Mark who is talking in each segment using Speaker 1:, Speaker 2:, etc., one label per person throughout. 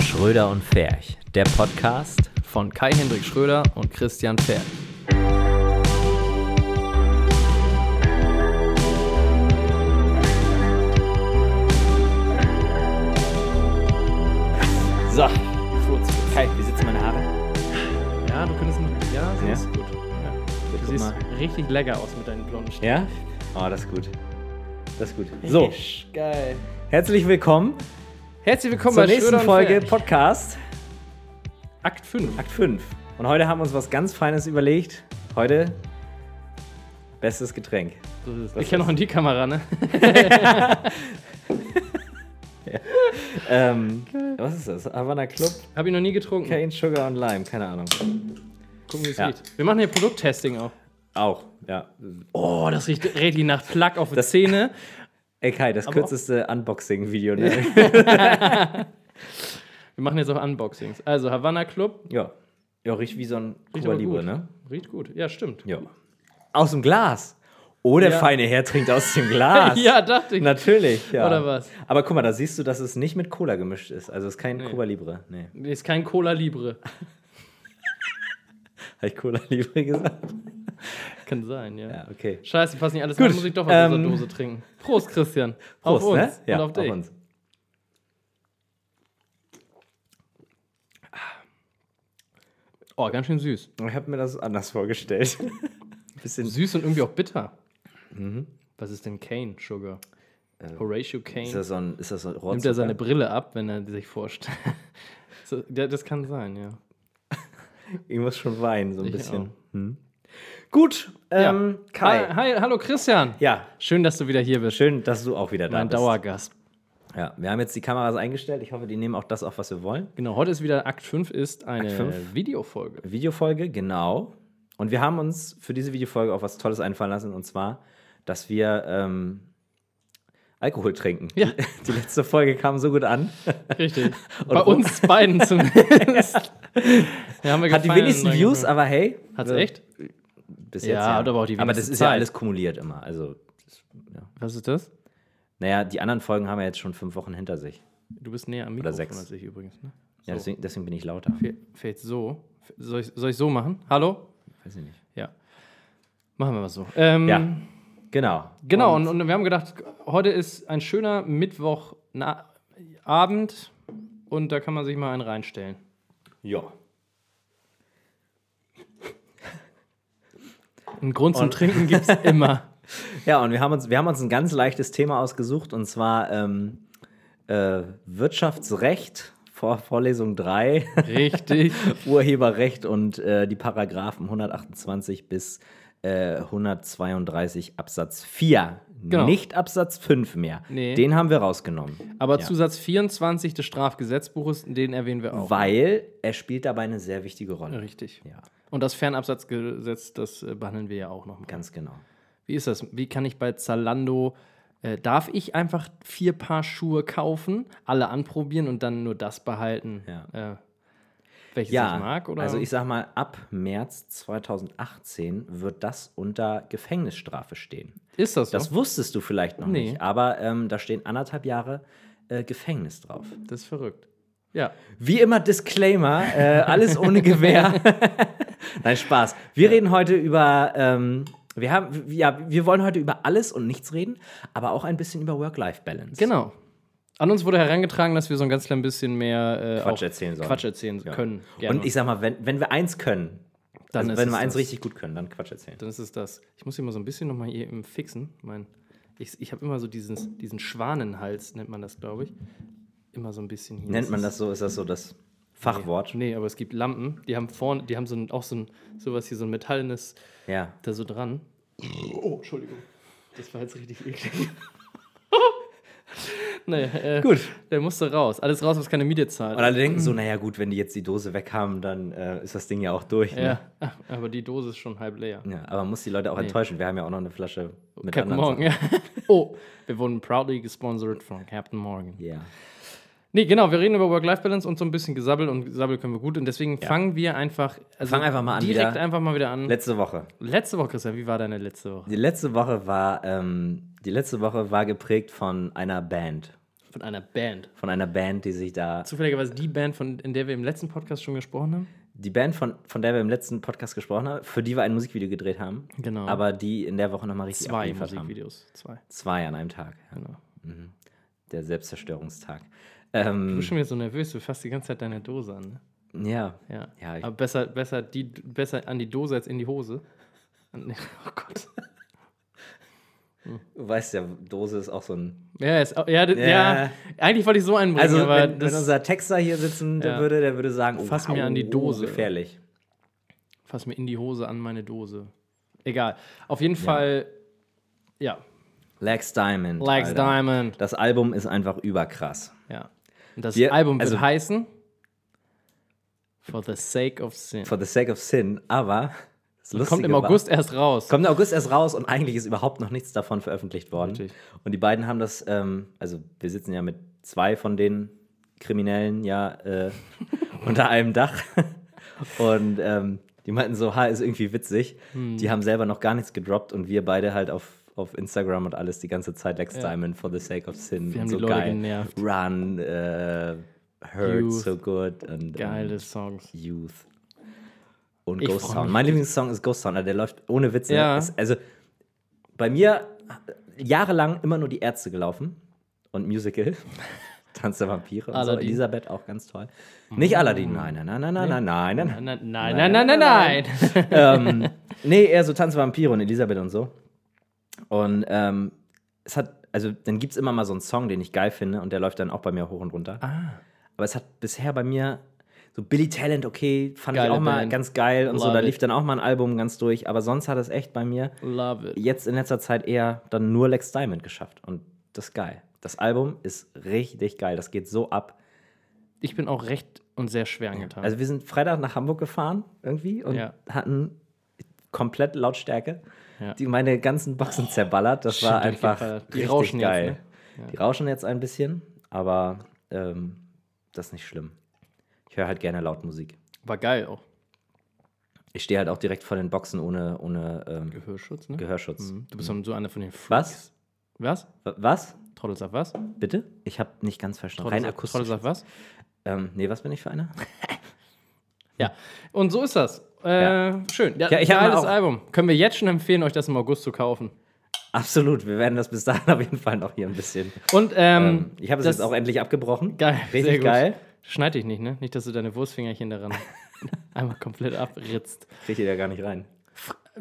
Speaker 1: Schröder und Ferch, der Podcast.
Speaker 2: Von Kai-Hendrik Schröder und Christian Pferd.
Speaker 1: So, Furz. Kai, wie sitzen meine Haare?
Speaker 2: Ja, du könntest nicht. Ja,
Speaker 1: Ja.
Speaker 2: siehst gut. Du
Speaker 1: Guck
Speaker 2: siehst
Speaker 1: mal.
Speaker 2: richtig lecker aus mit deinen blonden Stirn.
Speaker 1: Ja? Oh, das ist gut. Das ist gut. So,
Speaker 2: Geil.
Speaker 1: herzlich willkommen
Speaker 2: Herzlich willkommen
Speaker 1: zur
Speaker 2: bei
Speaker 1: nächsten
Speaker 2: Schröder
Speaker 1: Folge
Speaker 2: und Ferch.
Speaker 1: Podcast
Speaker 2: Akt 5.
Speaker 1: Akt 5. Und heute haben wir uns was ganz Feines überlegt. Heute bestes Getränk.
Speaker 2: ich kenne noch in die Kamera, ne?
Speaker 1: Ähm, was ist das? Havana Club,
Speaker 2: Hab ich noch nie getrunken.
Speaker 1: Cane, Sugar und Lime. Keine Ahnung.
Speaker 2: Gucken, wie es
Speaker 1: Ja.
Speaker 2: geht. Wir machen hier Produkttesting auch.
Speaker 1: Auch, ja.
Speaker 2: Oh, das riecht richtig nach Plug auf die Zähne.
Speaker 1: Ey Kai, das
Speaker 2: Aber-
Speaker 1: kürzeste Unboxing-Video, ne?
Speaker 2: Wir machen jetzt auch Unboxings. Also, Havana Club.
Speaker 1: ja. Ja, riecht wie so ein
Speaker 2: Riecht
Speaker 1: Cuba
Speaker 2: aber
Speaker 1: Libre,
Speaker 2: gut.
Speaker 1: ne?
Speaker 2: Riecht gut. Ja, stimmt.
Speaker 1: Ja. Aus dem Glas. Oh, der
Speaker 2: Ja.
Speaker 1: feine Herr trinkt aus dem Glas.
Speaker 2: Ja, dachte ich.
Speaker 1: Natürlich, ja.
Speaker 2: Oder was?
Speaker 1: Aber guck mal, da siehst du, dass es nicht mit Cola gemischt ist. Also es ist kein Cuba Libre. Nee.
Speaker 2: Nee, Ist kein Cola Libre.
Speaker 1: Habe ich Cola Libre gesagt?
Speaker 2: Kann sein, ja.
Speaker 1: Ja, okay.
Speaker 2: Scheiße, passt nicht alles.
Speaker 1: Gut,
Speaker 2: Gut. muss ich doch aus
Speaker 1: ähm,
Speaker 2: dieser Dose trinken. Prost, Christian. auf
Speaker 1: Prost,
Speaker 2: uns
Speaker 1: ne? Ja,
Speaker 2: und auf dich.
Speaker 1: uns.
Speaker 2: Oh, ganz schön süß.
Speaker 1: Ich habe mir das anders vorgestellt. Bisschen
Speaker 2: Süß und irgendwie auch bitter.
Speaker 1: Mhm.
Speaker 2: Was ist denn Kane Sugar? Horatio Kane.
Speaker 1: Äh, Ist das so ein, ist das so ein
Speaker 2: Nimmt er
Speaker 1: Rohrzucker?
Speaker 2: seine Brille ab, wenn er sich vorstellt? so, ja, das kann sein, ja.
Speaker 1: Ich muss schon weinen, so ein
Speaker 2: Ich
Speaker 1: bisschen. Hm. Gut, ähm,
Speaker 2: ja.
Speaker 1: Kai.
Speaker 2: Hi, hi, hallo Christian.
Speaker 1: Ja,
Speaker 2: Schön, dass du wieder hier bist.
Speaker 1: schön, dass du auch wieder da
Speaker 2: mein
Speaker 1: bist.
Speaker 2: Dauergast.
Speaker 1: Ja, wir haben jetzt die Kameras eingestellt. Ich hoffe, die nehmen auch das auf, was wir wollen.
Speaker 2: Genau, heute ist wieder Akt 5, ist eine
Speaker 1: Akt fünf?
Speaker 2: Videofolge.
Speaker 1: Videofolge, genau. Und wir haben uns für diese Videofolge auch was Tolles einfallen lassen, und zwar, dass wir ähm, Alkohol trinken.
Speaker 2: Ja.
Speaker 1: Die letzte Folge kam so gut an.
Speaker 2: Richtig. Bei uns beiden zumindest. Ja, haben wir
Speaker 1: Hat die
Speaker 2: gefallen.
Speaker 1: wenigsten Views, aber hey.
Speaker 2: Hat's
Speaker 1: wir-
Speaker 2: echt?
Speaker 1: Bis
Speaker 2: Ja,
Speaker 1: jetzt, ja,
Speaker 2: hat aber auch die
Speaker 1: Aber das
Speaker 2: wenigste
Speaker 1: ist ja
Speaker 2: Zeit.
Speaker 1: alles kumuliert immer. Also,
Speaker 2: Was ist das?
Speaker 1: naja, die anderen Folgen haben ja jetzt schon fünf Wochen hinter sich.
Speaker 2: Du bist näher am Mikrofon
Speaker 1: sechs.
Speaker 2: als ich übrigens. Ne?
Speaker 1: Ja,
Speaker 2: So.
Speaker 1: deswegen, deswegen bin ich lauter.
Speaker 2: Fe- Fehlt so. Fe- Soll ich, soll ich so machen? Hallo?
Speaker 1: Weiß ich nicht.
Speaker 2: Ja. Machen wir mal so. Ähm,
Speaker 1: Ja, genau.
Speaker 2: Genau, und, und wir haben gedacht, heute ist ein schöner Mittwochabend und da kann man sich mal einen reinstellen.
Speaker 1: Ja.
Speaker 2: Einen Grund zum Trinken gibt es immer.
Speaker 1: Ja, und wir haben, uns, wir haben uns ein ganz leichtes Thema ausgesucht, und zwar ähm, äh, Wirtschaftsrecht, vor Vorlesung 3,
Speaker 2: Richtig.
Speaker 1: Urheberrecht und äh, die Paragraphen 128 bis äh, 132 Absatz 4.
Speaker 2: Genau.
Speaker 1: Nicht Absatz 5 mehr.
Speaker 2: Nee.
Speaker 1: Den haben wir rausgenommen.
Speaker 2: Aber
Speaker 1: Ja.
Speaker 2: Zusatz 24 des Strafgesetzbuches, den erwähnen wir auch.
Speaker 1: Weil er spielt dabei eine sehr wichtige Rolle.
Speaker 2: Richtig.
Speaker 1: Ja,
Speaker 2: Und das Fernabsatzgesetz, das äh, behandeln wir ja auch nochmal.
Speaker 1: ganz genau.
Speaker 2: Wie ist das? Wie kann ich bei Zalando, äh, darf ich einfach vier Paar Schuhe kaufen, alle anprobieren und dann nur das behalten,
Speaker 1: Ja.
Speaker 2: äh, welches
Speaker 1: Ja,
Speaker 2: ich mag? Oder?
Speaker 1: also ich sag mal, ab März 2018 wird das unter Gefängnisstrafe stehen.
Speaker 2: ist das so?
Speaker 1: Das wusstest du vielleicht noch
Speaker 2: Nee.
Speaker 1: nicht, aber ähm, da stehen anderthalb Jahre äh, Gefängnis drauf.
Speaker 2: das ist verrückt. Ja,
Speaker 1: Wie immer Disclaimer, äh, alles ohne Gewehr. Nein, Spaß. Wir reden heute über, ähm, wir haben, ja, wir wollen heute über alles und nichts reden, aber auch ein bisschen über Work-Life-Balance.
Speaker 2: genau. An uns wurde herangetragen, dass wir so ein ganz klein bisschen mehr äh,
Speaker 1: Quatsch
Speaker 2: auch
Speaker 1: erzählen sollen.
Speaker 2: Quatsch erzählen können. gerne.
Speaker 1: Und ich sag mal, wenn, wenn wir eins können,
Speaker 2: Dann
Speaker 1: also
Speaker 2: ist
Speaker 1: wenn
Speaker 2: es
Speaker 1: wir eins
Speaker 2: das.
Speaker 1: richtig gut können, dann Quatsch erzählen.
Speaker 2: dann ist es das. Ich muss hier mal so ein bisschen nochmal hier eben fixen. Mein, ich ich habe immer so dieses, diesen Schwanenhals, nennt man das, glaube ich. Immer so ein bisschen hier.
Speaker 1: Nennt man
Speaker 2: ist-
Speaker 1: das so? Ist das so das Fachwort?
Speaker 2: Nee, aber es gibt Lampen, die haben vorne, die haben so ein, auch so ein, sowas hier, so ein metallenes
Speaker 1: Ja.
Speaker 2: da so dran. Oh, Entschuldigung. Das war jetzt richtig eklig. naja, äh,
Speaker 1: Gut.
Speaker 2: Der musste raus. Alles raus, was keine Miete zahlt.
Speaker 1: Und alle denken so, naja gut, wenn die jetzt die Dose weg haben, dann äh, ist das Ding ja auch durch. Ne?
Speaker 2: ja, aber die Dose ist schon halb leer.
Speaker 1: Ja, aber man muss die Leute auch enttäuschen. Wir haben ja auch noch eine Flasche mit
Speaker 2: Captain
Speaker 1: anderen
Speaker 2: Morgan, ja. Oh, wir wurden proudly gesponsert von Captain Morgan.
Speaker 1: Sachen. Ja.
Speaker 2: Nee, genau, wir reden über Work-Life-Balance und so ein bisschen Gesabbel und Gesabbel können wir gut und deswegen fangen wir einfach, also
Speaker 1: Fang einfach mal an,
Speaker 2: direkt
Speaker 1: wieder.
Speaker 2: einfach mal wieder an.
Speaker 1: Letzte Woche.
Speaker 2: letzte Woche, Christian, wie war deine letzte Woche?
Speaker 1: Die letzte Woche war, ähm, die letzte Woche war geprägt von einer Band.
Speaker 2: Von einer Band.
Speaker 1: Von einer Band, die sich da.
Speaker 2: Zufälligerweise die Band, von, in der wir im letzten Podcast schon gesprochen haben.
Speaker 1: Die Band, von, von der wir im letzten Podcast gesprochen haben, für die wir ein Musikvideo gedreht haben.
Speaker 2: Genau.
Speaker 1: Aber die in der Woche nochmal richtig
Speaker 2: Zwei
Speaker 1: abgeliefert haben.
Speaker 2: Musikvideos. Zwei.
Speaker 1: Zwei an einem Tag. Ja.
Speaker 2: Genau.
Speaker 1: Mhm. Der Selbstzerstörungstag.
Speaker 2: Du
Speaker 1: Ähm,
Speaker 2: bist schon wieder so nervös, du fasst die ganze Zeit deine Dose an. Ne?
Speaker 1: ja.
Speaker 2: Ja.
Speaker 1: Ja, ich-
Speaker 2: Aber besser, besser, die, besser an die Dose als in die Hose. An- Oh Gott.
Speaker 1: Du weißt ja, Dose ist auch so ein.
Speaker 2: Ja, ist, ja, das-
Speaker 1: Ja.
Speaker 2: ja, eigentlich wollte ich so einbringen,
Speaker 1: Also,
Speaker 2: aber
Speaker 1: wenn,
Speaker 2: das
Speaker 1: wenn unser Texter hier sitzen der
Speaker 2: Ja.
Speaker 1: würde, der würde sagen: oh,
Speaker 2: Fass mir an die
Speaker 1: au,
Speaker 2: Dose.
Speaker 1: Gefährlich.
Speaker 2: fass mir in die Hose an meine Dose. Egal. Auf jeden Fall, ja,
Speaker 1: Lex Diamond.
Speaker 2: Lex
Speaker 1: Alter.
Speaker 2: Diamond.
Speaker 1: Das Album ist einfach überkrass.
Speaker 2: Ja. Und das
Speaker 1: Wir-
Speaker 2: Album wird
Speaker 1: also-
Speaker 2: heißen For the Sake of Sin.
Speaker 1: For the sake of sin, aber. das
Speaker 2: Kommt
Speaker 1: Lustige
Speaker 2: im
Speaker 1: war-
Speaker 2: August erst raus.
Speaker 1: Kommt im August erst raus und eigentlich ist überhaupt noch nichts davon veröffentlicht worden.
Speaker 2: Richtig.
Speaker 1: Und die beiden haben das, ähm, also wir sitzen ja mit zwei von den Kriminellen ja äh, unter einem Dach. Und ähm, die meinten so, ha, ist irgendwie witzig.
Speaker 2: Hm.
Speaker 1: Die haben selber noch gar nichts gedroppt und wir beide halt auf, auf Instagram und alles die ganze Zeit Lex
Speaker 2: Ja.
Speaker 1: Diamond for the sake of sin. und
Speaker 2: Wir haben
Speaker 1: so
Speaker 2: die Leute
Speaker 1: geil.
Speaker 2: genervt.
Speaker 1: Run, äh, Hurt,
Speaker 2: Youth.
Speaker 1: so good. Und, ähm,
Speaker 2: Geile Songs.
Speaker 1: Youth. Und
Speaker 2: Ich
Speaker 1: Ghost
Speaker 2: freu
Speaker 1: Town.
Speaker 2: mich.
Speaker 1: Mein Lieblingssong ist Ghost Town, Alter, der läuft ohne Witze.
Speaker 2: Ja.
Speaker 1: Ist, also bei mir jahrelang immer nur die Ärzte gelaufen und Musical. Tanz der Vampire und so.
Speaker 2: Aladdin. Mhm.
Speaker 1: Elisabeth auch ganz toll. Nicht Aladdin, nein, nein, nein, nein, nein, nein, nein.
Speaker 2: Nein, nein, nein, nein, nein, nein. nein.
Speaker 1: ähm, nee, eher so Tanz der Vampire und Elisabeth und so. Und ähm, es hat, also dann gibt es immer mal so einen Song, den ich geil finde und der läuft dann auch bei mir hoch und runter.
Speaker 2: Ah.
Speaker 1: Aber es hat bisher bei mir so Billy Talent, okay, fand ich
Speaker 2: Geile
Speaker 1: auch mal
Speaker 2: Band.
Speaker 1: ganz geil und so.
Speaker 2: Love
Speaker 1: Da
Speaker 2: it.
Speaker 1: lief dann auch mal ein Album ganz durch. Aber sonst hat es echt bei mir
Speaker 2: Love it.
Speaker 1: jetzt in letzter Zeit eher dann nur Lex Diamond geschafft. Und das ist geil. Das Album ist richtig geil. Das geht so ab.
Speaker 2: Ich bin auch recht und sehr schwer angetan.
Speaker 1: Also wir sind Freitag nach Hamburg gefahren irgendwie und
Speaker 2: Ja.
Speaker 1: hatten komplett Lautstärke.
Speaker 2: Ja. Oh,
Speaker 1: Die meine ganzen Boxen zerballert. Das war
Speaker 2: Schön
Speaker 1: einfach
Speaker 2: durchgeballert. Die
Speaker 1: richtig
Speaker 2: rauschen jetzt,
Speaker 1: geil.
Speaker 2: ne? Ja.
Speaker 1: Die rauschen jetzt ein bisschen, aber ähm, das ist nicht schlimm. Ich höre halt gerne laut Musik.
Speaker 2: War geil auch.
Speaker 1: Ich stehe halt auch direkt vor den Boxen ohne, ohne ähm,
Speaker 2: Gehörschutz, ne?
Speaker 1: Gehörschutz.
Speaker 2: Mhm. Du bist dann so einer von den Freaks.
Speaker 1: Was?
Speaker 2: Was?
Speaker 1: W- Was?
Speaker 2: Trottel sagt was?
Speaker 1: Bitte? Ich habe nicht ganz verstanden.
Speaker 2: Trottel
Speaker 1: Rein
Speaker 2: sagt- Trottel
Speaker 1: akustisch.
Speaker 2: sagt was?
Speaker 1: Ähm, nee, was bin ich für einer?
Speaker 2: Ja. Und so ist das. Äh, Schön. Ja,
Speaker 1: Ja, ich hab mir
Speaker 2: geiles
Speaker 1: auch-
Speaker 2: Album. Können wir jetzt schon empfehlen, euch das im August zu kaufen.
Speaker 1: Absolut, wir werden das bis dahin auf jeden Fall noch hier ein bisschen.
Speaker 2: Und ähm,
Speaker 1: Ähm, ich habe es
Speaker 2: das-
Speaker 1: jetzt auch endlich abgebrochen.
Speaker 2: Geil.
Speaker 1: Richtig
Speaker 2: sehr gut.
Speaker 1: geil.
Speaker 2: Schneid dich nicht, ne? Nicht, dass du deine Wurstfingerchen daran einmal komplett abritzt.
Speaker 1: Kriege ich da gar nicht rein.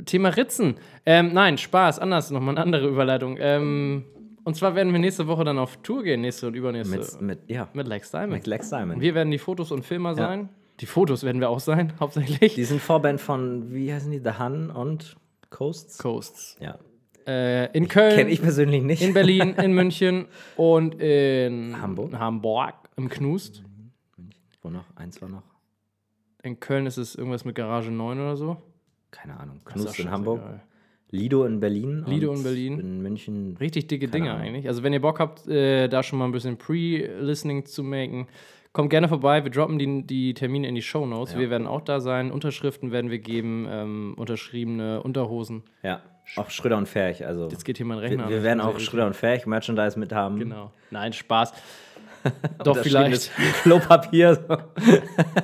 Speaker 2: Thema Ritzen. Ähm, nein, Spaß. Anders. Nochmal eine andere Überleitung. Ähm, und zwar werden wir nächste Woche dann auf Tour gehen. Nächste und übernächste.
Speaker 1: Mit,
Speaker 2: Mit,
Speaker 1: mit, ja,
Speaker 2: Lex Diamond.
Speaker 1: mit Lex Diamond.
Speaker 2: Wir werden die Fotos und Filmer sein. Die Fotos werden wir auch sein, hauptsächlich.
Speaker 1: Die sind Vorband von, wie heißen die? The Hun und Coasts?
Speaker 2: Coasts.
Speaker 1: ja.
Speaker 2: Äh, in Köln,
Speaker 1: Kenne ich persönlich nicht.
Speaker 2: in Berlin, in München und in
Speaker 1: Hamburg.
Speaker 2: Hamburg, im Knust.
Speaker 1: Wo noch? Eins war noch?
Speaker 2: In Köln ist es irgendwas mit Garage 9 oder so.
Speaker 1: Keine Ahnung.
Speaker 2: Das ist
Speaker 1: Knust
Speaker 2: auch
Speaker 1: in Hamburg.
Speaker 2: scheißegal.
Speaker 1: Lido in Berlin.
Speaker 2: Lido
Speaker 1: und
Speaker 2: in Berlin.
Speaker 1: In München.
Speaker 2: Richtig dicke
Speaker 1: Keine
Speaker 2: Dinge
Speaker 1: Ahnung.
Speaker 2: eigentlich. Also wenn ihr Bock habt, äh, da schon mal ein bisschen Pre-Listening zu machen, kommt gerne vorbei. Wir droppen die, die Termine in die Show Notes. Wir werden auch da sein. Unterschriften werden wir geben, ähm, unterschriebene Unterhosen.
Speaker 1: Ja. Auch Schröder und Ferch. Also.
Speaker 2: Jetzt geht hier mein Rechner.
Speaker 1: Wir,
Speaker 2: an.
Speaker 1: wir werden auch Schröder und Ferch Merchandise mit haben.
Speaker 2: Genau. Nein, Spaß. Doch
Speaker 1: Da
Speaker 2: vielleicht.
Speaker 1: steht das Klopapier. So.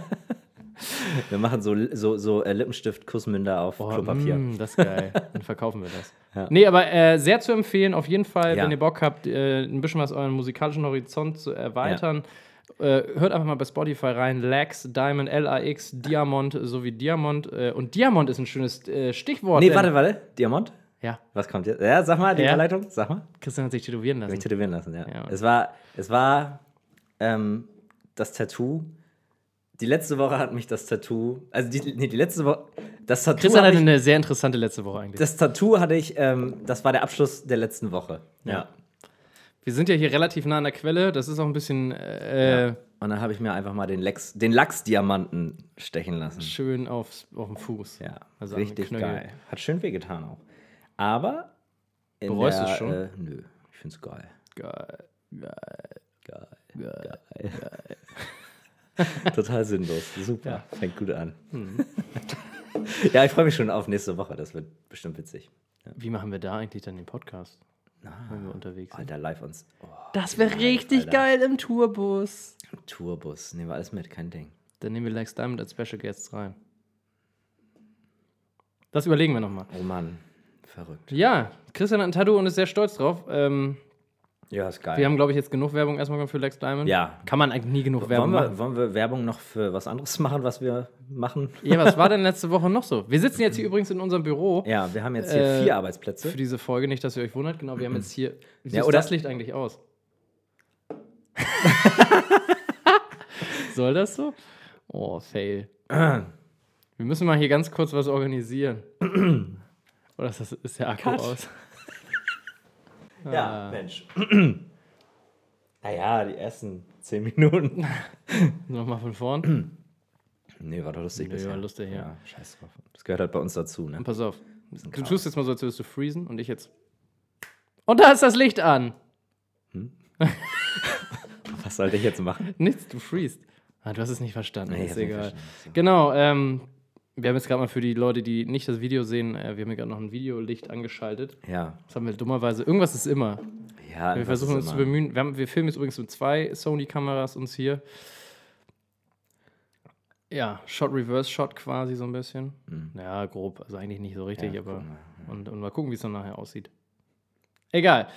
Speaker 1: wir machen so, so, so äh, Lippenstift, Kussmünder auf
Speaker 2: Oh,
Speaker 1: Klopapier.
Speaker 2: mm, das ist geil. Dann verkaufen wir das.
Speaker 1: Ja.
Speaker 2: Nee, aber äh, sehr zu empfehlen, auf jeden Fall,
Speaker 1: Ja.
Speaker 2: wenn ihr Bock habt, äh, ein bisschen was euren musikalischen Horizont zu erweitern. Äh, hört einfach mal bei Spotify rein. Lax, Diamond, LAX, Diamond sowie Diamond. Äh, und Diamond ist ein schönes äh, Stichwort.
Speaker 1: Nee,
Speaker 2: denn-
Speaker 1: warte, warte. Diamant?
Speaker 2: Ja,
Speaker 1: Was kommt jetzt? Ja, sag mal, die
Speaker 2: Ja.
Speaker 1: Verleitung. Sag mal.
Speaker 2: Christian hat sich tätowieren
Speaker 1: Mich
Speaker 2: lassen.
Speaker 1: tätowieren lassen, ja.
Speaker 2: Ja, Mann.
Speaker 1: es war, es war ähm, das Tattoo. Die letzte Woche hat mich das Tattoo. Also, die, nee, die letzte Woche. Das Tattoo.
Speaker 2: Christian
Speaker 1: hat
Speaker 2: hatte
Speaker 1: mich-
Speaker 2: eine sehr interessante letzte Woche eigentlich.
Speaker 1: Das Tattoo hatte ich, ähm, das war der Abschluss der letzten Woche.
Speaker 2: Ja. Wir sind ja hier relativ nah an der Quelle. Das ist auch ein bisschen äh,
Speaker 1: Ja. Und dann habe ich mir einfach mal den, Lex, den Lachsdiamanten stechen lassen.
Speaker 2: schön aufs, auf dem Fuß.
Speaker 1: Ja,
Speaker 2: Also am
Speaker 1: richtig
Speaker 2: Knöchel.
Speaker 1: geil. Hat schön wehgetan auch. Aber. in
Speaker 2: Bereust du es schon?
Speaker 1: Äh, nö, ich find's geil.
Speaker 2: Geil.
Speaker 1: Geil. Geil. Total sinnlos. Super. Fängt gut an.
Speaker 2: Mhm.
Speaker 1: ja, ich freue mich schon auf nächste Woche. Das wird bestimmt witzig.
Speaker 2: Wie machen wir da eigentlich dann den Podcast? Wenn wir unterwegs sind.
Speaker 1: Alter, live uns. Oh,
Speaker 2: Das wäre richtig
Speaker 1: Alter.
Speaker 2: geil im Tourbus.
Speaker 1: Tourbus, nehmen wir alles mit, kein Ding.
Speaker 2: Dann nehmen wir Lex Diamond als Special Guest rein. Das überlegen wir nochmal.
Speaker 1: Oh Mann, verrückt.
Speaker 2: Ja, Christian hat ein Tattoo und ist sehr stolz drauf. Ähm,
Speaker 1: Ja, ist geil.
Speaker 2: wir haben, glaube ich, jetzt genug Werbung erstmal gemacht für Lex Diamond.
Speaker 1: Ja.
Speaker 2: Kann man eigentlich nie genug
Speaker 1: wollen,
Speaker 2: Werbung
Speaker 1: wir,
Speaker 2: machen.
Speaker 1: wollen wir Werbung noch für was anderes machen, was wir machen?
Speaker 2: Ja, was war denn letzte Woche noch so? Wir sitzen jetzt hier übrigens in unserem Büro
Speaker 1: Ja, wir haben jetzt hier
Speaker 2: Äh,
Speaker 1: vier Arbeitsplätze.
Speaker 2: für diese Folge. Nicht, dass ihr euch wundert. Genau, wir haben jetzt hier. Wie sieht
Speaker 1: Ja, oder-
Speaker 2: das Licht eigentlich aus? Soll das so? Oh, fail. Wir müssen mal hier ganz kurz was organisieren. Oder ist, das, ist der Akku
Speaker 1: Cut.
Speaker 2: aus? Ah.
Speaker 1: Ja, Mensch. naja, die ersten zehn Minuten.
Speaker 2: Nochmal von vorn.
Speaker 1: Nee, war doch lustig.
Speaker 2: Nö,
Speaker 1: bisher.
Speaker 2: war lustig, ja.
Speaker 1: Scheiß drauf. Das gehört halt bei uns dazu, ne?
Speaker 2: Pass auf. Du
Speaker 1: Chaos.
Speaker 2: tust jetzt mal so, als würdest du freezen und ich jetzt. Und da ist das Licht an.
Speaker 1: Was sollte ich jetzt machen?
Speaker 2: Nichts, du freest. Ah, du hast es nicht verstanden.
Speaker 1: Nee, ich
Speaker 2: ist
Speaker 1: hab's nicht
Speaker 2: egal.
Speaker 1: verstanden. Ist
Speaker 2: Genau, ähm, wir haben jetzt gerade mal für die Leute, die nicht das Video sehen, äh, wir haben hier gerade noch ein Videolicht angeschaltet.
Speaker 1: Ja.
Speaker 2: Das haben wir dummerweise. Irgendwas ist immer.
Speaker 1: ja
Speaker 2: Wir
Speaker 1: das
Speaker 2: versuchen
Speaker 1: ist
Speaker 2: uns zu
Speaker 1: immer-
Speaker 2: bemühen. Wir, haben, wir filmen jetzt übrigens mit zwei Sony-Kameras uns hier. Ja, Shot-Reverse-Shot quasi so ein bisschen. Ja, grob. Also eigentlich nicht so richtig,
Speaker 1: Mhm. Ja,
Speaker 2: aber.
Speaker 1: gucken
Speaker 2: Und, und mal gucken, wie es dann nachher aussieht. Egal.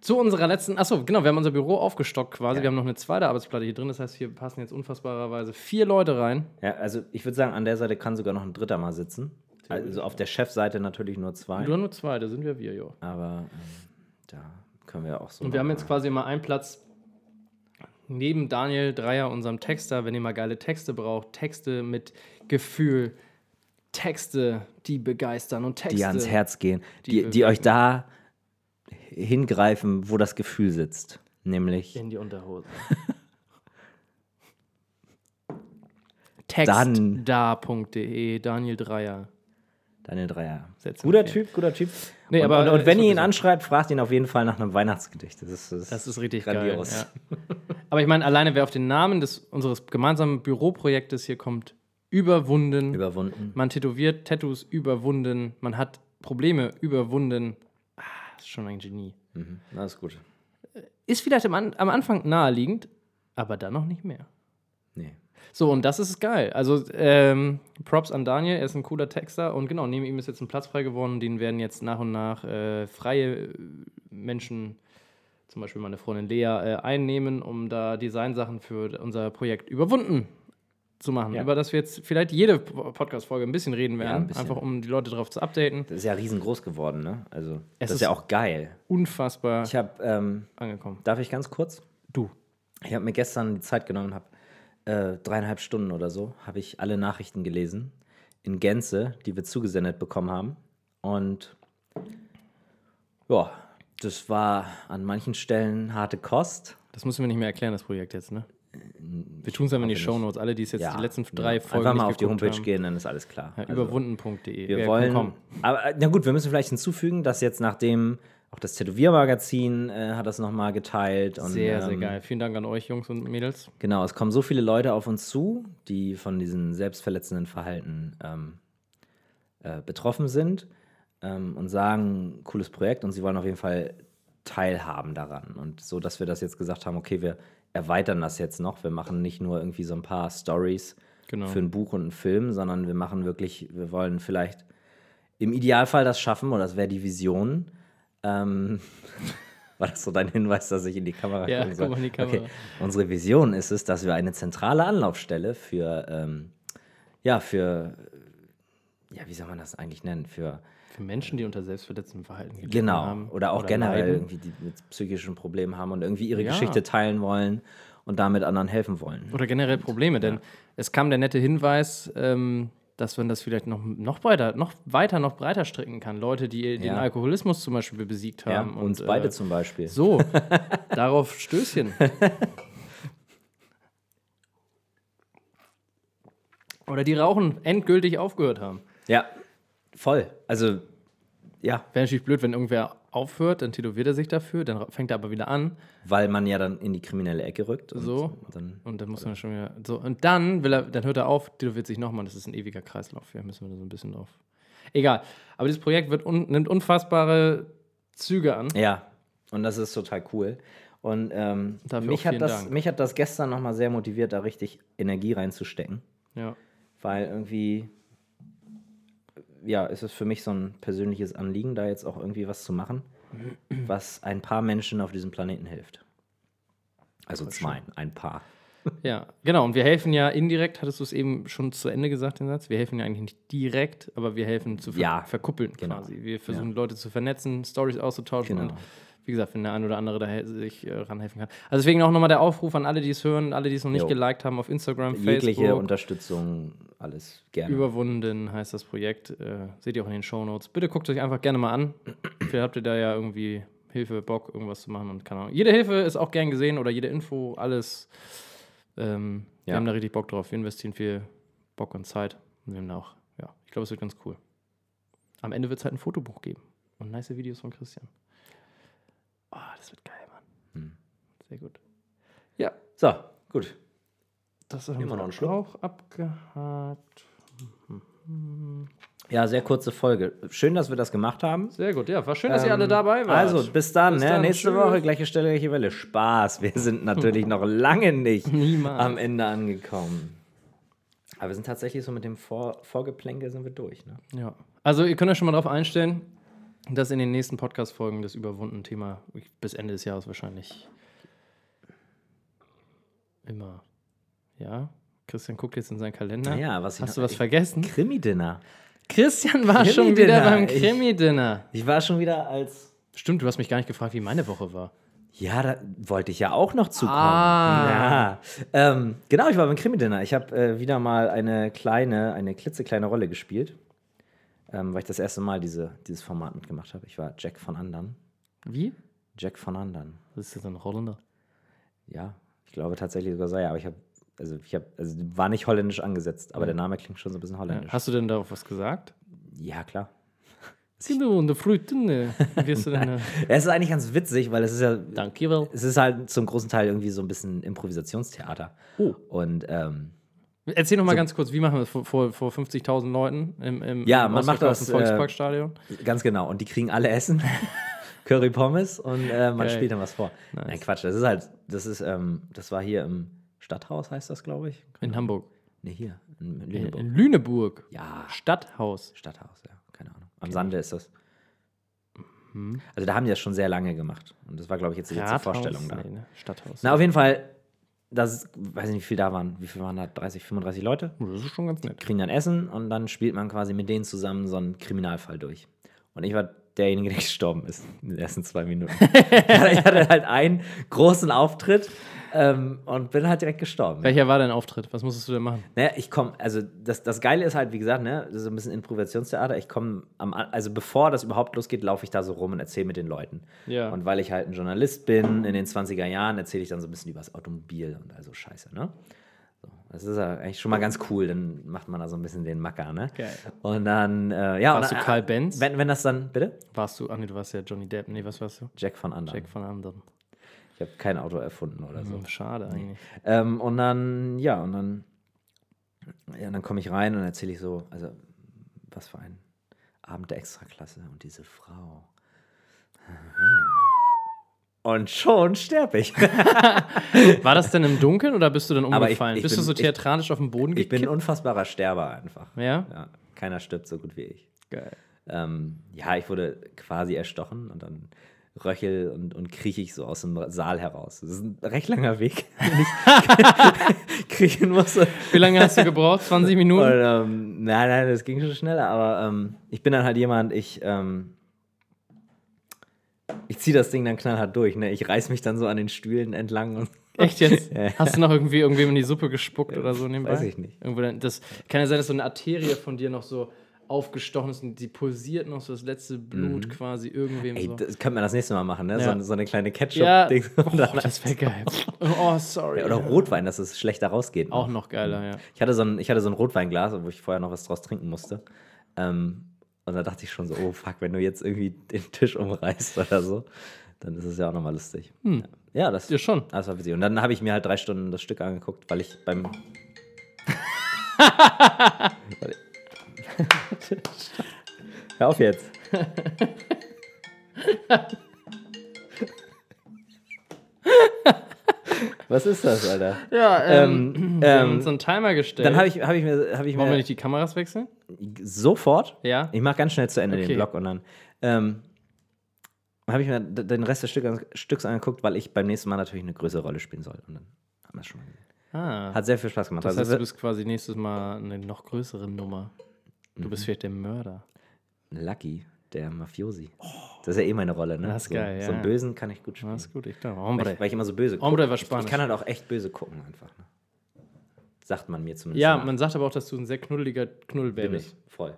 Speaker 2: Zu unserer letzten. Achso, genau, wir haben unser Büro aufgestockt quasi.
Speaker 1: Ja.
Speaker 2: Wir haben noch eine zweite Arbeitsplatte hier drin. Das heißt, hier passen jetzt unfassbarerweise vier Leute rein.
Speaker 1: Ja, also ich würde sagen, an der Seite kann sogar noch ein dritter mal sitzen. Also auf der Chefseite natürlich nur zwei.
Speaker 2: Nur nur zwei, da sind wir wir, ja.
Speaker 1: Aber ähm, da können wir auch so.
Speaker 2: Und wir haben
Speaker 1: noch-
Speaker 2: jetzt quasi immer einen Platz neben Daniel Dreier, unserem Texter, wenn ihr mal geile Texte braucht. Texte mit Gefühl. Texte, die begeistern und Texte.
Speaker 1: die ans Herz gehen, die, die,
Speaker 2: bewegen.
Speaker 1: euch da hingreifen, wo das Gefühl sitzt. Nämlich
Speaker 2: In die Unterhose. Text
Speaker 1: Dann-
Speaker 2: da.de, Daniel Dreier.
Speaker 1: Daniel Dreier.
Speaker 2: Setzen
Speaker 1: Guter
Speaker 2: wir.
Speaker 1: Typ, guter Typ.
Speaker 2: Nee,
Speaker 1: und,
Speaker 2: aber,
Speaker 1: und,
Speaker 2: äh,
Speaker 1: und wenn
Speaker 2: ist
Speaker 1: ihr ihn
Speaker 2: sowieso.
Speaker 1: anschreibt, fragt ihn auf jeden Fall nach einem Weihnachtsgedicht. Das ist,
Speaker 2: Das ist richtig
Speaker 1: grandios.
Speaker 2: geil. Ja. Aber ich meine, alleine wer auf den Namen des, unseres gemeinsamen Büroprojektes hier kommt, überwunden.
Speaker 1: Überwunden.
Speaker 2: man tätowiert, Tattoos überwunden. Man hat Probleme überwunden. Ah, ist schon ein Genie.
Speaker 1: Mhm. Na, ist gut.
Speaker 2: Ist vielleicht am, An- am Anfang naheliegend, aber dann noch nicht mehr.
Speaker 1: Nee.
Speaker 2: So, und das ist geil. Also, ähm, Props an Daniel, er ist ein cooler Texter und genau, neben ihm ist jetzt ein Platz frei geworden. Den werden jetzt nach und nach äh, freie äh, Menschen, zum Beispiel meine Freundin Lea, äh, einnehmen, um da Designsachen für unser Projekt überwunden zu machen.
Speaker 1: Ja.
Speaker 2: Über das wir jetzt vielleicht jede Po- Podcast-Folge ein bisschen reden werden,
Speaker 1: ein bisschen.
Speaker 2: einfach um die Leute darauf zu updaten.
Speaker 1: Das ist ja riesengroß geworden, ne? Also,
Speaker 2: Es
Speaker 1: das ist
Speaker 2: ist-
Speaker 1: ja auch geil.
Speaker 2: Unfassbar
Speaker 1: Ich habe, ähm,
Speaker 2: angekommen.
Speaker 1: darf ich ganz kurz?
Speaker 2: Du.
Speaker 1: Ich habe mir gestern die Zeit genommen, habe äh, dreieinhalb Stunden oder so, habe ich alle Nachrichten gelesen in Gänze, die wir zugesendet bekommen haben. Und ja, das war an manchen Stellen harte Kost.
Speaker 2: Das müssen wir nicht mehr erklären, das Projekt jetzt, ne?
Speaker 1: Äh,
Speaker 2: Wir tun es aber in die
Speaker 1: nicht.
Speaker 2: Shownotes. Alle, die es jetzt
Speaker 1: Ja,
Speaker 2: die letzten
Speaker 1: ja.
Speaker 2: drei Folgen
Speaker 1: Einfach mal
Speaker 2: nicht
Speaker 1: auf die
Speaker 2: geguckt
Speaker 1: Homepage
Speaker 2: haben.
Speaker 1: gehen, dann ist alles klar.
Speaker 2: Ja,
Speaker 1: Also,
Speaker 2: überwunden.de.
Speaker 1: wir
Speaker 2: Ja,
Speaker 1: wollen.
Speaker 2: komm,
Speaker 1: Aber äh, na gut, wir müssen vielleicht hinzufügen, dass jetzt nachdem auch das Tätowiermagazin äh, hat das nochmal geteilt. Und,
Speaker 2: komm. Sehr, sehr
Speaker 1: ähm,
Speaker 2: geil. Vielen Dank an euch, Jungs und Mädels.
Speaker 1: Genau, es kommen so viele Leute auf uns zu, die von diesem selbstverletzenden Verhalten ähm, äh, betroffen sind ähm, und sagen, cooles Projekt und sie wollen auf jeden Fall teilhaben daran. Und so, dass wir das jetzt gesagt haben, okay, wir erweitern das jetzt noch. Wir machen nicht nur irgendwie so ein paar Stories
Speaker 2: Genau.
Speaker 1: für ein Buch und einen Film, sondern wir machen wirklich, wir wollen vielleicht im Idealfall das schaffen, oder das wäre die Vision. Ähm, war das so dein Hinweis, dass ich in die Kamera
Speaker 2: Ja,
Speaker 1: gucken soll?
Speaker 2: guck mal in die Kamera.
Speaker 1: Unsere Vision ist es, dass wir eine zentrale Anlaufstelle für, ähm, ja, für, ja, wie soll man das eigentlich nennen? Für,
Speaker 2: Für Menschen, die unter selbstverletzendem Verhalten gelitten
Speaker 1: genau,
Speaker 2: haben.
Speaker 1: oder auch generell
Speaker 2: leiden.
Speaker 1: irgendwie, die mit psychischen Problemen haben und irgendwie ihre
Speaker 2: Ja.
Speaker 1: Geschichte teilen wollen und damit anderen helfen wollen.
Speaker 2: Oder generell Probleme, denn es kam der nette Hinweis, ähm, dass man das vielleicht noch, noch, breiter, noch weiter, noch breiter stricken kann. Leute, die den
Speaker 1: Ja.
Speaker 2: Alkoholismus zum Beispiel besiegt
Speaker 1: Ja,
Speaker 2: haben.
Speaker 1: uns
Speaker 2: und,
Speaker 1: beide
Speaker 2: äh,
Speaker 1: zum Beispiel.
Speaker 2: So, darauf Stößchen. Oder die Rauchen endgültig aufgehört haben.
Speaker 1: Ja, voll. Also, ja,
Speaker 2: Wäre natürlich blöd, wenn irgendwer aufhört, dann tätowiert er sich dafür, dann ra- fängt er aber wieder an.
Speaker 1: weil man ja dann in die kriminelle Ecke rückt. Und
Speaker 2: So.
Speaker 1: Dann,
Speaker 2: Und dann muss man schon wieder. So, und dann will er, dann hört er auf, tätowiert sich nochmal. Das ist ein ewiger Kreislauf. Ja, müssen wir da so ein bisschen drauf. Egal. Aber dieses Projekt wird un, nimmt unfassbare Züge an.
Speaker 1: ja, und das ist total cool. Und ähm,
Speaker 2: Dafür
Speaker 1: mich,
Speaker 2: auch
Speaker 1: hat
Speaker 2: vielen
Speaker 1: das,
Speaker 2: Dank.
Speaker 1: mich hat das gestern nochmal sehr motiviert, da richtig Energie reinzustecken.
Speaker 2: Ja.
Speaker 1: Weil irgendwie, ja, ist es für mich so ein persönliches Anliegen, da jetzt auch irgendwie was zu machen, was ein paar Menschen auf diesem Planeten hilft. Also zwei, ein paar.
Speaker 2: Ja, genau. Und wir helfen ja indirekt, hattest du es eben schon zu Ende gesagt, den Satz. Wir helfen ja eigentlich nicht direkt, aber wir helfen zu ver
Speaker 1: Ja,
Speaker 2: verkuppeln
Speaker 1: genau.
Speaker 2: quasi. Wir versuchen Leute zu vernetzen, Stories auszutauschen
Speaker 1: Genau.
Speaker 2: und wie gesagt, wenn der ein oder andere da he- sich äh, ranhelfen kann. Also deswegen auch nochmal der Aufruf an alle, die es hören, alle, die es noch nicht
Speaker 1: Jo.
Speaker 2: geliked haben auf Instagram,
Speaker 1: Jegliche
Speaker 2: Facebook.
Speaker 1: Unterstützung, alles gerne.
Speaker 2: Überwunden heißt das Projekt. Äh, seht ihr auch in den Shownotes. Bitte guckt euch einfach gerne mal an. Vielleicht habt ihr da ja irgendwie Hilfe, Bock, irgendwas zu machen und keine Ahnung. Jede Hilfe ist auch gern gesehen oder jede Info, alles. Ähm, Wir
Speaker 1: Ja.
Speaker 2: haben da richtig Bock drauf. Wir investieren viel Bock und Zeit. Und wir haben da auch, ja, ich glaube, es wird ganz cool. Am Ende wird es halt ein Fotobuch geben und nice Videos von Christian. Oh, das wird geil, Mann.
Speaker 1: Hm.
Speaker 2: Sehr gut. Ja,
Speaker 1: so, gut.
Speaker 2: das haben
Speaker 1: Immer
Speaker 2: wir
Speaker 1: noch einen
Speaker 2: auch
Speaker 1: Schluck?
Speaker 2: abgehakt.
Speaker 1: Ja, sehr kurze Folge. Schön, dass wir das gemacht haben.
Speaker 2: Sehr gut, ja. War schön, dass ihr alle dabei wart.
Speaker 1: Also, bis dann.
Speaker 2: Bis
Speaker 1: ne?
Speaker 2: dann,
Speaker 1: Nächste
Speaker 2: tschüss.
Speaker 1: Woche, gleiche Stelle, gleiche Welle. Spaß. Wir sind natürlich noch lange nicht
Speaker 2: Niemals.
Speaker 1: am Ende angekommen. Aber wir sind tatsächlich so mit dem Vor Vorgeplänkel sind wir durch. Ne?
Speaker 2: Ja. Also ihr könnt euch schon mal darauf einstellen, dass in den nächsten Podcast-Folgen das überwundene Thema bis Ende des Jahres wahrscheinlich immer. Ja? Christian guckt jetzt in seinen Kalender.
Speaker 1: Ja, was ich
Speaker 2: Hast du
Speaker 1: noch-
Speaker 2: was
Speaker 1: ich-
Speaker 2: vergessen?
Speaker 1: Krimi-Dinner.
Speaker 2: Christian war schon
Speaker 1: Krimi-Dinner.
Speaker 2: wieder beim
Speaker 1: Ich-
Speaker 2: Krimi-Dinner.
Speaker 1: Ich war schon wieder als.
Speaker 2: Stimmt, du hast mich gar nicht gefragt, wie meine Woche war.
Speaker 1: Ja, da wollte ich ja auch noch zukommen.
Speaker 2: Ah.
Speaker 1: Ja. Ähm, genau, ich war beim Krimi-Dinner. Ich habe äh, wieder mal eine kleine, eine klitzekleine Rolle gespielt, ähm, weil ich das erste Mal diese, dieses Format mitgemacht habe. Ich war Jack von Andern.
Speaker 2: Wie?
Speaker 1: Jack von Andern.
Speaker 2: Das ist jetzt ein Holländer.
Speaker 1: Ja, ich glaube tatsächlich sogar sei, aber ich habe, also ich habe, also war nicht holländisch angesetzt,
Speaker 2: Mhm.
Speaker 1: aber der Name klingt schon so ein bisschen holländisch. Ja,
Speaker 2: Hast du denn darauf was gesagt?
Speaker 1: klar.
Speaker 2: Hallo, und der Frühtunde. Wirst du denn.
Speaker 1: Es ist eigentlich ganz witzig, weil es ist ja,
Speaker 2: Danke, well.
Speaker 1: es ist halt zum großen Teil irgendwie so ein bisschen Improvisationstheater.
Speaker 2: Oh.
Speaker 1: Und ähm,
Speaker 2: Erzähl noch mal ganz kurz, wie machen wir das vor, vor, vor 50.000 Leuten im, im,
Speaker 1: Ja,
Speaker 2: im
Speaker 1: man macht
Speaker 2: ausverkauften
Speaker 1: das, äh,
Speaker 2: Volksparkstadion?
Speaker 1: ganz genau. Und die kriegen alle Essen, Curry Pommes und äh, man
Speaker 2: Geil.
Speaker 1: spielt dann was vor. Nein, Quatsch. Das ist halt, das ist, ähm, das war hier im Stadthaus, heißt das, glaube ich.
Speaker 2: in Hamburg.
Speaker 1: Ne, hier in
Speaker 2: In,
Speaker 1: Lüneburg.
Speaker 2: in Lüneburg.
Speaker 1: Ja,
Speaker 2: Stadthaus.
Speaker 1: Stadthaus, ja, keine Ahnung. Am Sande ist das. Also da haben die das schon sehr lange gemacht. Und das war, glaube ich, jetzt die letzte
Speaker 2: Mhm. Rathaus?
Speaker 1: Vorstellung da.
Speaker 2: Nee, ne? Stadthaus.
Speaker 1: Na, auf jeden Fall, das weiß ich nicht, wie viel da waren. Wie viel waren da? 30, 35 Leute?
Speaker 2: Oh, das ist schon ganz nett.
Speaker 1: Kriegen dann Essen und dann spielt man quasi mit denen zusammen so einen Kriminalfall durch. Und ich war derjenige, der gestorben ist in den ersten zwei Minuten. ich hatte halt einen großen Auftritt ähm, und bin halt direkt gestorben.
Speaker 2: Welcher war dein Auftritt? Was musstest du denn machen?
Speaker 1: Naja, ich komme, also das, das Geile ist halt, wie gesagt, ne, so ein bisschen Improvisationstheater. Ich komme am, An- also bevor das überhaupt losgeht, laufe ich da so rum und erzähle mit den Leuten.
Speaker 2: Ja.
Speaker 1: Und weil ich halt ein Journalist bin in den 20er Jahren, erzähle ich dann so ein bisschen über das Automobil und also Scheiße, ne? So, das ist ja eigentlich schon mal ganz cool, dann macht man da so ein bisschen den Macker, ne?
Speaker 2: Geil.
Speaker 1: Und dann, äh, ja.
Speaker 2: Warst
Speaker 1: und dann,
Speaker 2: du Karl Benz?
Speaker 1: Wenn, wenn das dann, bitte?
Speaker 2: Warst du, ah nee, du warst ja Johnny Depp. Nee, was warst du?
Speaker 1: Jack von Andern.
Speaker 2: Jack von anderen.
Speaker 1: Ich habe kein Auto erfunden oder so.
Speaker 2: Hm, Schade eigentlich.
Speaker 1: Ähm, und dann, ja, und dann, ja, und dann komme ich rein und erzähle ich so, also, was für ein Abend der Extraklasse und diese Frau. Und schon sterbe ich.
Speaker 2: War das denn im Dunkeln oder bist du dann
Speaker 1: Aber ich-
Speaker 2: umgefallen?
Speaker 1: ich
Speaker 2: bist du
Speaker 1: bin-
Speaker 2: so
Speaker 1: ich-
Speaker 2: theatralisch auf dem Boden
Speaker 1: Ich bin ein
Speaker 2: gekippt?
Speaker 1: unfassbarer Sterber einfach.
Speaker 2: ja?
Speaker 1: Ja, keiner stirbt so gut wie ich.
Speaker 2: Geil.
Speaker 1: Ähm, ja, ich wurde quasi erstochen und dann röchel und, und krieche ich so aus dem Saal heraus. Das ist ein recht langer Weg, den ich kriechen musste.
Speaker 2: Wie lange hast du gebraucht? 20 Minuten?
Speaker 1: Und, ähm, nein, nein, das ging schon schneller, aber ähm, ich bin dann halt jemand, ich, ähm, ich ziehe das Ding dann knallhart durch, ne? Ich reiß mich dann so an den Stühlen entlang und
Speaker 2: Echt jetzt?
Speaker 1: Ja. Äh,
Speaker 2: Hast du noch irgendwie irgendwem in die Suppe gespuckt oder so nebenbei?
Speaker 1: Weiß ich nicht.
Speaker 2: Irgendwo dann, das kann ja sein, dass so eine Arterie von dir noch so aufgestochen ist und die pulsiert noch so das letzte Blut quasi irgendwem
Speaker 1: Mhm. ey,
Speaker 2: so.
Speaker 1: das könnte man das nächste Mal machen, ne?
Speaker 2: Ja.
Speaker 1: So, so eine kleine
Speaker 2: ja,
Speaker 1: Ketchup-Ding.
Speaker 2: oh, das wäre geil. Oh, sorry.
Speaker 1: Oder Rotwein, dass es schlechter rausgeht. ne?
Speaker 2: Auch noch geiler, ja.
Speaker 1: Ich hatte, so ein, ich hatte so ein Rotweinglas, wo ich vorher noch was draus trinken musste. Ähm, und da dachte ich schon so, oh fuck, wenn du jetzt irgendwie den Tisch umreißt oder so, dann ist es ja auch nochmal lustig. Ja, das,
Speaker 2: Hm. Ja, schon.
Speaker 1: das war witzig. Und dann habe ich mir halt drei Stunden das Stück angeguckt, weil ich beim. Weil- Hör auf jetzt. Was ist das, Alter?
Speaker 2: Ja, ähm,
Speaker 1: Ähm,
Speaker 2: wir haben
Speaker 1: ähm,
Speaker 2: uns so einen Timer gestellt.
Speaker 1: Dann habe ich, hab ich mir, hab ich
Speaker 2: Wollen wir
Speaker 1: mir
Speaker 2: nicht die Kameras wechseln?
Speaker 1: sofort,
Speaker 2: Ja.
Speaker 1: ich mache ganz schnell zu Ende
Speaker 2: Okay.
Speaker 1: den Blog und dann ähm, habe ich mir d- den Rest des Stück, Stücks angeguckt, weil ich beim nächsten Mal natürlich eine größere Rolle spielen soll. Und dann haben wir es schon mal gesehen.
Speaker 2: Ah,
Speaker 1: Hat sehr viel Spaß gemacht.
Speaker 2: das heißt,
Speaker 1: Also,
Speaker 2: du bist quasi nächstes Mal eine noch größere Nummer. Du
Speaker 1: Mhm.
Speaker 2: bist vielleicht der Mörder.
Speaker 1: Lucky, der Mafiosi. Das ist ja eh meine Rolle, ne?
Speaker 2: Das ist
Speaker 1: so,
Speaker 2: geil,
Speaker 1: so einen
Speaker 2: ja.
Speaker 1: Bösen kann ich gut spielen.
Speaker 2: Das ist gut, ich glaube.
Speaker 1: Weil
Speaker 2: Hombre.
Speaker 1: ich, weil ich immer so böse gucke.
Speaker 2: Hombre war
Speaker 1: Ich, ich
Speaker 2: Spanisch.
Speaker 1: kann halt auch echt böse gucken einfach. Ne? Sagt man mir zumindest.
Speaker 2: Ja,
Speaker 1: nach.
Speaker 2: man sagt aber auch, dass du ein sehr knuddeliger Knuddelbär
Speaker 1: bin
Speaker 2: bist.
Speaker 1: ich. Voll.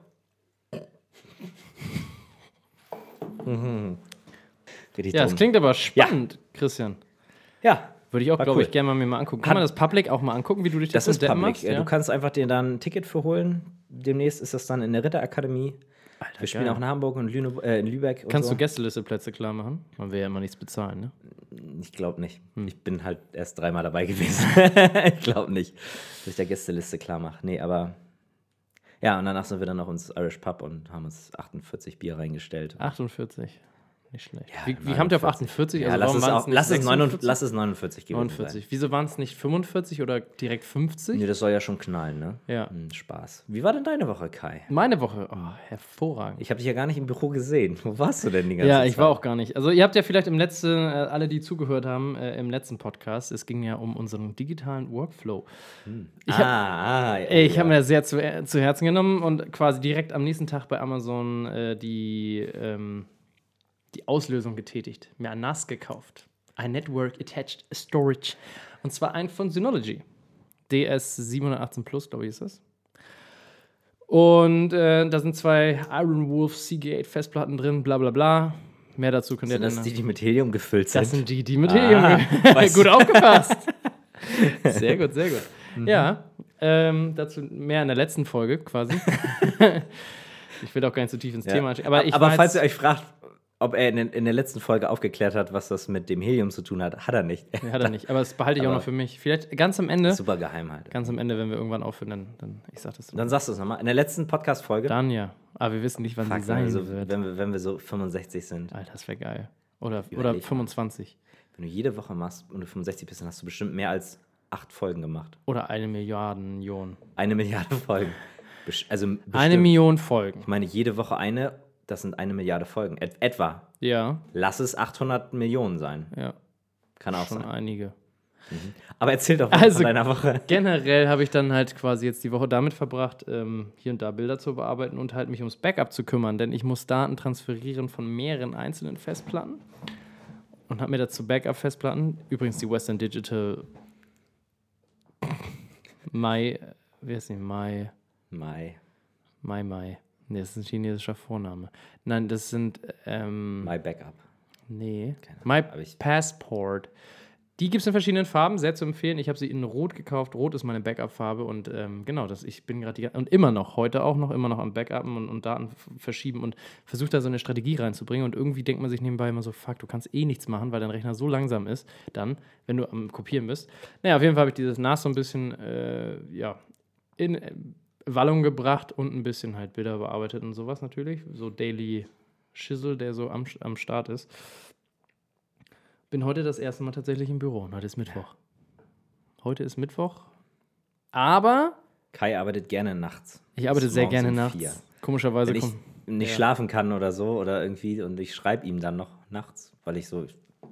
Speaker 1: Richtig
Speaker 2: Mhm. Ja, es
Speaker 1: dumm.
Speaker 2: klingt aber spannend, Christian.
Speaker 1: Ja,
Speaker 2: Würde ich auch,
Speaker 1: War
Speaker 2: glaube
Speaker 1: cool.
Speaker 2: ich, gerne mal mir mal angucken. Kann
Speaker 1: Hat-
Speaker 2: man das Public auch mal angucken, wie du dich
Speaker 1: das
Speaker 2: mit
Speaker 1: ist
Speaker 2: der
Speaker 1: public.
Speaker 2: machst?
Speaker 1: Äh,
Speaker 2: Ja?
Speaker 1: Du kannst einfach dir dann ein Ticket für holen. Demnächst ist das dann in der Ritterakademie. Wir spielen
Speaker 2: geil.
Speaker 1: auch in Hamburg und Lüne, äh, in Lübeck. Und
Speaker 2: Kannst
Speaker 1: so.
Speaker 2: du Gästelisteplätze klar machen? Man will ja immer nichts bezahlen, ne?
Speaker 1: Ich glaube nicht.
Speaker 2: Hm.
Speaker 1: Ich bin halt erst dreimal dabei gewesen. ich glaube nicht, dass ich der Gästeliste klar mache. Nee, aber. Ja, und danach sind wir dann noch ins Irish Pub und haben uns 48 Bier reingestellt.
Speaker 2: 48. Nicht schlecht.
Speaker 1: Ja,
Speaker 2: wie wie haben die auf 48?
Speaker 1: Ja, lass,
Speaker 2: warum
Speaker 1: es
Speaker 2: waren's
Speaker 1: auch,
Speaker 2: nicht
Speaker 1: lass, es 49,
Speaker 2: 46?
Speaker 1: lass es 49 gewesen 49.
Speaker 2: 49. Wieso waren es nicht 45 oder direkt 50?
Speaker 1: sein. Nee, das soll ja schon knallen, ne?
Speaker 2: Ja.
Speaker 1: Hm, Spaß. Wie war denn deine Woche, Kai?
Speaker 2: Meine Woche, oh, hervorragend.
Speaker 1: Ich habe dich ja gar nicht im Büro gesehen. Wo warst du denn die ganze Zeit?
Speaker 2: Ja, ich war auch gar nicht. Also ihr habt ja vielleicht im letzten, äh, alle die zugehört haben, äh, im letzten Podcast, es ging ja um unseren digitalen Workflow. Ich hab-
Speaker 1: ah, ah, ja,
Speaker 2: Ey, ich
Speaker 1: ja.
Speaker 2: habe mir das sehr zu, äh, zu Herzen genommen und quasi direkt am nächsten Tag bei Amazon äh, die, ähm, die Auslösung getätigt. Mir ein NAS gekauft. Ein Network Attached Storage. Und zwar ein von Synology. DS718 Plus, glaube ich, ist das. Und äh, da sind zwei Iron Wolf CG8 Festplatten drin, bla bla bla. Mehr dazu könnt ihr
Speaker 1: Sind das
Speaker 2: dann.
Speaker 1: die, die mit Helium gefüllt sind?
Speaker 2: das sind die, die mit
Speaker 1: Ah,
Speaker 2: Helium.
Speaker 1: weißt
Speaker 2: gut aufgepasst. Sehr gut, sehr gut. Mhm. Ja, ähm, dazu mehr in der letzten Folge quasi. ich will auch gar nicht so tief ins
Speaker 1: Ja.
Speaker 2: Thema einsteigen. Aber, ich
Speaker 1: aber
Speaker 2: war
Speaker 1: falls ihr
Speaker 2: jetzt,
Speaker 1: euch fragt, ob er in, den- in der letzten Folge aufgeklärt hat, was das mit dem Helium zu tun hat, hat er nicht.
Speaker 2: Nee, hat er nicht. Aber das behalte ich auch
Speaker 1: Aber-
Speaker 2: noch für mich. Vielleicht ganz am Ende.
Speaker 1: Super Geheimheit.
Speaker 2: Ganz am Ende, wenn wir irgendwann aufhören, dann, dann ich sag das
Speaker 1: Dann sagst du es nochmal. In der letzten Podcast-Folge,
Speaker 2: dann ja. Aber wir wissen nicht, wann
Speaker 1: Fuck,
Speaker 2: sie
Speaker 1: wenn,
Speaker 2: sein
Speaker 1: wir so,
Speaker 2: wird.
Speaker 1: wenn, wir, wenn wir so 65 sind,
Speaker 2: Alter, das wäre geil. Oder, oder
Speaker 1: Überleg mal.
Speaker 2: 25.
Speaker 1: wenn du jede Woche machst und du 65 bist, dann hast du bestimmt mehr als acht Folgen gemacht.
Speaker 2: Oder eine Milliarden Million.
Speaker 1: Eine Milliarde Folgen. Besch- Also
Speaker 2: Eine
Speaker 1: bestimmt.
Speaker 2: Million Folgen.
Speaker 1: Ich meine, jede Woche eine, das sind eine Milliarde Folgen. Et etwa.
Speaker 2: Ja,
Speaker 1: Lass es 800 Millionen sein.
Speaker 2: ja.
Speaker 1: Kann auch
Speaker 2: Schon
Speaker 1: sein.
Speaker 2: einige.
Speaker 1: Aber erzähl doch mal
Speaker 2: Also-
Speaker 1: von deiner Woche.
Speaker 2: Generell habe ich dann halt quasi jetzt die Woche damit verbracht, ähm, hier und da Bilder zu bearbeiten und halt mich ums Backup zu kümmern, denn ich muss Daten transferieren von mehreren einzelnen Festplatten und habe mir dazu Backup-Festplatten, übrigens die Western Digital Mai, wie heißt die? Mai,
Speaker 1: Mai.
Speaker 2: Mai, Mai. Nee, das ist ein chinesischer Vorname. Nein, das sind, ähm,
Speaker 1: My Backup.
Speaker 2: nee,
Speaker 1: Keine Ahnung,
Speaker 2: My
Speaker 1: aber ich-
Speaker 2: Passport. Die gibt es in verschiedenen Farben, sehr zu empfehlen. Ich habe sie in Rot gekauft. Rot ist meine Backup-Farbe und ähm, genau, das, ich bin gerade die gan- und immer noch, heute auch noch, immer noch am Backuppen und, und Daten f- verschieben und versuche da so eine Strategie reinzubringen. Und irgendwie denkt man sich nebenbei immer so, fuck, du kannst eh nichts machen, weil dein Rechner so langsam ist, dann, wenn du am Kopieren bist. Naja, auf jeden Fall habe ich dieses NAS so ein bisschen, äh, ja, in äh, Wallung gebracht und ein bisschen halt Bilder bearbeitet und sowas natürlich. So Daily Schissel, der so am, am Start ist. Bin heute das erste Mal tatsächlich im Büro und heute ist Mittwoch. Heute ist Mittwoch, aber
Speaker 1: Kai arbeitet gerne nachts.
Speaker 2: ich arbeite
Speaker 1: Bis
Speaker 2: sehr
Speaker 1: morgens
Speaker 2: gerne
Speaker 1: um
Speaker 2: nachts.
Speaker 1: vier.
Speaker 2: Komischerweise
Speaker 1: Wenn ich
Speaker 2: komm-
Speaker 1: nicht
Speaker 2: Ja.
Speaker 1: schlafen kann oder so oder irgendwie und ich schreibe ihm dann noch nachts, weil ich so,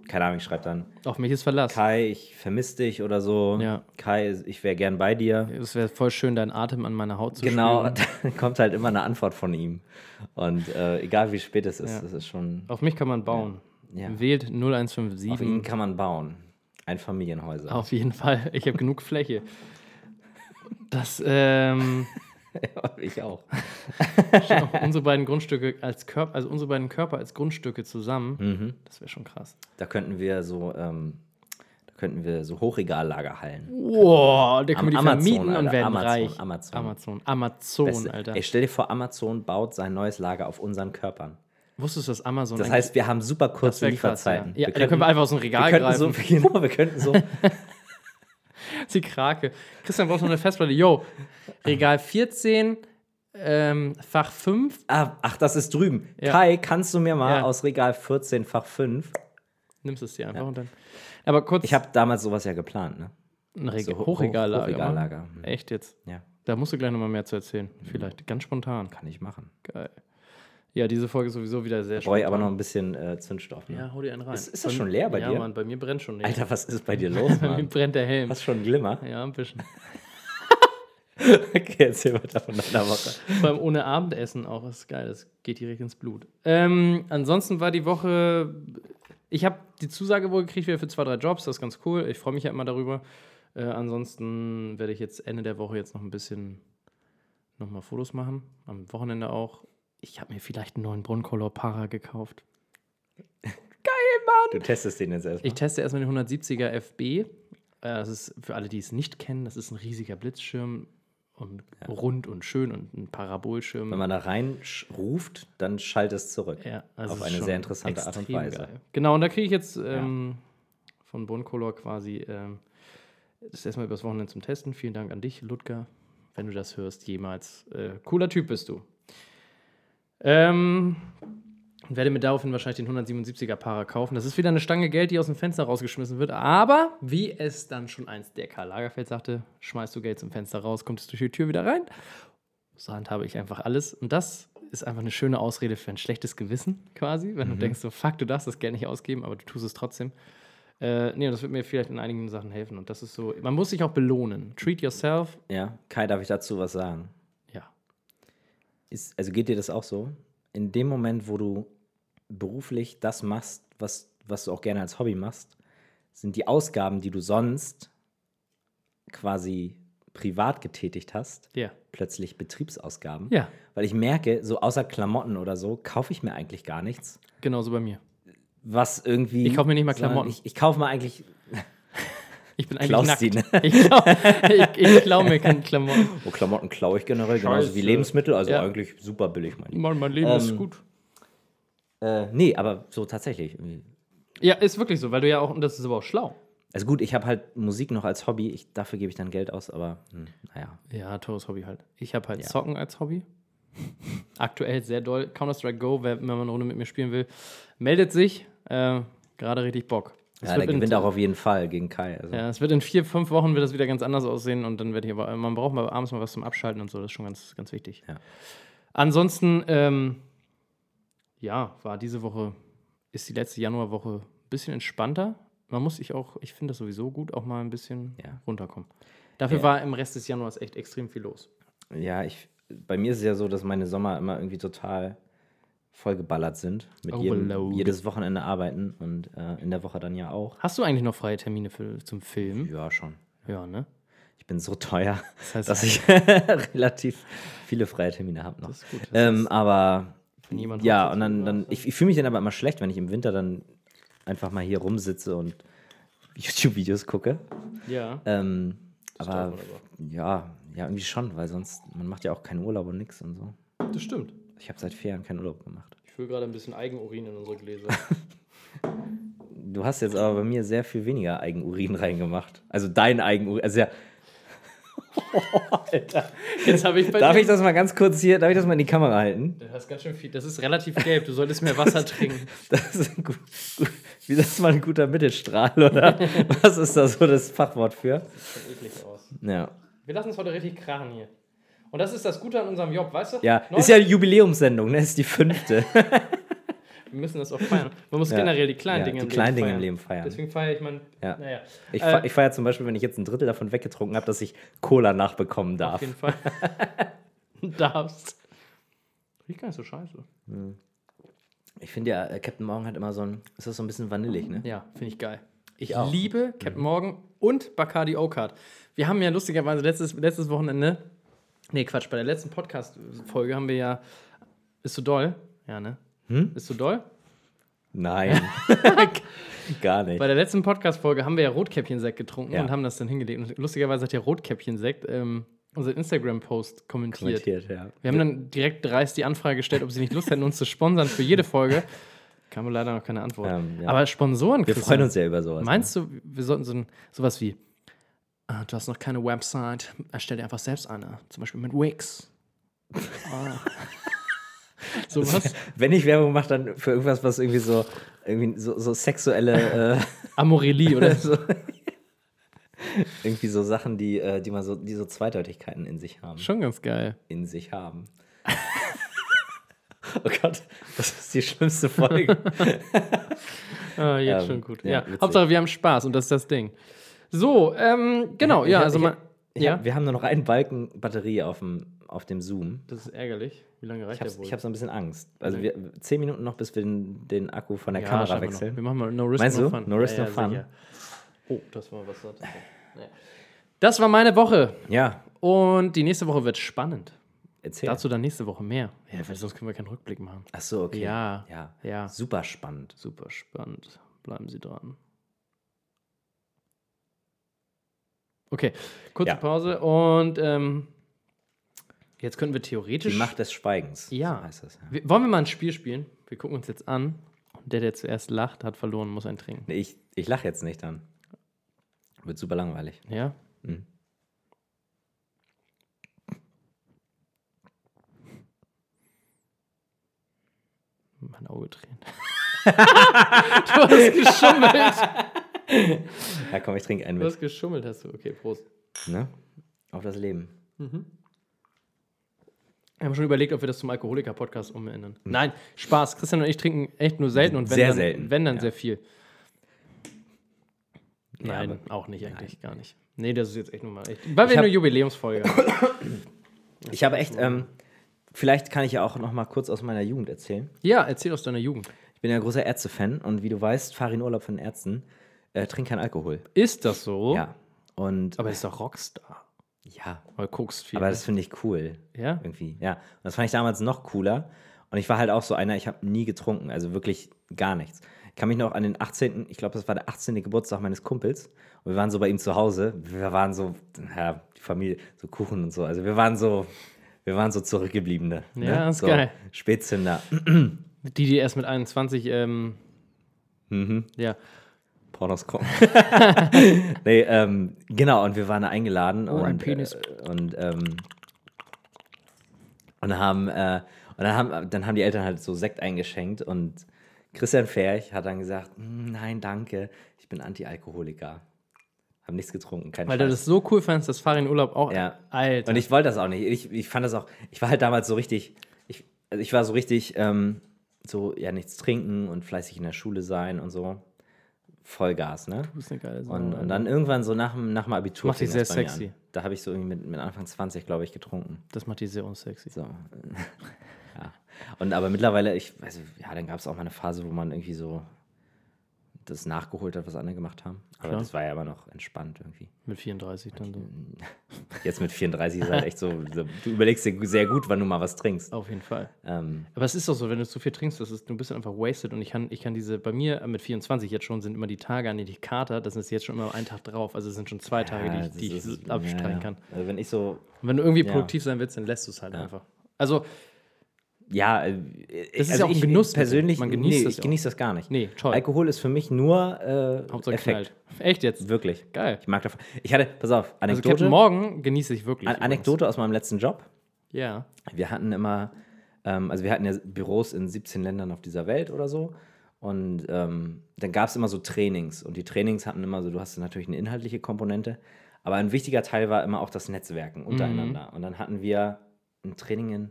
Speaker 1: keine Ahnung, ich schreibe dann,
Speaker 2: auf mich ist Verlass.
Speaker 1: Kai, ich vermisse dich oder so.
Speaker 2: Ja.
Speaker 1: Kai, ich wäre gern bei dir.
Speaker 2: Es wäre voll schön, deinen Atem an meiner Haut zu
Speaker 1: Genau,
Speaker 2: spüren.
Speaker 1: dann kommt halt immer eine Antwort von ihm. Und äh, egal wie spät es ist,
Speaker 2: Ja.
Speaker 1: das ist schon.
Speaker 2: Auf mich kann man bauen.
Speaker 1: Ja.
Speaker 2: Wählt
Speaker 1: Auf ihn
Speaker 2: 0157.
Speaker 1: kann man bauen. Einfamilienhäuser.
Speaker 2: Auf jeden Fall. Ich habe genug Fläche. Das, ähm,
Speaker 1: ich auch.
Speaker 2: unsere beiden Grundstücke als Körper, also unsere beiden Körper als Grundstücke zusammen,
Speaker 1: Mhm.
Speaker 2: das wäre schon krass.
Speaker 1: Da könnten wir so, ähm, da könnten wir so Hochregallagerhallen.
Speaker 2: Wow, da
Speaker 1: Am
Speaker 2: können wir die
Speaker 1: Amazon,
Speaker 2: vermieten und
Speaker 1: Alter,
Speaker 2: werden
Speaker 1: Amazon,
Speaker 2: reich.
Speaker 1: Amazon.
Speaker 2: Amazon, Amazon,
Speaker 1: Weißt du,
Speaker 2: Alter.
Speaker 1: Ey, stell dir vor, Amazon baut sein neues Lager auf unseren Körpern.
Speaker 2: Wusstest du, dass Amazon
Speaker 1: Das
Speaker 2: eigentlich-
Speaker 1: heißt, wir haben super kurze
Speaker 2: wär krass,
Speaker 1: Lieferzeiten.
Speaker 2: Ja, ja da können wir einfach aus dem
Speaker 1: wir
Speaker 2: Regal
Speaker 1: könnten so,
Speaker 2: greifen.
Speaker 1: genau, wir könnten so.
Speaker 2: Die Krake. Christian, brauchst du noch eine Festplatte? Yo, Regal 14, ähm, Fach 5.
Speaker 1: Ah, ach, das ist drüben.
Speaker 2: Ja.
Speaker 1: Kai, kannst du mir mal
Speaker 2: Ja.
Speaker 1: aus Regal 14, Fach 5
Speaker 2: nimmst es dir einfach und dann. Aber kurz.
Speaker 1: Ich habe damals sowas ja geplant, ne?
Speaker 2: ein Reg
Speaker 1: so Ho- Hoch-
Speaker 2: Hochregallager.
Speaker 1: Hochregallager,
Speaker 2: Mann.
Speaker 1: mhm.
Speaker 2: Echt jetzt?
Speaker 1: Ja,
Speaker 2: Da musst du gleich nochmal mehr zu erzählen. Vielleicht. Ganz spontan.
Speaker 1: kann ich machen.
Speaker 2: Geil. Ja, diese Folge ist sowieso wieder sehr
Speaker 1: Brauche ich aber noch ein bisschen äh, Zündstoff. Ne?
Speaker 2: Ja, hol dir einen rein.
Speaker 1: Ist- ist das
Speaker 2: Bei-
Speaker 1: schon leer bei dir?
Speaker 2: Ja, Mann, bei mir brennt schon nichts.
Speaker 1: Alter, was ist bei dir los,
Speaker 2: Bei mir
Speaker 1: Mann?
Speaker 2: brennt der Helm.
Speaker 1: Hast schon Glimmer?
Speaker 2: Ja, ein bisschen.
Speaker 1: Okay, erzähl weiter von deiner Woche.
Speaker 2: Vor allem ohne Abendessen auch. Das ist geil. Das geht direkt ins Blut. Ähm, ansonsten war die Woche. Ich habe die Zusage wohl gekriegt, wieder für zwei, drei Jobs. Das ist ganz cool. Ich freue mich ja immer darüber. Äh, ansonsten werde ich jetzt Ende der Woche jetzt noch ein bisschen nochmal Fotos machen. Am Wochenende auch. Ich habe mir vielleicht einen neuen Broncolor Para gekauft.
Speaker 1: Du testest den jetzt erstmal.
Speaker 2: Ich teste erstmal den 170er FB. Äh, Das ist für alle, die es nicht kennen, das ist ein riesiger Blitzschirm und rund und schön und ein Parabolschirm.
Speaker 1: Wenn man da reinruft, dann schallt es zurück.
Speaker 2: Ja, also
Speaker 1: Auf
Speaker 2: es ist
Speaker 1: eine
Speaker 2: schon
Speaker 1: sehr interessante Art und
Speaker 2: extrem
Speaker 1: Weise.
Speaker 2: geil. Genau, und da kriege ich jetzt ähm, von Boncolor quasi ähm, das erstmal übers Wochenende zum Testen. Vielen Dank an dich, Ludger, wenn du das hörst, jemals. Äh, cooler Typ bist du. Ähm, und werde mir daraufhin wahrscheinlich den 177er Para kaufen. Das ist wieder eine Stange Geld, die aus dem Fenster rausgeschmissen wird. Aber wie es dann schon einst der Karl Lagerfeld sagte, schmeißt du Geld zum Fenster raus, kommt es durch die Tür wieder rein. So handhabe ich einfach alles. Und das ist einfach eine schöne Ausrede für ein schlechtes Gewissen, quasi. Wenn du denkst, so fuck, du darfst das Geld nicht ausgeben, aber du tust es trotzdem. Äh, nee, und das wird mir vielleicht in einigen Sachen helfen. Und das ist so, man muss sich auch belohnen. Treat yourself.
Speaker 1: Ja, Kai, darf ich dazu was sagen?
Speaker 2: Ja.
Speaker 1: Ist, also geht dir das auch so? In dem Moment, wo du beruflich das machst, was, was du auch gerne als Hobby machst, sind die Ausgaben, die du sonst quasi privat getätigt hast,
Speaker 2: Ja.
Speaker 1: plötzlich Betriebsausgaben.
Speaker 2: Ja.
Speaker 1: Weil ich merke, so außer Klamotten oder so, kaufe ich mir eigentlich gar nichts.
Speaker 2: Genauso bei mir.
Speaker 1: Was irgendwie.
Speaker 2: Ich kauf mir nicht mal
Speaker 1: sondern
Speaker 2: Klamotten.
Speaker 1: Ich, ich kaufe mir eigentlich.
Speaker 2: Ich bin eigentlich
Speaker 1: Klaust
Speaker 2: nackt.
Speaker 1: die, ne?
Speaker 2: Ich klaue ich, ich klau mir keine Klamotten.
Speaker 1: Oh, Klamotten klaue ich generell, genauso wie
Speaker 2: Scheiße.
Speaker 1: Lebensmittel, also
Speaker 2: Ja.
Speaker 1: eigentlich super billig, meine ich.
Speaker 2: Mann, mein Leben
Speaker 1: Ähm.
Speaker 2: ist gut.
Speaker 1: Äh, nee, aber so tatsächlich. irgendwie.
Speaker 2: Ja, ist wirklich so, weil du ja auch, und das ist aber auch schlau.
Speaker 1: Also gut, ich habe halt Musik noch als Hobby, ich, dafür gebe ich dann Geld aus, aber hm, naja.
Speaker 2: Ja, teures Hobby halt. Ich habe halt Zocken als Hobby. Aktuell sehr doll. Counter-Strike Go, wer wenn man eine Runde mit mir spielen will, meldet sich. Äh, Gerade richtig Bock.
Speaker 1: Ja,
Speaker 2: Es
Speaker 1: der
Speaker 2: wird in-
Speaker 1: gewinnt auch auf jeden Fall gegen Kai. Also.
Speaker 2: Ja, es wird in vier, fünf Wochen wird das wieder ganz anders aussehen und dann werde ich aber, man braucht mal abends mal was zum Abschalten und so, das ist schon ganz, ganz wichtig.
Speaker 1: Ja.
Speaker 2: Ansonsten, ähm, ja, war diese Woche, ist die letzte Januarwoche ein bisschen entspannter. Man muss sich auch, ich finde das sowieso gut, auch mal ein bisschen
Speaker 1: Ja.
Speaker 2: runterkommen. Dafür
Speaker 1: Ja.
Speaker 2: war im Rest des Januars echt extrem viel los.
Speaker 1: Ja, ich, bei mir ist es ja so, dass meine Sommer immer irgendwie total vollgeballert sind.
Speaker 2: Oh,
Speaker 1: Mit jedem,
Speaker 2: Overload.
Speaker 1: jedes Wochenende arbeiten und äh, in der Woche dann ja auch.
Speaker 2: Hast du eigentlich noch freie Termine für, zum Film?
Speaker 1: Ja, schon.
Speaker 2: Ja, ne?
Speaker 1: Ich bin so teuer,
Speaker 2: Das heißt,
Speaker 1: dass ich relativ viele freie Termine habe noch.
Speaker 2: Das ist gut. Das
Speaker 1: ähm,
Speaker 2: heißt,
Speaker 1: aber
Speaker 2: wenn jemand
Speaker 1: ja,
Speaker 2: Hochzeit
Speaker 1: und dann,
Speaker 2: will,
Speaker 1: dann ich, ich fühle mich dann aber immer schlecht, wenn ich im Winter dann einfach mal hier rumsitze und YouTube-Videos gucke.
Speaker 2: ja.
Speaker 1: Ähm, aber,
Speaker 2: darf man
Speaker 1: ja, ja, irgendwie schon, weil sonst, man macht ja auch keinen Urlaub und nix und so.
Speaker 2: Das stimmt.
Speaker 1: Ich habe seit vier Jahren keinen Urlaub gemacht.
Speaker 2: Ich fühle gerade ein bisschen Eigenurin in unsere Gläser.
Speaker 1: Du hast jetzt aber bei mir sehr viel weniger Eigenurin reingemacht. Also dein Eigenurin. Also ja,
Speaker 2: Jetzt habe ich bei
Speaker 1: darf
Speaker 2: dir-
Speaker 1: ich das mal ganz kurz hier, darf ich das mal in die Kamera halten?
Speaker 2: Du hast ganz schön viel. Das ist relativ gelb. Du solltest mehr Wasser trinken.
Speaker 1: Das ist ein gut, gut, wie das mal ein guter Mittelstrahl, oder? Was ist da so das Fachwort für?
Speaker 2: Sieht eklig aus.
Speaker 1: Ja.
Speaker 2: Wir lassen es heute richtig krachen hier. Und das ist das Gute an unserem Job, weißt du? Ne?
Speaker 1: Ja,
Speaker 2: Neulich-
Speaker 1: ist ja die Jubiläumssendung, ne? Ist die fünfte.
Speaker 2: Wir müssen das auch feiern. Man muss
Speaker 1: Ja.
Speaker 2: generell die kleinen
Speaker 1: Ja,
Speaker 2: Dinge
Speaker 1: die kleinen Dinge im Leben feiern.
Speaker 2: Deswegen feiere ich mein.
Speaker 1: Ja.
Speaker 2: Naja.
Speaker 1: Ich,
Speaker 2: Äh,
Speaker 1: fe- ich feiere zum Beispiel, wenn ich jetzt ein Drittel davon weggetrunken habe, dass ich Cola nachbekommen
Speaker 2: Auf
Speaker 1: darf.
Speaker 2: jeden Fall. Darfst. Riecht gar nicht so scheiße.
Speaker 1: Ich finde ja, äh, Captain Morgan hat immer so ein, ist das so ein bisschen vanillig, ne?
Speaker 2: Ja, finde ich geil. Ich,
Speaker 1: auch. Mhm.
Speaker 2: liebe Captain Morgan und Bacardi O-Card. Wir haben ja lustigerweise letztes, letztes Wochenende, nee, Quatsch, bei der letzten Podcast-Folge haben wir ja, ist so doll, ja, ne?
Speaker 1: Hm?
Speaker 2: Ist so doll?
Speaker 1: Nein. Gar nicht.
Speaker 2: Bei der letzten Podcast-Folge haben wir ja Rotkäppchen-Sekt getrunken
Speaker 1: Ja.
Speaker 2: und haben das dann hingelegt. Und lustigerweise hat der Rotkäppchen-Sekt ähm, unseren Instagram-Post kommentiert.
Speaker 1: Kommentiert, ja.
Speaker 2: Wir haben dann direkt dreist die Anfrage gestellt, ob sie nicht Lust hätten, uns zu sponsern für jede Folge. Kam leider noch keine Antwort.
Speaker 1: Ähm, ja.
Speaker 2: Aber Sponsoren,
Speaker 1: Wir freuen uns ja über sowas.
Speaker 2: Meinst du, wir sollten so ein, sowas wie, ah, du hast noch keine Website, erstell dir einfach selbst eine, zum Beispiel mit Wix. Ah. Sowas.
Speaker 1: Wenn ich Werbung mache, dann für irgendwas, was irgendwie so, irgendwie so, so sexuelle, äh,
Speaker 2: Amorelie oder so.
Speaker 1: irgendwie so Sachen, die, äh, die man so, die so Zweideutigkeiten in sich haben.
Speaker 2: Schon ganz geil.
Speaker 1: In sich haben. oh Gott, das ist die schlimmste Folge.
Speaker 2: Ah, jetzt
Speaker 1: Ähm,
Speaker 2: schon gut.
Speaker 1: ja,
Speaker 2: Ja,
Speaker 1: witzig.
Speaker 2: Hauptsache, wir haben Spaß und das ist das Ding. So, ähm, genau, ja,
Speaker 1: Ich-
Speaker 2: also
Speaker 1: ich-
Speaker 2: man.
Speaker 1: Ich
Speaker 2: ja,
Speaker 1: hab, wir haben nur noch einen Balken Batterie auf dem, auf dem Zoom.
Speaker 2: das ist ärgerlich. Wie lange
Speaker 1: Ich
Speaker 2: reicht
Speaker 1: habe
Speaker 2: der wohl?
Speaker 1: ich hab so ein bisschen Angst. Also
Speaker 2: Nee.
Speaker 1: wir, zehn Minuten noch, bis wir den, den Akku von der
Speaker 2: Ja,
Speaker 1: Kamera
Speaker 2: schaffen wir noch.
Speaker 1: wechseln.
Speaker 2: Wir machen mal No Risk,
Speaker 1: Meinst
Speaker 2: No
Speaker 1: du?
Speaker 2: Fun.
Speaker 1: No Risk,
Speaker 2: Ja,
Speaker 1: No
Speaker 2: ja,
Speaker 1: Fun.
Speaker 2: sicher. Oh, das war was. war Das, Naja. das war meine Woche
Speaker 1: Ja,
Speaker 2: und die nächste Woche wird spannend.
Speaker 1: erzähl.
Speaker 2: Dazu dann nächste Woche mehr. Ja, weil sonst können wir keinen Rückblick machen.
Speaker 1: Ach so, okay.
Speaker 2: Ja,
Speaker 1: ja.
Speaker 2: ja.
Speaker 1: Super spannend.
Speaker 2: Super spannend. Bleiben Sie dran. Okay, kurze
Speaker 1: Ja.
Speaker 2: Pause und ähm, jetzt könnten wir theoretisch.
Speaker 1: Die Macht des Schweigens.
Speaker 2: Ja.
Speaker 1: So heißt das, ja.
Speaker 2: Wir- wollen wir mal ein Spiel spielen? Wir gucken uns jetzt an. Und der, der zuerst lacht, hat verloren, muss einen trinken.
Speaker 1: Nee, ich ich lache jetzt nicht dann. Wird super langweilig.
Speaker 2: Ja?
Speaker 1: Mhm.
Speaker 2: Mein Auge tränt. du hast geschummelt.
Speaker 1: Ja, komm, ich trinke einen
Speaker 2: Du
Speaker 1: mit.
Speaker 2: hast geschummelt, hast du. Okay, Prost.
Speaker 1: Ne? Auf das Leben.
Speaker 2: Wir haben schon überlegt, ob wir das zum Alkoholiker-Podcast umändern. Nein, Spaß. Christian und ich trinken echt nur selten und wenn
Speaker 1: Sehr
Speaker 2: dann,
Speaker 1: selten,
Speaker 2: Wenn dann
Speaker 1: ja.
Speaker 2: sehr viel.
Speaker 1: Ja,
Speaker 2: Nein, auch nicht eigentlich, gar nicht. Nee, das ist jetzt echt nur mal echt. Weil wir eine Jubiläumsfolge haben.
Speaker 1: Ich habe echt, ähm, vielleicht kann ich ja auch noch mal kurz aus meiner Jugend erzählen.
Speaker 2: Ja, erzähl aus deiner Jugend.
Speaker 1: Ich bin ja großer Ärzte-Fan und wie du weißt, fahre in Urlaub von Ärzten, äh, trink keinen Alkohol.
Speaker 2: Ist das so?
Speaker 1: Ja. Und
Speaker 2: Oh? Aber er ist doch Rockstar.
Speaker 1: ja,
Speaker 2: Weil du guckst viel.
Speaker 1: aber das finde ich cool.
Speaker 2: ja?
Speaker 1: Irgendwie, ja. Und das fand ich damals noch cooler. Und ich war halt auch so einer, ich habe nie getrunken, also wirklich gar nichts. Ich kann mich noch an den 18., ich glaube, das war der 18. Geburtstag meines Kumpels. Und wir waren so bei ihm zu Hause. Wir waren so, ja, die Familie, so Kuchen und so. Also wir waren so, wir waren so Zurückgebliebene. ne?
Speaker 2: Ja, ist
Speaker 1: so
Speaker 2: geil.
Speaker 1: Spätzünder.
Speaker 2: Die, die erst mit 21, ähm,
Speaker 1: Mhm.
Speaker 2: ja.
Speaker 1: Pornos gucken. nee, ähm, genau, und wir waren da eingeladen.
Speaker 2: Oh,
Speaker 1: und,
Speaker 2: ein Penis.
Speaker 1: Äh, und, ähm, und haben, äh, und dann haben, dann haben die Eltern halt so Sekt eingeschenkt und Christian Ferch hat dann gesagt, "Mm, nein, danke, ich bin Anti-Alkoholiker. Hab nichts getrunken, kein
Speaker 2: Weil du
Speaker 1: Scheiß."
Speaker 2: das so cool fandst, dass Farin Urlaub auch
Speaker 1: Ja.
Speaker 2: alt.
Speaker 1: Und ich wollte das auch nicht. Ich, ich fand das auch, ich war halt damals so richtig, ich, also ich war so richtig, ähm, so, ja, nichts trinken und fleißig in der Schule sein und so. Vollgas, ne?
Speaker 2: das ist eine geile Sache.
Speaker 1: Und, und dann irgendwann so nach, dem- nach dem Abitur.
Speaker 2: Macht Mhm. dich
Speaker 1: fing das
Speaker 2: sehr
Speaker 1: bei mir
Speaker 2: sexy.
Speaker 1: an. Da habe ich so irgendwie mit, mit Anfang 20, glaube ich, getrunken.
Speaker 2: das macht die sehr unsexy.
Speaker 1: So. ja. Und aber mittlerweile, ich weiß, nicht, ja, dann gab es auch mal eine Phase, wo man irgendwie so das nachgeholt hat, was andere gemacht haben. Aber
Speaker 2: Klar.
Speaker 1: das war ja immer noch entspannt irgendwie.
Speaker 2: Mit 34 dann so.
Speaker 1: Jetzt mit 34 ist halt echt so, so du überlegst dir sehr gut, wann du mal was trinkst.
Speaker 2: Auf jeden Fall.
Speaker 1: Ähm,
Speaker 2: Aber es ist doch so, wenn du zu viel trinkst, das ist, du bist einfach wasted. Und ich kann, ich kann diese, bei mir äh, mit 24 jetzt schon sind immer die Tage, an denen ich kater, das ist jetzt schon immer ein Tag drauf. Also es sind schon zwei Tage,
Speaker 1: ja,
Speaker 2: die ich,
Speaker 1: das
Speaker 2: die ich
Speaker 1: ist-
Speaker 2: abstreichen
Speaker 1: ja, ja.
Speaker 2: kann.
Speaker 1: Also wenn ich so,
Speaker 2: Und wenn du irgendwie
Speaker 1: Ja.
Speaker 2: produktiv sein willst, dann lässt du es halt einfach. Also,
Speaker 1: ja, äh,
Speaker 2: ist
Speaker 1: also
Speaker 2: ja auch ein
Speaker 1: ich
Speaker 2: Genuss,
Speaker 1: persönlich,
Speaker 2: man genießt
Speaker 1: nee,
Speaker 2: das
Speaker 1: ich
Speaker 2: ja auch.
Speaker 1: genieße das gar nicht.
Speaker 2: nee, toll.
Speaker 1: Alkohol ist für mich nur äh,
Speaker 2: Hauptsache
Speaker 1: Effekt.
Speaker 2: knallt. Echt jetzt?
Speaker 1: Wirklich.
Speaker 2: Geil.
Speaker 1: Ich mag davon. Ich hatte, pass auf,
Speaker 2: Also
Speaker 1: Anekdote.
Speaker 2: Captain Morgan genieße ich wirklich.
Speaker 1: An Anekdote aus meinem letzten Job.
Speaker 2: übrigens. Ja.
Speaker 1: Wir hatten immer, ähm, also wir hatten ja Büros in 17 Ländern auf dieser Welt oder so. Und ähm, dann gab es immer so Trainings. Und die Trainings hatten immer so, du hast natürlich eine inhaltliche Komponente, aber ein wichtiger Teil war immer auch das
Speaker 2: Mhm.
Speaker 1: Netzwerken untereinander. Und dann hatten wir ein Training in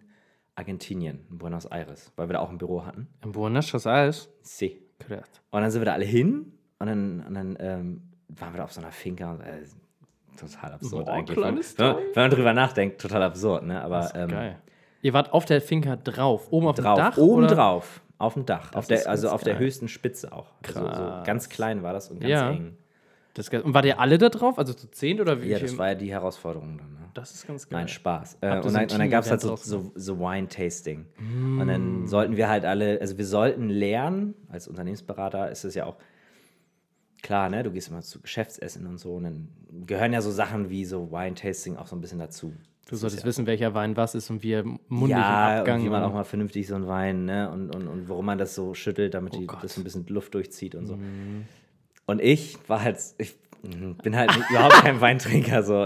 Speaker 1: Argentinien, in Buenos Aires, weil wir da auch ein Büro hatten.
Speaker 2: Im Buenas Aires.
Speaker 1: Sí.
Speaker 2: Correct.
Speaker 1: Und dann sind wir da alle hin und dann, und dann ähm, waren wir da auf so einer Finca. Und, äh, total absurd
Speaker 2: Oh,
Speaker 1: eigentlich. Wenn,
Speaker 2: kleine
Speaker 1: man-
Speaker 2: Story.
Speaker 1: wenn man drüber nachdenkt, total absurd, ne? Aber
Speaker 2: Das ist
Speaker 1: ähm,
Speaker 2: geil. Ihr wart auf der Finca drauf, oben auf
Speaker 1: drauf,
Speaker 2: dem Dach?
Speaker 1: oben
Speaker 2: oder?
Speaker 1: drauf, auf dem Dach, auf
Speaker 2: ist
Speaker 1: der, also
Speaker 2: ganz
Speaker 1: auf der
Speaker 2: geil.
Speaker 1: höchsten Spitze auch. Also, so
Speaker 2: Krass.
Speaker 1: ganz klein war das und ganz
Speaker 2: Ja.
Speaker 1: eng.
Speaker 2: Das ist geil. Und wart ihr alle da drauf? Also zu zehn oder wie?
Speaker 1: Ja,
Speaker 2: viel-
Speaker 1: das war ja die Herausforderung dann. Ne?
Speaker 2: das ist ganz geil.
Speaker 1: Nein, Spaß. Äh,
Speaker 2: Habt ihr
Speaker 1: und
Speaker 2: so ein
Speaker 1: dann, und dann gab es halt so,
Speaker 2: Team-Event
Speaker 1: so, so Wine-Tasting.
Speaker 2: Mm.
Speaker 1: Und dann sollten wir halt alle, also wir sollten lernen, als Unternehmensberater ist es ja auch klar, ne? Du gehst immer zu Geschäftsessen und so und dann gehören ja so Sachen wie so Wine-Tasting auch so ein bisschen dazu.
Speaker 2: Du solltest wissen, welcher Wein was ist und wie er mundig im
Speaker 1: Ja, und
Speaker 2: Abgang
Speaker 1: wie man auch mal vernünftig so einen Wein, ne? Und, und, und warum man das so schüttelt, damit die,
Speaker 2: Oh Gott. Mhm.
Speaker 1: das so ein bisschen Luft durchzieht und so. Und ich war halt, ich Bin halt überhaupt kein Weintrinker. So.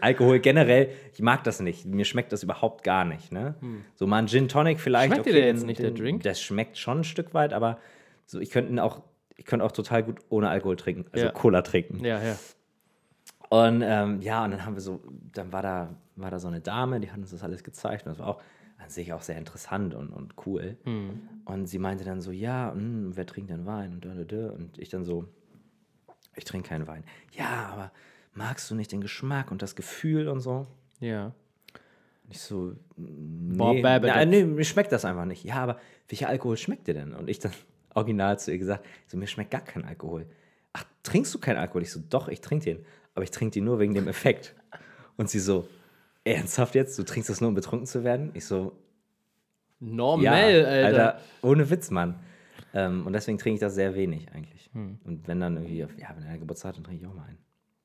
Speaker 1: Alkohol generell, ich mag das nicht. Mir schmeckt das überhaupt gar nicht. Ne? So mal ein Gin Tonic vielleicht.
Speaker 2: Hm. Schmeckt dir der jetzt nicht, der Drink?
Speaker 1: Das schmeckt schon ein Stück weit, aber so, ich könnte ihn auch, ich könnte auch total gut ohne Alkohol trinken. Also
Speaker 2: Ja.
Speaker 1: Cola trinken.
Speaker 2: Ja, ja.
Speaker 1: Und ähm, ja, und dann haben wir so, dann war da, war da so eine Dame, die hat uns das alles gezeigt und das war auch an sich auch sehr interessant und, und cool. Und sie meinte dann so, ja, mm, wer trinkt denn Wein? Und, dö, dö, dö. und ich dann so, ich trinke keinen Wein. Ja, aber magst du nicht den Geschmack und das Gefühl und so?
Speaker 2: Ja.
Speaker 1: Ich so, mm,
Speaker 2: Boah,
Speaker 1: nee,
Speaker 2: Babbitt.
Speaker 1: na, nee, mir schmeckt das einfach nicht. Ja, aber welcher Alkohol schmeckt dir denn? Und ich dann original zu ihr gesagt, so, mir schmeckt gar kein Alkohol. Ach, trinkst du keinen Alkohol? Ich so, doch, ich trinke den. Aber ich trinke den nur wegen dem Effekt. Und sie so, ernsthaft jetzt? Du trinkst das nur, um betrunken zu werden? Ich so, ja,
Speaker 2: Normal,
Speaker 1: Alter. Ohne Witz, Mann. Ähm, und deswegen trinke ich das sehr wenig eigentlich.
Speaker 2: Hm.
Speaker 1: Und wenn dann irgendwie, ja, wenn einer Geburtstag hat, dann trinke ich auch mal einen.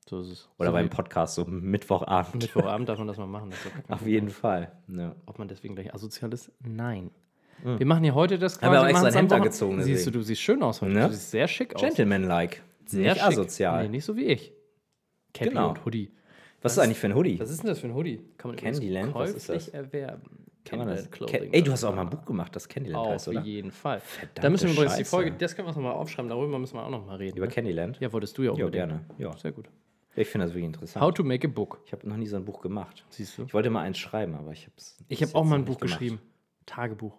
Speaker 2: So ist es.
Speaker 1: Oder
Speaker 2: so
Speaker 1: beim
Speaker 2: wie
Speaker 1: Podcast, so Mittwochabend.
Speaker 2: Mittwochabend darf man das mal machen. Das ist doch gar kein
Speaker 1: Auf jeden Fall. Ja.
Speaker 2: Ob man deswegen gleich asozial ist? Nein. Wir machen hier heute das
Speaker 1: Haben wir auch
Speaker 2: wir
Speaker 1: extra
Speaker 2: machen's
Speaker 1: ein
Speaker 2: am
Speaker 1: Hemd
Speaker 2: Wochenende.
Speaker 1: angezogen,
Speaker 2: Siehst du,
Speaker 1: deswegen.
Speaker 2: du siehst schön aus heute.
Speaker 1: Ne?
Speaker 2: Du siehst sehr schick aus.
Speaker 1: Gentleman-like.
Speaker 2: sehr
Speaker 1: Nicht
Speaker 2: schick.
Speaker 1: asozial.
Speaker 2: Nee, nicht so wie ich. Cappy
Speaker 1: Genau.
Speaker 2: und Hoodie.
Speaker 1: Was ist eigentlich für ein Hoodie?
Speaker 2: Was ist denn das für ein Hoodie? Kann man übrigens
Speaker 1: Candyland, was ist
Speaker 2: käuflich
Speaker 1: das?
Speaker 2: erwerben.
Speaker 1: Kann man das?
Speaker 2: Candyland
Speaker 1: Ken-
Speaker 2: Clothing.
Speaker 1: Ey, du hast auch mal ein Buch gemacht, das Candyland heißt,
Speaker 2: Auf
Speaker 1: oder?
Speaker 2: jeden Fall. da
Speaker 1: Verdammte
Speaker 2: müssen wir übrigens die
Speaker 1: Scheiße.
Speaker 2: Folge, das können wir uns nochmal aufschreiben, darüber müssen wir auch nochmal reden.
Speaker 1: Über
Speaker 2: ne?
Speaker 1: Candyland?
Speaker 2: Ja, wolltest du ja auch.
Speaker 1: Ja, gerne. Ja.
Speaker 2: Sehr gut.
Speaker 1: Ich finde das wirklich interessant.
Speaker 2: How to make a book.
Speaker 1: Ich habe noch nie so ein Buch gemacht.
Speaker 2: Siehst du?
Speaker 1: Ich wollte mal eins schreiben, aber ich habe es.
Speaker 2: Ich habe auch mal ein Buch geschrieben. Tagebuch.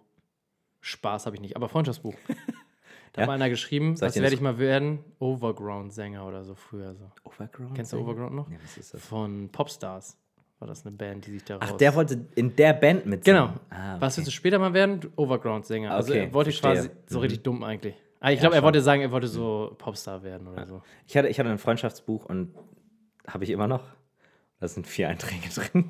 Speaker 2: Spaß habe ich nicht, aber Freundschaftsbuch. Da
Speaker 1: Ja?
Speaker 2: hat mal einer geschrieben,
Speaker 1: Sag
Speaker 2: was
Speaker 1: dir das-
Speaker 2: werde ich mal werden? Overground-Sänger oder so früher so.
Speaker 1: Overground?
Speaker 2: Kennst du Overground noch?
Speaker 1: Ja, was ist das?
Speaker 2: Von Popstars war das eine Band, die sich daraus...
Speaker 1: Ach, der wollte in der Band mit.
Speaker 2: Genau.
Speaker 1: Ah,
Speaker 2: Was willst du später mal werden? Du Overground-Sänger. Also
Speaker 1: Okay,
Speaker 2: er wollte
Speaker 1: verstehe. Mhm.
Speaker 2: quasi so richtig dumm eigentlich. Ah, ich glaube, er wollte sagen, er wollte so Popstar werden oder so.
Speaker 1: Ich hatte, ich hatte ein Freundschaftsbuch und habe ich immer noch. Da sind vier Einträge drin.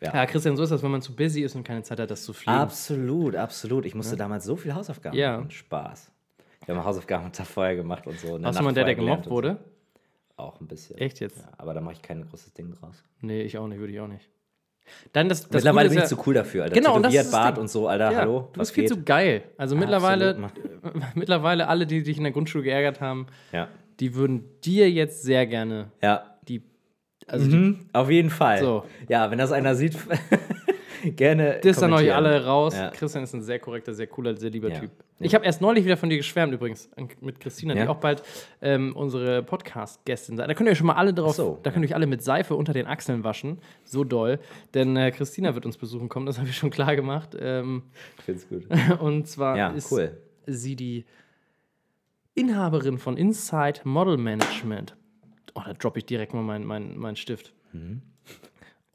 Speaker 2: Ja, Christian, so ist das, wenn man zu busy ist und keine Zeit hat, das zu fliegen.
Speaker 1: absolut, absolut. Ich musste damals so viel Hausaufgaben
Speaker 2: Ja.
Speaker 1: machen. Spaß. Wir haben Hausaufgaben unter Feuer gemacht und so. in der
Speaker 2: Warst du mal
Speaker 1: Nacht
Speaker 2: der,
Speaker 1: vorher
Speaker 2: der
Speaker 1: gelernt
Speaker 2: gemobbt
Speaker 1: und so.
Speaker 2: wurde?
Speaker 1: Auch ein bisschen.
Speaker 2: Echt jetzt?
Speaker 1: Ja, aber da mache ich kein großes Ding draus.
Speaker 2: Nee, ich auch nicht, würde ich auch nicht. Dann das, das
Speaker 1: Mittlerweile
Speaker 2: Gute
Speaker 1: bin ich
Speaker 2: ist ja-
Speaker 1: zu cool dafür, Alter.
Speaker 2: Genau, und das
Speaker 1: Tätowiert,
Speaker 2: ist das
Speaker 1: Bart
Speaker 2: Ding.
Speaker 1: und so, Alter,
Speaker 2: Ja,
Speaker 1: hallo.
Speaker 2: du bist viel zu geil. Also mittlerweile, mittlerweile alle, die dich in der Grundschule geärgert haben,
Speaker 1: ja.
Speaker 2: die würden dir jetzt sehr gerne
Speaker 1: ja.
Speaker 2: die. Also die,
Speaker 1: Mhm, auf jeden Fall.
Speaker 2: So.
Speaker 1: Ja, wenn das einer sieht, gerne.
Speaker 2: das dann euch
Speaker 1: kommentieren.
Speaker 2: alle raus.
Speaker 1: Ja.
Speaker 2: Christian ist ein sehr korrekter, sehr cooler, sehr lieber
Speaker 1: Ja.
Speaker 2: Typ. Ich habe erst neulich wieder von dir geschwärmt übrigens an- mit Christina, die
Speaker 1: Ja.
Speaker 2: auch bald ähm, unsere Podcast-Gästin sein. Da könnt ihr euch schon mal alle drauf,
Speaker 1: Ach so,
Speaker 2: da könnt ihr euch alle mit Seife unter den Achseln waschen. So doll. Denn äh, Christina wird uns besuchen kommen, das habe ich schon klar gemacht. Ähm,
Speaker 1: Ich find's gut.
Speaker 2: Und zwar
Speaker 1: Ja,
Speaker 2: ist
Speaker 1: cool.
Speaker 2: sie die Inhaberin von Inside Model Management. Oh, da droppe ich direkt mal meinen mein, mein Stift.
Speaker 1: Mhm.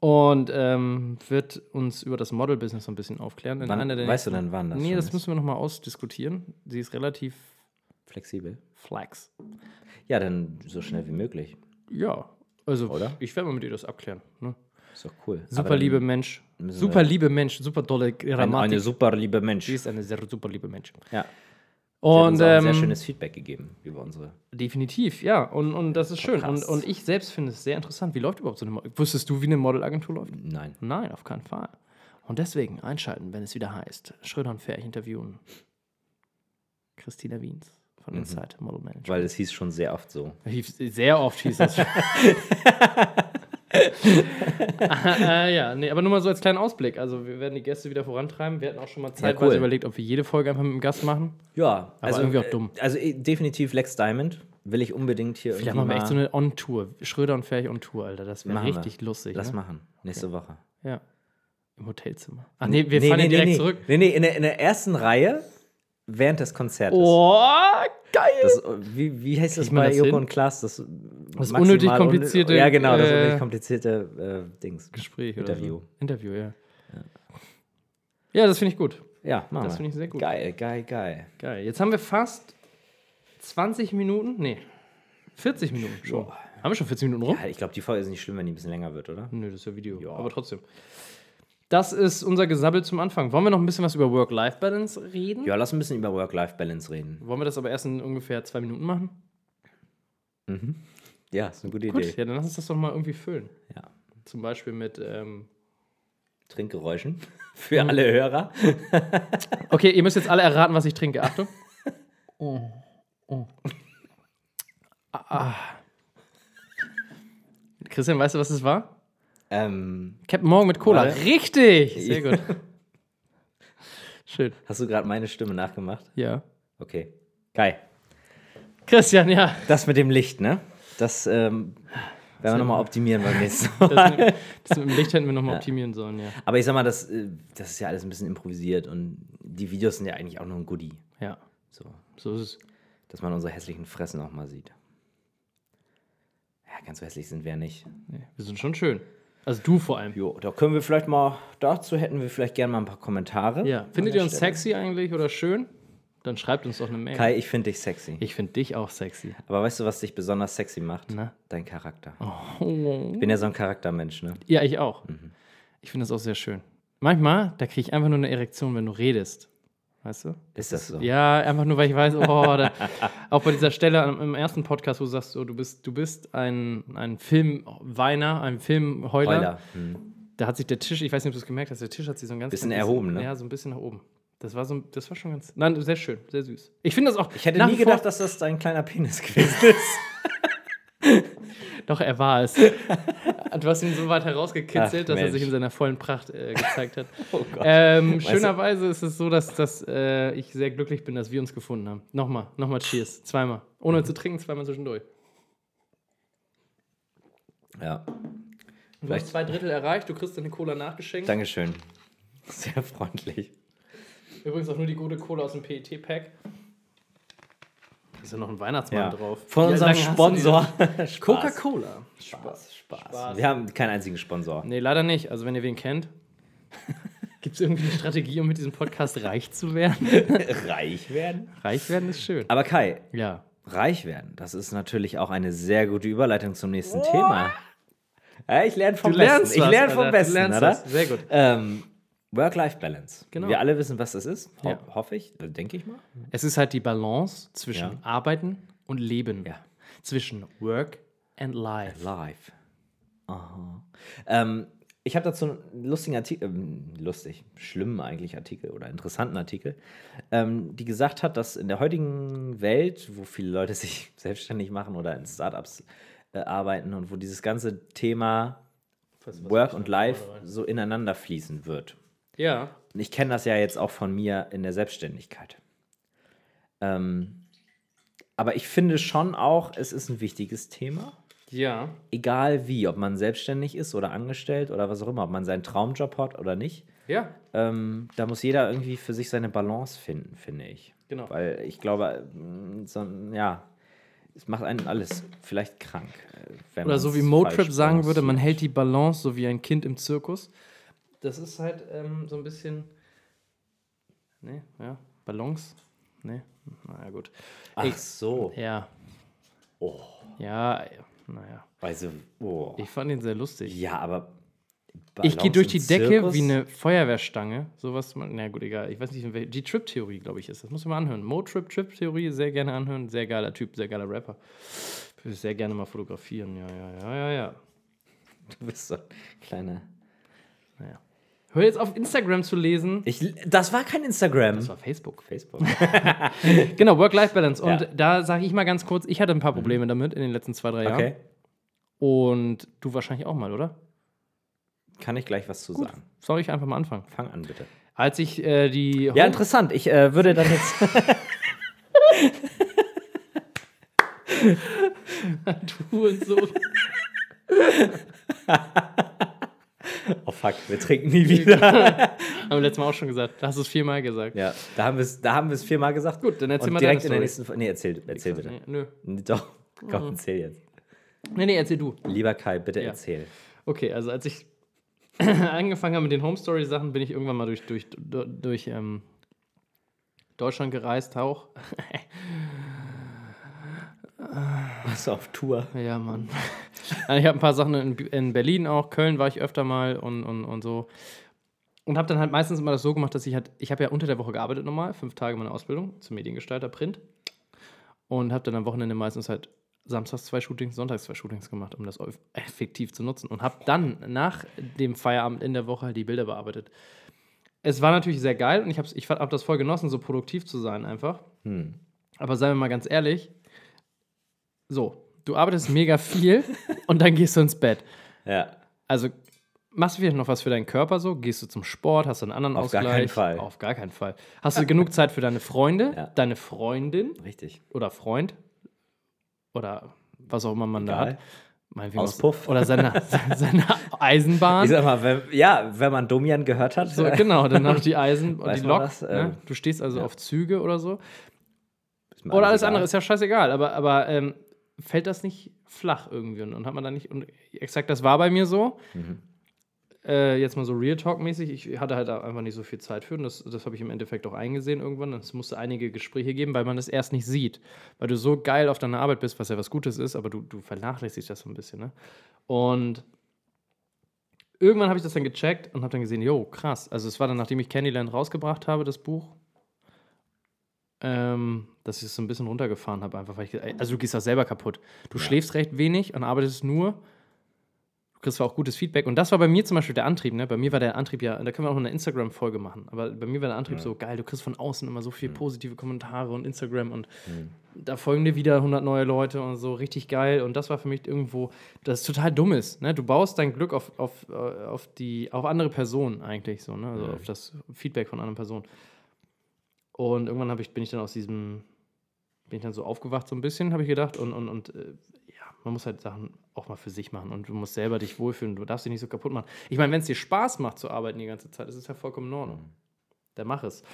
Speaker 2: Und ähm, wird uns über das Model-Business so ein bisschen aufklären. In
Speaker 1: Wann,
Speaker 2: einer der
Speaker 1: weißt du dann, wann das
Speaker 2: Nee,
Speaker 1: schon
Speaker 2: das
Speaker 1: ist?
Speaker 2: müssen wir nochmal ausdiskutieren. Sie ist relativ
Speaker 1: Flexibel.
Speaker 2: flax.
Speaker 1: Ja, dann so schnell wie möglich.
Speaker 2: Ja, also
Speaker 1: Oder?
Speaker 2: ich werde mal mit ihr das abklären. Ne?
Speaker 1: Ist doch cool. Aber
Speaker 2: Super
Speaker 1: dann
Speaker 2: liebe Mensch.
Speaker 1: müssen
Speaker 2: Super
Speaker 1: wir-
Speaker 2: liebe Mensch. Super tolle
Speaker 1: Ein,
Speaker 2: Grammatik.
Speaker 1: eine super liebe Mensch.
Speaker 2: sie ist eine sehr super liebe Mensch.
Speaker 1: Ja. Sie hat
Speaker 2: Und
Speaker 1: uns auch ein sehr
Speaker 2: ähm,
Speaker 1: schönes Feedback gegeben über unsere.
Speaker 2: Definitiv, ja. Und, und das ist schön. Und,
Speaker 1: Podcasts.
Speaker 2: und ich selbst finde es sehr interessant. Wie läuft überhaupt so eine Model? Wusstest du, wie eine Modelagentur läuft?
Speaker 1: Nein.
Speaker 2: Nein, auf keinen Fall. Und deswegen einschalten, wenn es wieder heißt: Schröder und Ferch interviewen Christina Wiens
Speaker 1: Mhm.
Speaker 2: von Inside Model Manager.
Speaker 1: Weil es hieß schon sehr oft so.
Speaker 2: Hief- Sehr oft hieß das. schon. äh, äh, ja, nee, aber nur mal so als kleinen Ausblick. Also, wir werden die Gäste wieder vorantreiben. Wir hatten auch schon mal zeitweise
Speaker 1: cool.
Speaker 2: überlegt, ob wir jede Folge einfach mit dem Gast machen.
Speaker 1: Ja,
Speaker 2: Aber irgendwie auch dumm.
Speaker 1: äh, Also eh, definitiv Lex Diamond will ich unbedingt hier
Speaker 2: Vielleicht
Speaker 1: irgendwie
Speaker 2: machen wir echt
Speaker 1: mal-
Speaker 2: so eine On-Tour. Schröder und Ferch On-Tour, Alter. Das wäre
Speaker 1: Machen wir.
Speaker 2: richtig lustig.
Speaker 1: Lass
Speaker 2: ne?
Speaker 1: machen. Nächste Woche.
Speaker 2: Ja. Im Hotelzimmer. Ach nee, wir fahren ja direkt
Speaker 1: nee.
Speaker 2: zurück.
Speaker 1: Nee, nee, in der, in der ersten Reihe während des Konzertes.
Speaker 2: Oh, geil!
Speaker 1: Das, wie, wie heißt das
Speaker 2: Kriegt man
Speaker 1: bei
Speaker 2: das
Speaker 1: Joko
Speaker 2: hin?
Speaker 1: und Klaas? Das, maximal
Speaker 2: unnötig
Speaker 1: unnö-
Speaker 2: komplizierte,
Speaker 1: Ja, genau, das
Speaker 2: äh,
Speaker 1: unnötig komplizierte äh, Dings.
Speaker 2: Gespräch
Speaker 1: Interview.
Speaker 2: oder so. Interview, ja. Ja, das finde ich gut.
Speaker 1: Ja, machen
Speaker 2: Das
Speaker 1: wir.
Speaker 2: finde ich sehr gut.
Speaker 1: Geil, geil, geil.
Speaker 2: Geil. Jetzt haben wir fast 20 Minuten. Nee, 40 Minuten schon. Haben wir schon 40 Minuten rum?
Speaker 1: Ja, ich glaube, die Folge ist nicht schlimm, wenn die ein bisschen länger wird, oder?
Speaker 2: Nö, das ist ja Video. Aber trotzdem. Das ist unser Gesabbel zum Anfang. Wollen wir noch ein bisschen was über Work-Life-Balance reden?
Speaker 1: Ja, lass ein bisschen über Work-Life-Balance reden.
Speaker 2: Wollen wir das aber erst in ungefähr zwei Minuten machen?
Speaker 1: Ja, ist eine gute
Speaker 2: Gut,
Speaker 1: Idee.
Speaker 2: ja, dann lass uns das doch mal irgendwie füllen.
Speaker 1: Ja.
Speaker 2: Zum Beispiel mit ähm,
Speaker 1: Trinkgeräuschen für
Speaker 2: Hm.
Speaker 1: alle Hörer.
Speaker 2: Okay,
Speaker 1: Oh,
Speaker 2: ihr müsst jetzt alle erraten, was ich trinke. Achtung. Ah. Christian, weißt du, was es war?
Speaker 1: Ähm,
Speaker 2: Captain Morgan mit Cola.
Speaker 1: Warte.
Speaker 2: Richtig! Sehr gut. Schön.
Speaker 1: hast du gerade meine Stimme nachgemacht?
Speaker 2: Ja.
Speaker 1: Okay. Kai,
Speaker 2: Christian, ja.
Speaker 1: das mit dem Licht, ne? Das ähm, werden wir nochmal optimieren beim nächsten Mal.
Speaker 2: Das, mit- das mit dem Licht hätten wir nochmal optimieren sollen, ja.
Speaker 1: Aber ich sag mal, das, äh, das ist ja alles ein bisschen improvisiert und die Videos sind ja eigentlich auch nur ein Goodie.
Speaker 2: Ja,
Speaker 1: So,
Speaker 2: so ist es.
Speaker 1: dass man unsere hässlichen Fressen auch mal sieht. Ja, ganz so hässlich sind wir ja nicht.
Speaker 2: Nee, wir sind schon schön. Also du vor allem.
Speaker 1: Jo, da können wir vielleicht mal, dazu hätten wir vielleicht gerne mal ein paar Kommentare.
Speaker 2: Ja.
Speaker 1: An
Speaker 2: Findet
Speaker 1: der
Speaker 2: ihr uns
Speaker 1: Stelle.
Speaker 2: sexy eigentlich oder schön? Dann schreibt uns doch eine Mail.
Speaker 1: Kai, ich finde dich sexy.
Speaker 2: Ich finde dich auch sexy.
Speaker 1: Aber weißt du, was dich besonders sexy macht?
Speaker 2: Na?
Speaker 1: Dein Charakter.
Speaker 2: Oh.
Speaker 1: Ich bin ja so ein Charaktermensch, ne?
Speaker 2: Ja, ich auch. Ich finde das auch sehr schön. Manchmal, da kriege ich einfach nur eine Erektion, wenn du redest. Weißt du?
Speaker 1: Ist das so?
Speaker 2: Ja, einfach nur, weil ich weiß, oh, da, auch bei dieser Stelle am- im ersten Podcast, wo du sagst, so, du bist, du bist ein, ein Filmweiner, ein Filmheuler.
Speaker 1: Euler. Hm.
Speaker 2: Da hat sich der Tisch, ich weiß nicht, ob du es gemerkt hast, der Tisch hat sich so ein ganz
Speaker 1: Bisschen
Speaker 2: kleines-
Speaker 1: erhoben, ne?
Speaker 2: Ja, so ein bisschen nach oben. Das war so, ein- das war schon ganz, nein, sehr schön, sehr süß. Ich finde das auch.
Speaker 1: Ich hätte
Speaker 2: nach
Speaker 1: nie
Speaker 2: wie vor-
Speaker 1: gedacht, dass das dein kleiner Penis gewesen ist.
Speaker 2: Doch, er war es. du hast ihn so weit herausgekitzelt,
Speaker 1: Ach,
Speaker 2: dass er
Speaker 1: Mensch.
Speaker 2: sich in seiner vollen Pracht äh, gezeigt hat.
Speaker 1: Oh Gott.
Speaker 2: ähm,
Speaker 1: Weißt du-
Speaker 2: schönerweise ist es so, dass, dass äh, ich sehr glücklich bin, dass wir uns gefunden haben. Nochmal, nochmal Cheers. Zweimal. Ohne zu trinken, zweimal zwischendurch.
Speaker 1: Ja,
Speaker 2: Du
Speaker 1: Vielleicht-
Speaker 2: hast zwei Drittel erreicht, du kriegst deine Cola nachgeschenkt.
Speaker 1: Dankeschön. Sehr freundlich.
Speaker 2: Übrigens auch nur die gute Cola aus dem PET-Pack. Da ist ja noch ein Weihnachtsmann drauf.
Speaker 1: Von
Speaker 2: Wie
Speaker 1: unserem
Speaker 2: lange hast du die
Speaker 1: Sponsor. Spaß.
Speaker 2: denn? Coca-Cola.
Speaker 1: Spaß, Spaß.
Speaker 2: Spaß.
Speaker 1: Wir haben keinen einzigen Sponsor.
Speaker 2: Nee, leider nicht. Also, wenn ihr wen kennt, gibt es irgendwie eine Strategie, um mit diesem Podcast reich zu werden?
Speaker 1: reich werden?
Speaker 2: Reich werden ist schön.
Speaker 1: Aber Kai,
Speaker 2: Ja.
Speaker 1: reich werden, das ist natürlich auch eine sehr gute Überleitung zum nächsten Thema. Ja, ich lerne vom Besten. ich
Speaker 2: was,
Speaker 1: lerne vom
Speaker 2: Alter.
Speaker 1: Besten,
Speaker 2: du lernst
Speaker 1: oder?
Speaker 2: Was. Sehr gut.
Speaker 1: Ähm, Work-Life-Balance.
Speaker 2: Genau.
Speaker 1: Wir alle wissen, was das ist, ho
Speaker 2: Ja.
Speaker 1: hoffe ich, also denke ich mal.
Speaker 2: Es ist halt die Balance zwischen
Speaker 1: Ja.
Speaker 2: Arbeiten und Leben.
Speaker 1: Ja.
Speaker 2: Zwischen Work and Life.
Speaker 1: Live. Aha. Ähm, ich habe dazu einen lustigen Artikel, ähm, lustig, schlimmen eigentlich Artikel oder interessanten Artikel, ähm, die gesagt hat, dass in der heutigen Welt, wo viele Leute sich selbstständig machen oder in Startups äh, arbeiten und wo dieses ganze Thema Work und Life so ineinander fließen wird.
Speaker 2: Ja.
Speaker 1: Und ich kenne das ja jetzt auch von mir in der Selbstständigkeit. Ähm, aber ich finde schon auch, es ist ein wichtiges Thema
Speaker 2: Ja.
Speaker 1: egal wie, ob man selbstständig ist oder angestellt oder was auch immer, ob man seinen Traumjob hat oder nicht,
Speaker 2: Ja.
Speaker 1: ähm, da muss jeder irgendwie für sich seine Balance finden, finde ich.
Speaker 2: Genau.
Speaker 1: Weil ich glaube, mm, so, ein- ja, es macht einen alles vielleicht krank. äh, Wenn
Speaker 2: Oder so wie
Speaker 1: man's
Speaker 2: Motrip
Speaker 1: falsch
Speaker 2: sagen würde,
Speaker 1: balanciert.
Speaker 2: man hält die Balance so wie ein Kind im Zirkus. Das ist halt ähm, so ein bisschen. Nee, ja. Balance? Nee. Na ja, gut.
Speaker 1: Ach so.
Speaker 2: Ja.
Speaker 1: Oh,
Speaker 2: Ja, naja.
Speaker 1: also, oh.
Speaker 2: Ich fand ihn sehr lustig.
Speaker 1: Ja, aber.
Speaker 2: Ich
Speaker 1: Balance
Speaker 2: gehe durch die
Speaker 1: im
Speaker 2: Decke
Speaker 1: Zirkus?
Speaker 2: wie ne- eine Feuerwehrstange. Sowas, man- na gut, egal. Ich weiß nicht, in wel- die Trip-Theorie, glaube ich, ist. Das muss man mal anhören. Mo-Trip-Trip-Theorie, sehr gerne anhören. Sehr geiler Typ, sehr geiler Rapper. Würde ich sehr gerne mal fotografieren. Ja, ja, ja, ja, ja.
Speaker 1: Du bist so ein kleiner.
Speaker 2: Naja. Hör jetzt auf, Instagram zu lesen.
Speaker 1: Ich, das war kein Instagram.
Speaker 2: Das war Facebook.
Speaker 1: Facebook.
Speaker 2: Genau, Work-Life-Balance. Und
Speaker 1: Ja. Mhm.
Speaker 2: da sage ich mal ganz kurz, ich hatte ein paar Probleme damit in den letzten zwei, drei Jahren.
Speaker 1: Okay.
Speaker 2: Und du wahrscheinlich auch mal, oder?
Speaker 1: Kann ich gleich was zu sagen?
Speaker 2: Soll ich einfach mal anfangen?
Speaker 1: Fang an, bitte.
Speaker 2: Als ich äh, die.
Speaker 1: Ja, interessant. Ich äh, würde dann jetzt.
Speaker 2: du und so.
Speaker 1: Oh fuck, wir trinken nie wieder.
Speaker 2: Haben wir letztes Mal auch schon gesagt. Da hast du es viermal gesagt.
Speaker 1: Ja, da haben wir es, da haben wir es viermal gesagt.
Speaker 2: Gut, dann erzähl
Speaker 1: Und
Speaker 2: mal deine
Speaker 1: direkt in
Speaker 2: Story.
Speaker 1: der nächsten Folge. Nee, erzähl, erzähl bitte.
Speaker 2: Nee, nö.
Speaker 1: Nee, Mhm. Doch, komm, erzähl jetzt.
Speaker 2: Nee, nee, erzähl du.
Speaker 1: Lieber Kai, bitte
Speaker 2: Ja.
Speaker 1: erzähl.
Speaker 2: Okay, also als ich angefangen habe mit den Home Story Sachen, bin ich irgendwann mal durch, durch, durch, durch ähm, Deutschland gereist, auch.
Speaker 1: Warst du auf Tour?
Speaker 2: Ja, Mann. Also ich habe ein paar Sachen in, in Berlin auch, Köln war ich öfter mal und, und, und so. Und habe dann halt meistens immer das so gemacht, dass ich halt, ich habe ja unter der Woche gearbeitet normal, fünf Tage meine Ausbildung zum Mediengestalter, Print. Und habe dann am Wochenende meistens halt samstags zwei Shootings, sonntags zwei Shootings gemacht, um das eff- effektiv zu nutzen. Und habe dann nach dem Feierabend in der Woche halt die Bilder bearbeitet. Es war natürlich sehr geil und ich habe ich hab das voll genossen, so produktiv zu sein einfach.
Speaker 1: Hm.
Speaker 2: Aber seien wir mal ganz ehrlich, so, du arbeitest mega viel und dann gehst du ins Bett.
Speaker 1: Ja.
Speaker 2: Also machst du vielleicht noch was für deinen Körper so? Gehst du zum Sport? Hast du einen anderen
Speaker 1: Auf gar
Speaker 2: Ausgleich?
Speaker 1: keinen Fall.
Speaker 2: Auf gar keinen Fall. Hast du genug Zeit für deine Freunde,
Speaker 1: Ja.
Speaker 2: deine Freundin
Speaker 1: Richtig.
Speaker 2: oder Freund oder was auch immer man da
Speaker 1: Egal.
Speaker 2: hat? Meinetwegen auch-
Speaker 1: Auspuff.
Speaker 2: Oder seine, seine
Speaker 1: Ich
Speaker 2: Eisenbahn.
Speaker 1: sag mal, wenn, ja, wenn man Domian gehört hat,
Speaker 2: So, genau, dann noch die Eisen und
Speaker 1: äh, Weiß
Speaker 2: die
Speaker 1: man
Speaker 2: Lok.
Speaker 1: das? Ähm,
Speaker 2: ne? Du stehst also auf Züge oder so.
Speaker 1: ist mir
Speaker 2: Oder alles
Speaker 1: egal.
Speaker 2: andere ist ja scheißegal, aber, aber ähm, fällt das nicht flach irgendwie und, und hat man da nicht. Und exakt, das war bei mir so. Äh, jetzt mal so Real Talk-mäßig. Ich hatte halt einfach nicht so viel Zeit für und das, das habe ich im Endeffekt auch eingesehen irgendwann. Es musste einige Gespräche geben, weil man das erst nicht sieht. Weil du so geil auf deiner Arbeit bist, was ja was Gutes ist, aber du, du vernachlässigst das so ein bisschen. Ne? Und irgendwann habe ich das dann gecheckt und habe dann gesehen, jo, krass. Also es war dann, nachdem ich Candyland rausgebracht habe, das Buch, ähm, dass ich es so ein bisschen runtergefahren habe, einfach weil ich, ge- also du gehst da selber kaputt. Du schläfst recht wenig und arbeitest nur. Du kriegst zwar auch gutes Feedback. Und das war bei mir zum Beispiel der Antrieb, ne? Bei mir war der Antrieb ja, da können wir auch eine Instagram-Folge machen, aber bei mir war der Antrieb so geil, du kriegst von außen immer so viel positive Kommentare und Instagram und da folgen dir wieder 100 neue Leute und so, richtig geil. Und das war für mich irgendwo, das ist total dummes. Ne? Du baust dein Glück auf, auf, äh, auf, die, auf andere Personen eigentlich so, ne? also auf das Feedback von anderen Personen. Und irgendwann hab ich, bin ich dann aus diesem, bin ich dann so aufgewacht so ein bisschen, habe ich gedacht. Und, und, und äh, ja, man muss halt Sachen auch mal für sich machen und du musst selber dich wohlfühlen, du darfst dich nicht so kaputt machen. Ich meine, wenn es dir Spaß macht zu arbeiten die ganze Zeit, ist es ja vollkommen in Ordnung. Dann mach es.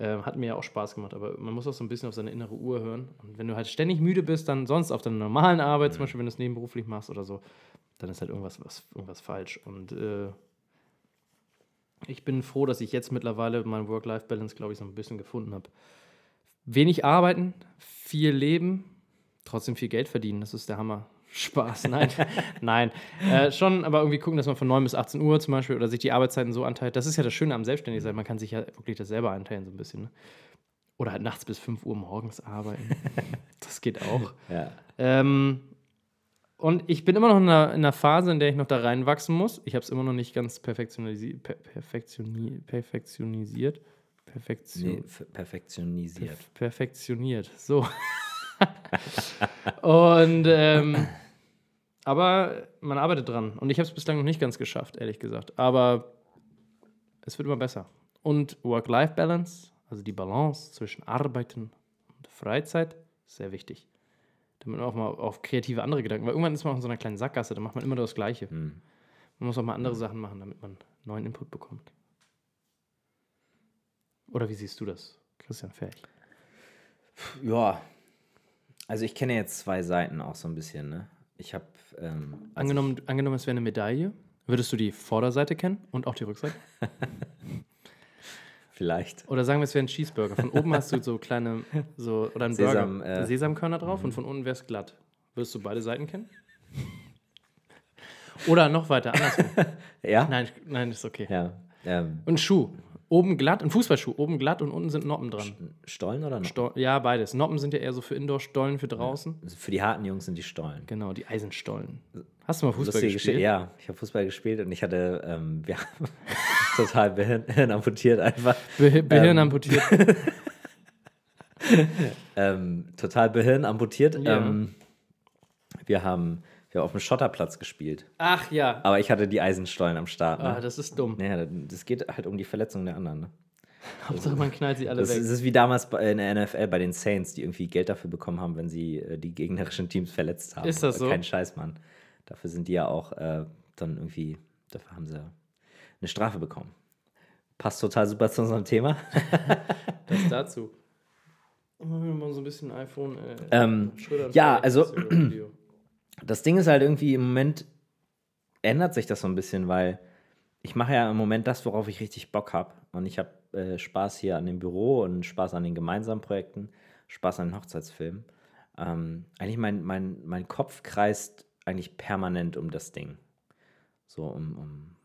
Speaker 2: Ähm, hat mir ja auch Spaß gemacht, aber man muss auch so ein bisschen auf seine innere Uhr hören. Und wenn du halt ständig müde bist, dann sonst auf deiner normalen Arbeit, zum Beispiel wenn du es nebenberuflich machst oder so, dann ist halt irgendwas, was, irgendwas falsch. Und äh, ich bin froh, dass ich jetzt mittlerweile mein Work-Life-Balance, glaube ich, so ein bisschen gefunden habe. Wenig arbeiten, viel leben, trotzdem viel Geld verdienen, das ist der Hammer. Spaß, nein, nein. Äh, schon, aber irgendwie gucken, dass man von 9 bis 18 Uhr zum Beispiel oder sich die Arbeitszeiten so anteilt. Das ist ja das Schöne am Selbstständigsein, man kann sich ja wirklich das selber einteilen so ein bisschen. Ne? Oder halt nachts bis 5 Uhr morgens arbeiten. Das geht auch.
Speaker 1: Ja.
Speaker 2: Ähm, und ich bin immer noch in einer, in einer Phase, in der ich noch da reinwachsen muss. Ich habe es immer noch nicht ganz perfektionisi per perfektioni perfektionisiert. Perfektion
Speaker 1: Nee, f- perfektionisiert.
Speaker 2: perf- perfektioniert. So. und ähm, aber man arbeitet dran. Und ich habe es bislang noch nicht ganz geschafft, ehrlich gesagt. Aber es wird immer besser. Und Work-Life-Balance, also die Balance zwischen Arbeiten und Freizeit, ist sehr wichtig. Damit man auch mal auf kreative andere Gedanken, weil irgendwann ist man auch in so einer kleinen Sackgasse, da macht man immer nur das Gleiche. Man muss auch mal andere Sachen machen, damit man neuen Input bekommt. Oder wie siehst du das, Christian Ferch?
Speaker 1: Ja. Also ich kenne jetzt zwei Seiten auch so ein bisschen, ne? Ich habe ähm, als
Speaker 2: Angenommen, angenommen, es wäre eine Medaille, würdest du die Vorderseite kennen und auch die Rückseite?
Speaker 1: ich- vielleicht
Speaker 2: Oder sagen wir, es wäre ein Cheeseburger. Von oben hast du so kleine, so, oder ein Burger.
Speaker 1: Sesam, äh,
Speaker 2: Sesamkörner drauf und von unten wäre es glatt. Würdest du beide Seiten kennen? Oder noch weiter, andersrum.
Speaker 1: ja
Speaker 2: nein, nein, ist okay.
Speaker 1: ja ähm,
Speaker 2: Und Schuh. Oben glatt, ein Fußballschuh, oben glatt und unten sind Noppen dran.
Speaker 1: Stollen oder noch?
Speaker 2: Sto ja, beides. Noppen sind ja eher so für Indoor, Stollen für draußen.
Speaker 1: Also Für die harten Jungs sind die Stollen.
Speaker 2: Genau, die Eisenstollen. Hast du mal Fußball
Speaker 1: Lustige Geschichte.
Speaker 2: gespielt?
Speaker 1: Ja, ich habe Fußball gespielt und ich hatte ähm, ja, total Behirn, Hirn amputiert einfach.
Speaker 2: Be Behirn amputiert.
Speaker 1: Ähm, total Behirn amputiert.
Speaker 2: Ja.
Speaker 1: Ähm, wir haben wir haben auf dem Schotterplatz gespielt.
Speaker 2: Ach ja.
Speaker 1: Aber ich hatte die Eisenstollen am Start. Ne?
Speaker 2: Ah, das ist dumm.
Speaker 1: naja, das geht halt um die Verletzung der anderen. Ne?
Speaker 2: Hauptsache, man knallt sie alle
Speaker 1: Das,
Speaker 2: weg.
Speaker 1: ist- das ist wie damals bei, in der NFL bei den Saints, die irgendwie Geld dafür bekommen haben, wenn sie äh, die gegnerischen Teams verletzt haben.
Speaker 2: Ist das so?
Speaker 1: Kein Scheiß, Mann. Dafür sind die ja auch äh, dann irgendwie, dafür haben sie eine Strafe bekommen. Passt total super zu unserem Thema.
Speaker 2: Das dazu. Machen wir mal so ein bisschen iPhone. Äh,
Speaker 1: Ähm,
Speaker 2: Schröder-
Speaker 1: ja, also-
Speaker 2: Video.
Speaker 1: das Ding ist halt irgendwie im Moment ändert sich das so ein bisschen, weil ich mache ja im Moment das, worauf ich richtig Bock habe. Und ich habe äh, Spaß hier an dem Büro und Spaß an den gemeinsamen Projekten, Spaß an den Hochzeitsfilmen. Ähm, eigentlich mein, mein, mein Kopf kreist eigentlich permanent um das Ding. So um, um,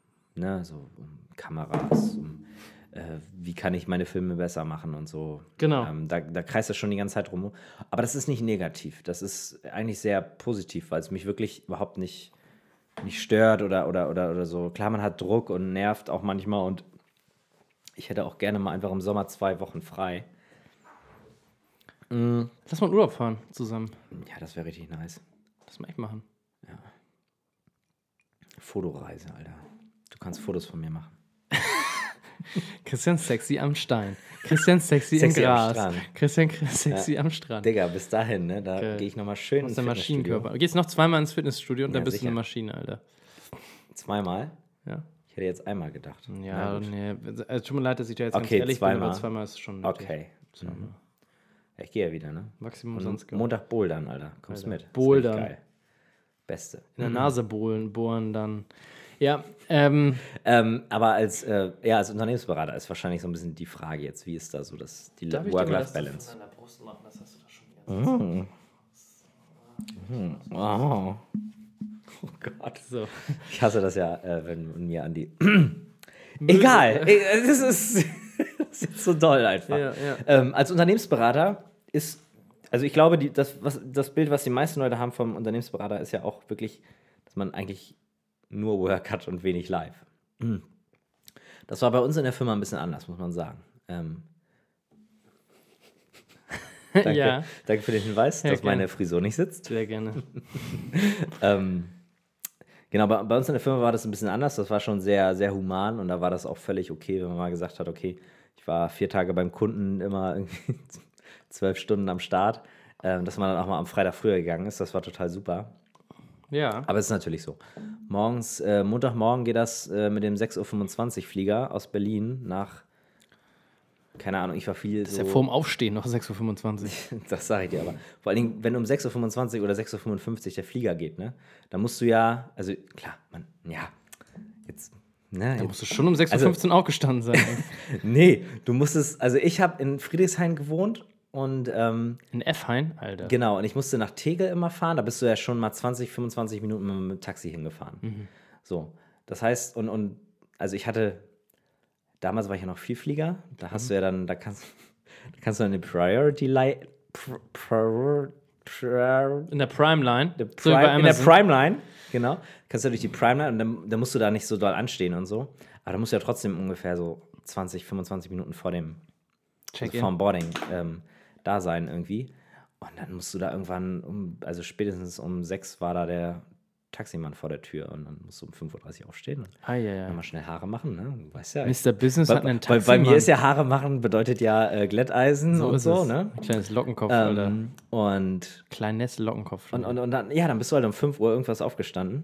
Speaker 1: ne, so um Kameras, um äh, wie kann ich meine Filme besser machen und so.
Speaker 2: Genau.
Speaker 1: Ähm, da, da kreist das schon die ganze Zeit rum. Aber das ist nicht negativ. Das ist eigentlich sehr positiv, weil es mich wirklich überhaupt nicht, nicht stört oder, oder, oder, oder so. Klar, man hat Druck und nervt auch manchmal und ich hätte auch gerne mal einfach im Sommer zwei Wochen frei. mm.
Speaker 2: Lass mal in Urlaub fahren zusammen.
Speaker 1: Ja, das wäre richtig nice.
Speaker 2: Lass mal echt machen.
Speaker 1: Fotoreise, Alter. Du kannst Fotos von mir machen.
Speaker 2: Christian sexy am Stein. Christian sexy,
Speaker 1: Sexy
Speaker 2: im
Speaker 1: am
Speaker 2: Gras.
Speaker 1: Strand.
Speaker 2: Christian Kr- sexy am Strand.
Speaker 1: Digga, bis dahin, ne? Da
Speaker 2: Okay.
Speaker 1: gehe ich nochmal schön
Speaker 2: aus
Speaker 1: ins
Speaker 2: der
Speaker 1: Fitnessstudio.
Speaker 2: Maschinenkörper. Du gehst noch zweimal ins Fitnessstudio und
Speaker 1: Ja,
Speaker 2: dann bist du
Speaker 1: sicher.
Speaker 2: eine Maschine, Alter.
Speaker 1: Zweimal?
Speaker 2: Ja,
Speaker 1: Ich hätte jetzt einmal gedacht. Na
Speaker 2: ja
Speaker 1: gut.
Speaker 2: nee. Also, tut mir leid, dass ich da jetzt ganz
Speaker 1: Okay,
Speaker 2: ehrlich bin,
Speaker 1: zweimal.
Speaker 2: aber zweimal ist schon nötig.
Speaker 1: Okay. Mhm. Ich gehe ja wieder, ne?
Speaker 2: Maximum
Speaker 1: Und
Speaker 2: sonst gar
Speaker 1: Montag bouldern, Alter. Kommst
Speaker 2: Alter,
Speaker 1: mit. Ist echt
Speaker 2: bouldern.
Speaker 1: Geil. Beste.
Speaker 2: In der Nase bohlen, bohren dann. Ja, ähm,
Speaker 1: Ähm, aber als, äh, ja, als Unternehmensberater ist wahrscheinlich so ein bisschen die Frage jetzt, wie ist da so das, die Work-Life-Balance?
Speaker 2: Oh
Speaker 1: Wow. Oh Gott.
Speaker 2: so.
Speaker 1: Ich hasse das ja, äh, wenn mir an die. Egal. Äh, Das ist, das ist jetzt so doll einfach.
Speaker 2: Ja, ja.
Speaker 1: Ähm, als Unternehmensberater ist. Also ich glaube, die, das, was, das Bild, was die meisten Leute haben vom Unternehmensberater, ist ja auch wirklich, dass man eigentlich nur Work hat und wenig Live. Hm. Das war bei uns in der Firma ein bisschen anders, muss man sagen. Ähm, danke,
Speaker 2: ja,
Speaker 1: danke für den Hinweis,
Speaker 2: Ja,
Speaker 1: dass
Speaker 2: gerne.
Speaker 1: meine Frisur nicht sitzt.
Speaker 2: sehr gerne.
Speaker 1: Ähm, genau, bei, bei uns in der Firma war das ein bisschen anders. Das war schon sehr, sehr human und da war das auch völlig okay, wenn man mal gesagt hat, okay, ich war vier Tage beim Kunden immer irgendwie zwölf Stunden am Start, ähm, dass man dann auch mal am Freitag früher gegangen ist. Das war total super.
Speaker 2: Ja,
Speaker 1: Aber es ist natürlich so. Morgens, äh, Montagmorgen geht das äh, mit dem 6.25 Uhr Flieger aus Berlin nach, keine Ahnung, ich war viel
Speaker 2: ist
Speaker 1: so,
Speaker 2: ja vorm Aufstehen noch 6.25 Uhr.
Speaker 1: das sage ich dir aber. Vor allen Dingen, wenn um 6.25 Uhr oder 6.55 Uhr der Flieger geht, ne? Dann musst du ja, also klar, man, ja, jetzt, ne?
Speaker 2: Da
Speaker 1: Jetzt,
Speaker 2: musst du schon um 6.15 Uhr aufgestanden sein. ey.
Speaker 1: nee, du musstest, also ich habe in Friedrichshain gewohnt und, ähm,
Speaker 2: In F-Hein, Alter.
Speaker 1: genau, und ich musste nach Tegel immer fahren, da bist du ja schon mal 20, 25 Minuten mit dem Taxi hingefahren. So, das heißt, und, und, also ich hatte, damals war ich ja noch Vielflieger, da hast du ja dann, da kannst, da kannst du eine Priority Light, Pr Prior- Prior-
Speaker 2: In der Prime-Line. So
Speaker 1: Prime,
Speaker 2: wie bei
Speaker 1: in der
Speaker 2: Amazon.
Speaker 1: Prime-Line, genau. Kannst du durch die Prime-Line und dann, dann musst du da nicht so doll anstehen und so. Aber da musst du ja trotzdem ungefähr so 20, 25 Minuten vor dem also
Speaker 2: Check-in.
Speaker 1: vorm Boarding ähm, da sein irgendwie. Und dann musst du da irgendwann, um, also spätestens um 6 war da der Taximann vor der Tür und dann musst du um 5.30 Uhr aufstehen und
Speaker 2: Ah, ja, ja.
Speaker 1: dann mal schnell Haare machen, ne? Du weißt ja.
Speaker 2: Mr. Business
Speaker 1: bei,
Speaker 2: hat einen
Speaker 1: bei,
Speaker 2: Taxi.
Speaker 1: bei mir ist ja Haare machen, bedeutet ja äh, Glätteisen und so, ne?
Speaker 2: Ein kleines Lockenkopf, Alter.
Speaker 1: Ähm, und
Speaker 2: Kleines Lockenkopf. schon.
Speaker 1: und, und, und dann, ja, dann bist du halt um 5 Uhr irgendwas aufgestanden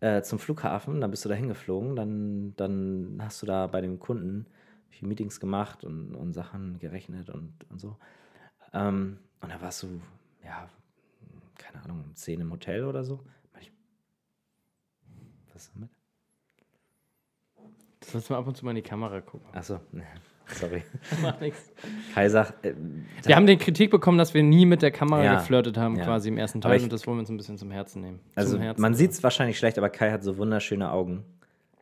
Speaker 1: äh, zum Flughafen, dann bist du da hingeflogen, dann, dann hast du da bei dem Kunden viel Meetings gemacht und, und Sachen gerechnet und, und so. Ähm, und dann warst du, ja, keine Ahnung, um 10 im Hotel oder so. Und ich- Was ist damit?
Speaker 2: Sollst du mal ab und zu mal in die Kamera gucken.
Speaker 1: Achso, sorry.
Speaker 2: Macht nichts.
Speaker 1: Kai sagt, äh,
Speaker 2: Wir haben den Kritik bekommen, dass wir nie mit der Kamera
Speaker 1: Ja.
Speaker 2: geflirtet haben,
Speaker 1: Ja.
Speaker 2: quasi im ersten
Speaker 1: Aber
Speaker 2: Teil.
Speaker 1: ich-
Speaker 2: und das wollen wir uns ein bisschen zum Herzen nehmen.
Speaker 1: also
Speaker 2: zum Herzen.
Speaker 1: man sieht es wahrscheinlich schlecht, aber Kai hat so wunderschöne Augen.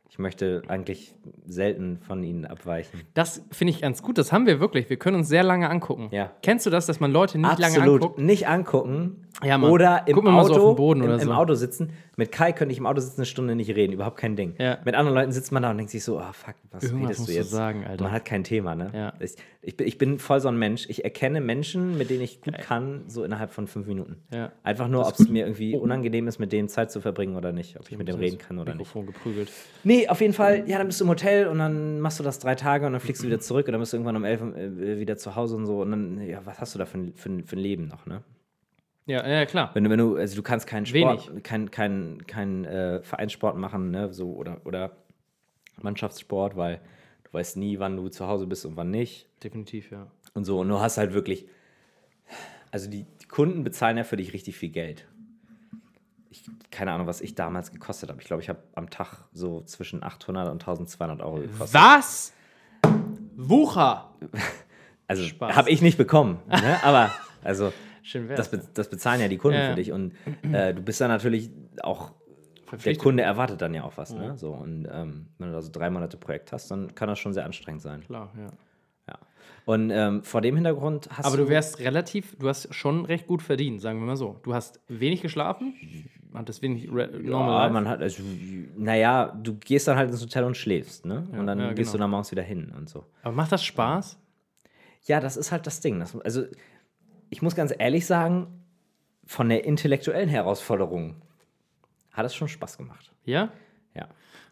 Speaker 1: Ich möchte eigentlich selten von ihnen abweichen.
Speaker 2: das finde ich ganz gut. Das haben wir wirklich. Wir können uns sehr lange angucken.
Speaker 1: Ja.
Speaker 2: Kennst du das, dass man Leute nicht lange
Speaker 1: Absolut.
Speaker 2: anguckt?
Speaker 1: Nicht angucken.
Speaker 2: Ja, Mann.
Speaker 1: oder im
Speaker 2: Guck mir mal
Speaker 1: Auto,
Speaker 2: so auf den Boden
Speaker 1: im,
Speaker 2: oder
Speaker 1: im
Speaker 2: so.
Speaker 1: Auto sitzen. Mit Kai könnte ich im Auto sitzen eine Stunde nicht reden, überhaupt kein Ding.
Speaker 2: Ja.
Speaker 1: Mit anderen Leuten sitzt man da und denkt sich so, ah fuck, was
Speaker 2: Irgendwas
Speaker 1: redest
Speaker 2: musst
Speaker 1: du
Speaker 2: du
Speaker 1: jetzt?
Speaker 2: sagen, Alter.
Speaker 1: Man hat kein Thema, ne?
Speaker 2: Ja.
Speaker 1: Ich, ich, bin, ich bin voll so ein Mensch. Ich erkenne Menschen, mit denen ich gut kann, so innerhalb von fünf Minuten.
Speaker 2: Ja.
Speaker 1: Einfach nur, ob es mir irgendwie unangenehm ist, mit denen Zeit zu verbringen oder nicht, ob ich mit dem reden kann oder nicht.
Speaker 2: Mikrofon geprügelt.
Speaker 1: Nee, auf jeden Fall, ja, dann bist du im Hotel und dann machst du das drei Tage und dann fliegst du wieder zurück und dann bist du irgendwann um elf äh, wieder zu Hause und so. Und dann, ja, was hast du da für ein, für ein, für ein Leben noch, ne?
Speaker 2: Ja, ja, klar.
Speaker 1: Wenn du, wenn du, also du kannst keinen Sport,
Speaker 2: Wenig.
Speaker 1: keinen kein, kein, äh, Vereinssport machen, ne, so oder, oder Mannschaftssport, weil du weißt nie, wann du zu Hause bist und wann nicht.
Speaker 2: Definitiv, ja.
Speaker 1: Und so, und du hast halt wirklich, also die, die Kunden bezahlen ja für dich richtig viel Geld. Ich, keine Ahnung, was ich damals gekostet habe. Ich glaube, ich habe am Tag so zwischen 800 und 1200 Euro gekostet.
Speaker 2: Was? Wucher!
Speaker 1: Also
Speaker 2: Spaß.
Speaker 1: habe ich nicht bekommen, ne? aber also
Speaker 2: Schön wär's.
Speaker 1: das, be das bezahlen ja die Kunden
Speaker 2: Ja, ja.
Speaker 1: für dich und äh, du bist dann natürlich auch der Kunde erwartet dann ja auch was, ne? So, und ähm, wenn du da so drei Monate Projekt hast, dann kann das schon sehr anstrengend sein.
Speaker 2: Klar, ja.
Speaker 1: Ja. Und ähm, vor dem Hintergrund hast
Speaker 2: Aber du wärst relativ, du hast schon recht gut verdient, sagen wir mal so. Du hast wenig geschlafen, hattest wenig re-
Speaker 1: ja,
Speaker 2: normal.
Speaker 1: man hat, also, naja, du gehst dann halt ins Hotel und schläfst, ne? und dann
Speaker 2: ja,
Speaker 1: gehst du
Speaker 2: genau.
Speaker 1: dann morgens wieder hin und so.
Speaker 2: Aber macht das Spaß?
Speaker 1: Ja, das ist halt das Ding. Das, also, ich muss ganz ehrlich sagen, von der intellektuellen Herausforderung hat es schon Spaß gemacht.
Speaker 2: Ja?
Speaker 1: Ja.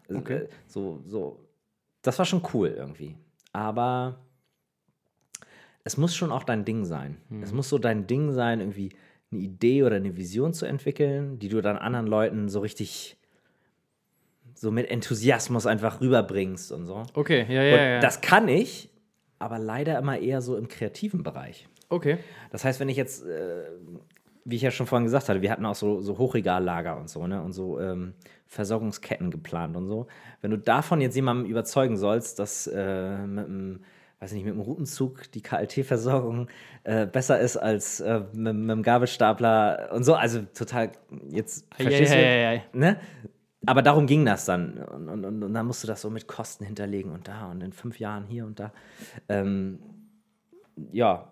Speaker 1: Äh,
Speaker 2: Okay.
Speaker 1: So, so. Das war schon cool irgendwie. Aber es muss schon auch dein Ding sein. Es
Speaker 2: Hm.
Speaker 1: muss so dein Ding sein, irgendwie eine Idee oder eine Vision zu entwickeln, die du dann anderen Leuten so richtig so mit Enthusiasmus einfach rüberbringst und so.
Speaker 2: Okay, ja, ja,
Speaker 1: Und
Speaker 2: ja.
Speaker 1: das kann ich, aber leider immer eher so im kreativen Bereich.
Speaker 2: okay.
Speaker 1: Das heißt, wenn ich jetzt, äh, wie ich ja schon vorhin gesagt hatte, wir hatten auch so, so Hochregallager und so, ne? Und so ähm, Versorgungsketten geplant und so. Wenn du davon jetzt jemandem überzeugen sollst, dass äh, mit einem, weiß nicht, mit einem Routenzug die KLT-Versorgung äh, besser ist als äh, mit, mit einem Gabelstapler und so, also total jetzt verstehst du?
Speaker 2: Eieieiei.
Speaker 1: ne? Aber darum ging das dann. Und, und, und, und dann musst du das so mit Kosten hinterlegen und da und in fünf Jahren hier und da. Ähm, ja,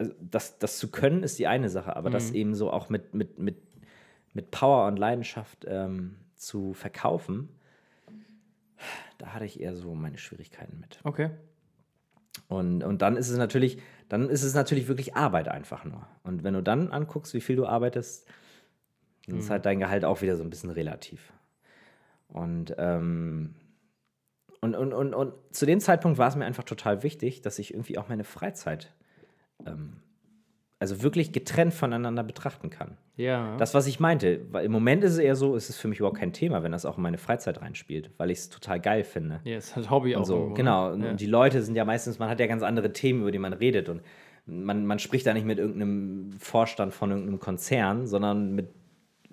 Speaker 1: also das, das zu können ist die eine Sache, aber das eben so auch mit, mit, mit, mit Power und Leidenschaft ähm, zu verkaufen, da hatte ich eher so meine Schwierigkeiten mit.
Speaker 2: Okay.
Speaker 1: Und, und dann ist es natürlich, dann ist es natürlich wirklich Arbeit einfach nur. Und wenn du dann anguckst, wie viel du arbeitest, dann ist halt dein Gehalt auch wieder so ein bisschen relativ. Und, ähm, und, und, und, und zu dem Zeitpunkt war es mir einfach total wichtig, dass ich irgendwie auch meine Freizeit ähm, also wirklich getrennt voneinander betrachten kann.
Speaker 2: Ja.
Speaker 1: Das, was ich meinte, weil im Moment ist es eher so, es ist für mich überhaupt kein Thema, wenn das auch in meine Freizeit reinspielt, weil ich es total geil finde.
Speaker 2: ja, ist halt Hobby auch.
Speaker 1: Und so,
Speaker 2: irgendwo, ne?
Speaker 1: genau. Und
Speaker 2: Ja.
Speaker 1: die Leute sind ja meistens, man hat ja ganz andere Themen, über die man redet. Und man, man spricht da nicht mit irgendeinem Vorstand von irgendeinem Konzern, sondern mit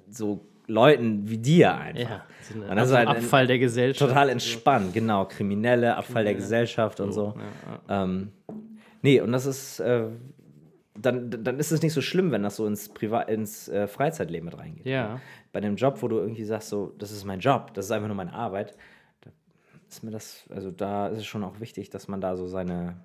Speaker 1: so Leuten wie dir einfach.
Speaker 2: ja. So
Speaker 1: Und
Speaker 2: ein
Speaker 1: das ist halt ein-
Speaker 2: Abfall der Gesellschaft.
Speaker 1: Total entspannt, genau. Kriminelle, Abfall der Gesellschaft und so. Ähm, nee, und das ist, äh, dann, dann ist es nicht so schlimm, wenn das so ins, Priva ins äh, Freizeitleben mit reingeht.
Speaker 2: Ja.
Speaker 1: Bei einem Job, wo du irgendwie sagst, so, das ist mein Job, das ist einfach nur meine Arbeit, da ist mir das, also da ist es schon auch wichtig, dass man da so seine,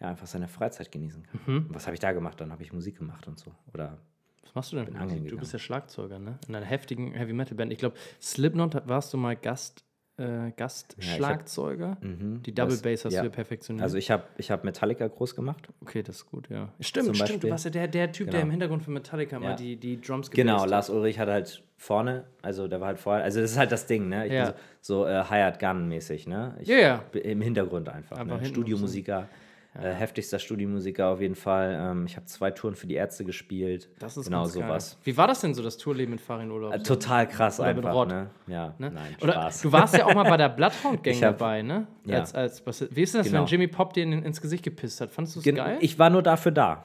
Speaker 1: ja, einfach seine Freizeit genießen kann.
Speaker 2: Mhm.
Speaker 1: Was habe ich da gemacht? Dann habe ich Musik gemacht und so. Oder
Speaker 2: Was machst du denn? für
Speaker 1: angeln
Speaker 2: Musik? Du
Speaker 1: gegangen.
Speaker 2: bist ja Schlagzeuger, ne? In einer heftigen Heavy Metal Band. Ich glaube, Slipknot da warst du mal Gast, äh,
Speaker 1: hab-
Speaker 2: Gastschlagzeuger.
Speaker 1: Mhm,
Speaker 2: die Double
Speaker 1: das-
Speaker 2: Bass hast
Speaker 1: ja.
Speaker 2: du ja perfektioniert.
Speaker 1: also ich habe ich hab Metallica groß gemacht.
Speaker 2: okay, das ist gut, ja. Stimmt,
Speaker 1: Zum
Speaker 2: stimmt. Du
Speaker 1: Beispiel.
Speaker 2: warst ja der, der Typ, der
Speaker 1: Genau.
Speaker 2: im Hintergrund für Metallica mal
Speaker 1: Ja.
Speaker 2: die, die Drums
Speaker 1: Genau,
Speaker 2: gebased hat.
Speaker 1: Lars Ulrich hat halt vorne, also der war halt vorne, also das ist halt das Ding, ne? Ich
Speaker 2: Ja.
Speaker 1: bin so, so äh, Hired Gun mäßig, ne? Ich
Speaker 2: Ja, ja.
Speaker 1: bin Im Hintergrund einfach,
Speaker 2: Einfach
Speaker 1: ne?
Speaker 2: hinten
Speaker 1: Studiomusiker, äh, heftigster Studiomusiker auf jeden Fall. Ähm, ich habe zwei Touren für die Ärzte gespielt.
Speaker 2: Das ist
Speaker 1: genau
Speaker 2: ganz geil.
Speaker 1: sowas.
Speaker 2: Wie war das denn so, das Tourleben mit Farin Urlaub?
Speaker 1: Äh, total krass
Speaker 2: Oder mit
Speaker 1: einfach,
Speaker 2: Rod.
Speaker 1: ne? Ja,
Speaker 2: Ne?
Speaker 1: nein,
Speaker 2: Oder
Speaker 1: Spaß.
Speaker 2: du warst ja auch mal bei der Bloodhound Gang
Speaker 1: Ich hab-
Speaker 2: dabei, ne?
Speaker 1: Ja.
Speaker 2: Als, als, was, wie ist das,
Speaker 1: Genau.
Speaker 2: wenn Jimmy Pop dir in, ins Gesicht gepisst hat? Fandest du es
Speaker 1: Gen-
Speaker 2: geil?
Speaker 1: Ich war nur dafür da,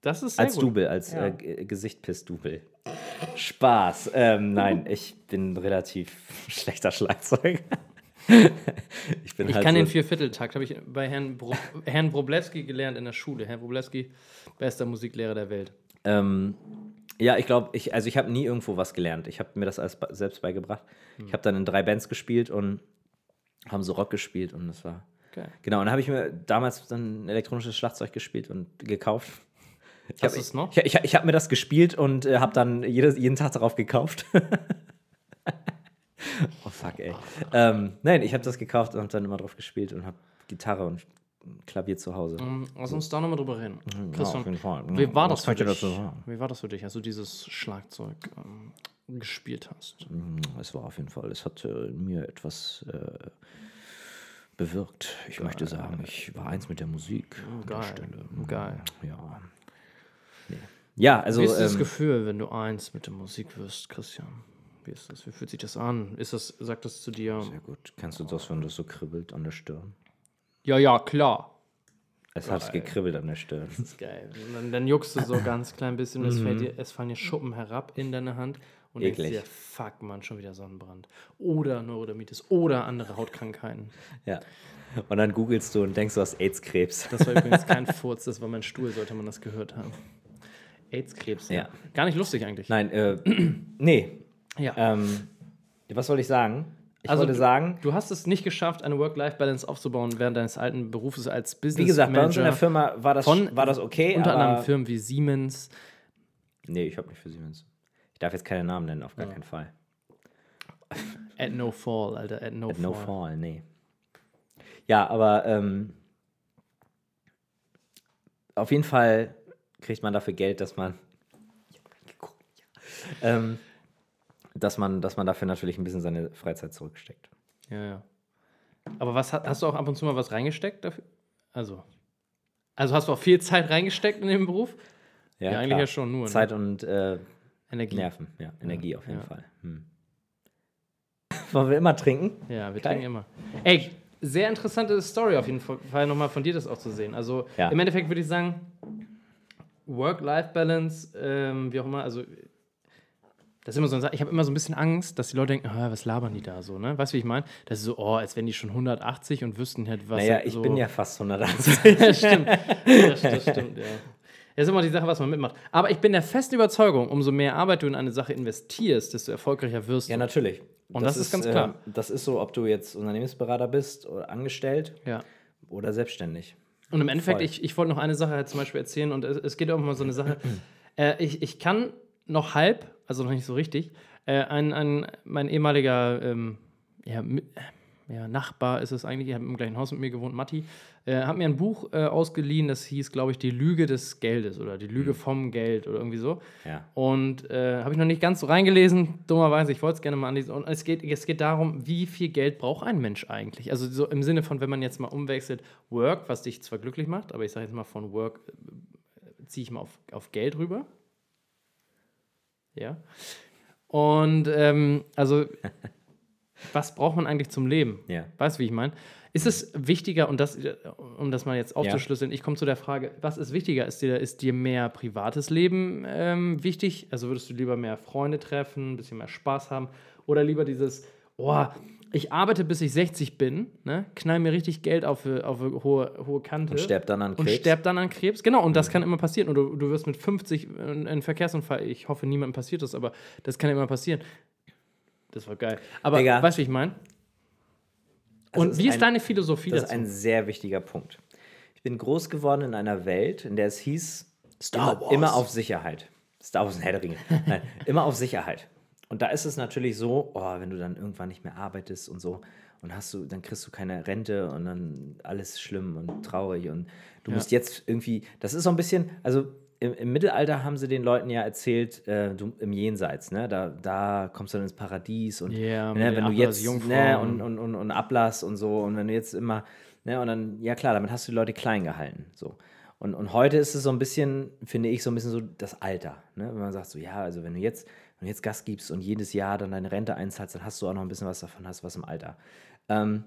Speaker 2: das ist sehr
Speaker 1: als
Speaker 2: gut.
Speaker 1: Double, als
Speaker 2: Ja.
Speaker 1: äh, G- Gesichtpiss-Double. Spaß. Ähm, nein, ich bin relativ schlechter Schlagzeuger. ich bin
Speaker 2: Ich
Speaker 1: halt
Speaker 2: kann
Speaker 1: so
Speaker 2: den Viervierteltakt, habe ich bei Herrn, Bro Herrn Wroblewski gelernt in der Schule. Herr Wroblewski, bester Musiklehrer der Welt.
Speaker 1: Ähm, ja, ich glaube, ich, also ich habe nie irgendwo was gelernt. Ich habe mir das alles be- selbst beigebracht. Ich habe dann in drei Bands gespielt und haben so Rock gespielt und das war.
Speaker 2: Geil.
Speaker 1: Genau, und dann habe ich mir damals dann ein elektronisches Schlagzeug gespielt und gekauft. Ich
Speaker 2: Hast
Speaker 1: hab-
Speaker 2: du's noch?
Speaker 1: Ich, ich, ich habe mir das gespielt und äh, habe dann jedes, jeden Tag darauf gekauft. oh fuck, ey. Ähm, nein, ich habe das gekauft und habe dann immer drauf gespielt und habe Gitarre und Klavier zu Hause.
Speaker 2: Ähm, Lass uns da nochmal drüber reden.
Speaker 1: auf jeden Fall. Mhm.
Speaker 2: wie war
Speaker 1: Was
Speaker 2: das für
Speaker 1: könnt ihr
Speaker 2: dich?
Speaker 1: dazu sagen?
Speaker 2: Wie war das für dich, als du dieses Schlagzeug ähm, gespielt hast?
Speaker 1: Mm, Es war auf jeden Fall, es hat äh, in mir etwas äh, bewirkt. Ich möchte sagen, ich war eins mit der Musik an der
Speaker 2: Geil.
Speaker 1: Stelle.
Speaker 2: Geil.
Speaker 1: Ja. Nee. Ja, also
Speaker 2: Wie ist das
Speaker 1: ähm,
Speaker 2: Gefühl, wenn du eins mit der Musik wirst, Christian? Wie ist das? Wie fühlt sich das an? Ist das, sagt das zu dir?
Speaker 1: sehr gut. Kennst du das, wenn das so kribbelt an der Stirn?
Speaker 2: Ja, ja, klar.
Speaker 1: Es hat
Speaker 2: Äh.
Speaker 1: gekribbelt an der Stirn.
Speaker 2: Das ist geil. Und dann, dann juckst du so ganz klein bisschen und es, fällt dir, es fallen dir Schuppen herab in deine Hand und
Speaker 1: Mhm. Eklig.
Speaker 2: denkst dir, fuck man, schon wieder Sonnenbrand. Oder Neurodermitis oder andere Hautkrankheiten.
Speaker 1: Ja. Und dann googelst du und denkst, du hast AIDS-Krebs.
Speaker 2: Das war übrigens kein Furz, das war mein Stuhl, sollte man das gehört haben. AIDS-Krebs.
Speaker 1: Ja.
Speaker 2: Gar nicht lustig eigentlich.
Speaker 1: Nein, äh, nee.
Speaker 2: Ja.
Speaker 1: Ähm, was wollte ich sagen? Ich
Speaker 2: Also
Speaker 1: wollte
Speaker 2: du-
Speaker 1: sagen,
Speaker 2: Du hast es nicht geschafft, eine Work-Life-Balance aufzubauen während deines alten Berufes als
Speaker 1: wie
Speaker 2: Business
Speaker 1: gesagt, bei uns in der
Speaker 2: Manager.
Speaker 1: Firma war das,
Speaker 2: von-
Speaker 1: war das okay.
Speaker 2: Unter
Speaker 1: aber
Speaker 2: anderem Firmen wie Siemens.
Speaker 1: Nee, ich habe nicht für Siemens. Ich darf jetzt keine Namen nennen, auf gar keinen Fall.
Speaker 2: At no fall, Alter. At no,
Speaker 1: Äh, No
Speaker 2: fall.
Speaker 1: Fall, nee. Ja, aber ähm, auf jeden Fall kriegt man dafür Geld, dass man ähm, dass, man, dass man dafür natürlich ein bisschen seine Freizeit zurücksteckt.
Speaker 2: Ja, ja. Aber was hat- hast du auch ab und zu mal was reingesteckt dafür? Also. Also hast du auch viel Zeit reingesteckt in den Beruf? Ja, eigentlich
Speaker 1: klar.
Speaker 2: ja schon nur, ne?
Speaker 1: Zeit und äh,
Speaker 2: Energie. Ja,
Speaker 1: Nerven, ja, Energie auf jeden
Speaker 2: ja.
Speaker 1: Fall. Hm. Wollen wir immer trinken?
Speaker 2: wir
Speaker 1: Geil.
Speaker 2: trinken immer. Ey, sehr interessante Story auf jeden Fall nochmal von dir das auch zu sehen. Also
Speaker 1: Ja.
Speaker 2: im Endeffekt würde ich sagen, Work-Life-Balance, ähm, wie auch immer, also das ist immer so, ein Sa- ich habe immer so ein bisschen Angst, dass die Leute denken, ah, was labern die da so, ne? Weißt du, wie ich meine? Das ist so, oh, als wenn die schon 180 und wüssten halt, was
Speaker 1: Naja, ich
Speaker 2: so
Speaker 1: bin ja fast 180.
Speaker 2: das stimmt. Das, das stimmt, ja. Das ist immer die Sache, was man mitmacht. Aber ich bin der festen Überzeugung, umso mehr Arbeit du in eine Sache investierst, desto erfolgreicher wirst du.
Speaker 1: ja, natürlich.
Speaker 2: Und das ist ganz klar.
Speaker 1: Äh, das ist so, ob du jetzt Unternehmensberater bist oder angestellt
Speaker 2: Ja.
Speaker 1: oder selbstständig.
Speaker 2: Und im Endeffekt,
Speaker 1: Voll.
Speaker 2: ich, ich wollte noch eine Sache halt zum Beispiel erzählen und es, es geht auch mal um so eine Sache. äh, ich, ich kann noch halb, also noch nicht so richtig, äh, ein, ein, mein ehemaliger ähm, ja, mi- ja, Nachbar ist es eigentlich, er hat im gleichen Haus mit mir gewohnt, Matti, äh, hat mir ein Buch äh, ausgeliehen, das hieß, glaube ich, Die Lüge des Geldes oder Die Lüge vom Geld oder irgendwie so.
Speaker 1: Hm. Ja.
Speaker 2: Und äh, habe ich noch nicht ganz so reingelesen, dummerweise, ich wollte es gerne mal anlesen. Und es geht, es geht darum, wie viel Geld braucht ein Mensch eigentlich? Also so im Sinne von, wenn man jetzt mal umwechselt, Work, was dich zwar glücklich macht, aber ich sage jetzt mal von Work ziehe ich mal auf, auf Geld rüber. Ja. Und ähm, also, was braucht man eigentlich zum Leben?
Speaker 1: Ja.
Speaker 2: Weißt du, wie ich meine? Ist es wichtiger, und das, um das mal jetzt aufzuschlüsseln, ich komme zu der Frage, was ist wichtiger? Ist dir, ist dir mehr privates Leben ähm, wichtig? Also würdest du lieber mehr Freunde treffen, ein bisschen mehr Spaß haben? Oder lieber dieses, oh, ich arbeite, bis ich 60 bin, ne? knall mir richtig Geld auf, eine- auf eine hohe, hohe Kante.
Speaker 1: Und sterb dann an
Speaker 2: Und
Speaker 1: Krebs. Mhm.
Speaker 2: sterb dann an Krebs, genau. Und das kann immer passieren. Und du, du wirst mit 50 in einen Verkehrsunfall. Ich hoffe, niemandem passiert das, aber das kann immer passieren. Das war geil. Aber
Speaker 1: Digga.
Speaker 2: weißt du, wie ich meine?
Speaker 1: Also
Speaker 2: und
Speaker 1: es
Speaker 2: wie ist
Speaker 1: ein-
Speaker 2: deine Philosophie
Speaker 1: Das
Speaker 2: dazu?
Speaker 1: ist ein sehr wichtiger Punkt. Ich bin groß geworden in einer Welt, in der es hieß,
Speaker 2: Star
Speaker 1: immer,
Speaker 2: Wars.
Speaker 1: immer auf Sicherheit. Star Wars und Herr der Ringe. Nein, immer auf Sicherheit. Und da ist es natürlich so, oh, wenn du dann irgendwann nicht mehr arbeitest und so und hast du, dann kriegst du keine Rente und dann alles schlimm und traurig und du musst jetzt irgendwie, das ist so ein bisschen, also im, im Mittelalter haben sie den Leuten ja erzählt, äh, du, im Jenseits, ne, da, da kommst du dann ins Paradies und
Speaker 2: Ja, mit
Speaker 1: ne,
Speaker 2: den
Speaker 1: wenn du
Speaker 2: Ablass-
Speaker 1: jetzt, ne,
Speaker 2: Jungfrauen.
Speaker 1: und, und, und, und Ablass und so. Und wenn du jetzt immer, ne, und dann, ja klar, damit hast du die Leute klein gehalten. So. Und, und heute ist es so ein bisschen, finde ich, so ein bisschen so das Alter. Ne? Wenn man sagt, so, ja, also wenn du jetzt, wenn du jetzt Gas gibst und jedes Jahr dann deine Rente einzahlst, dann hast du auch noch ein bisschen was davon, hast was im Alter. Ähm,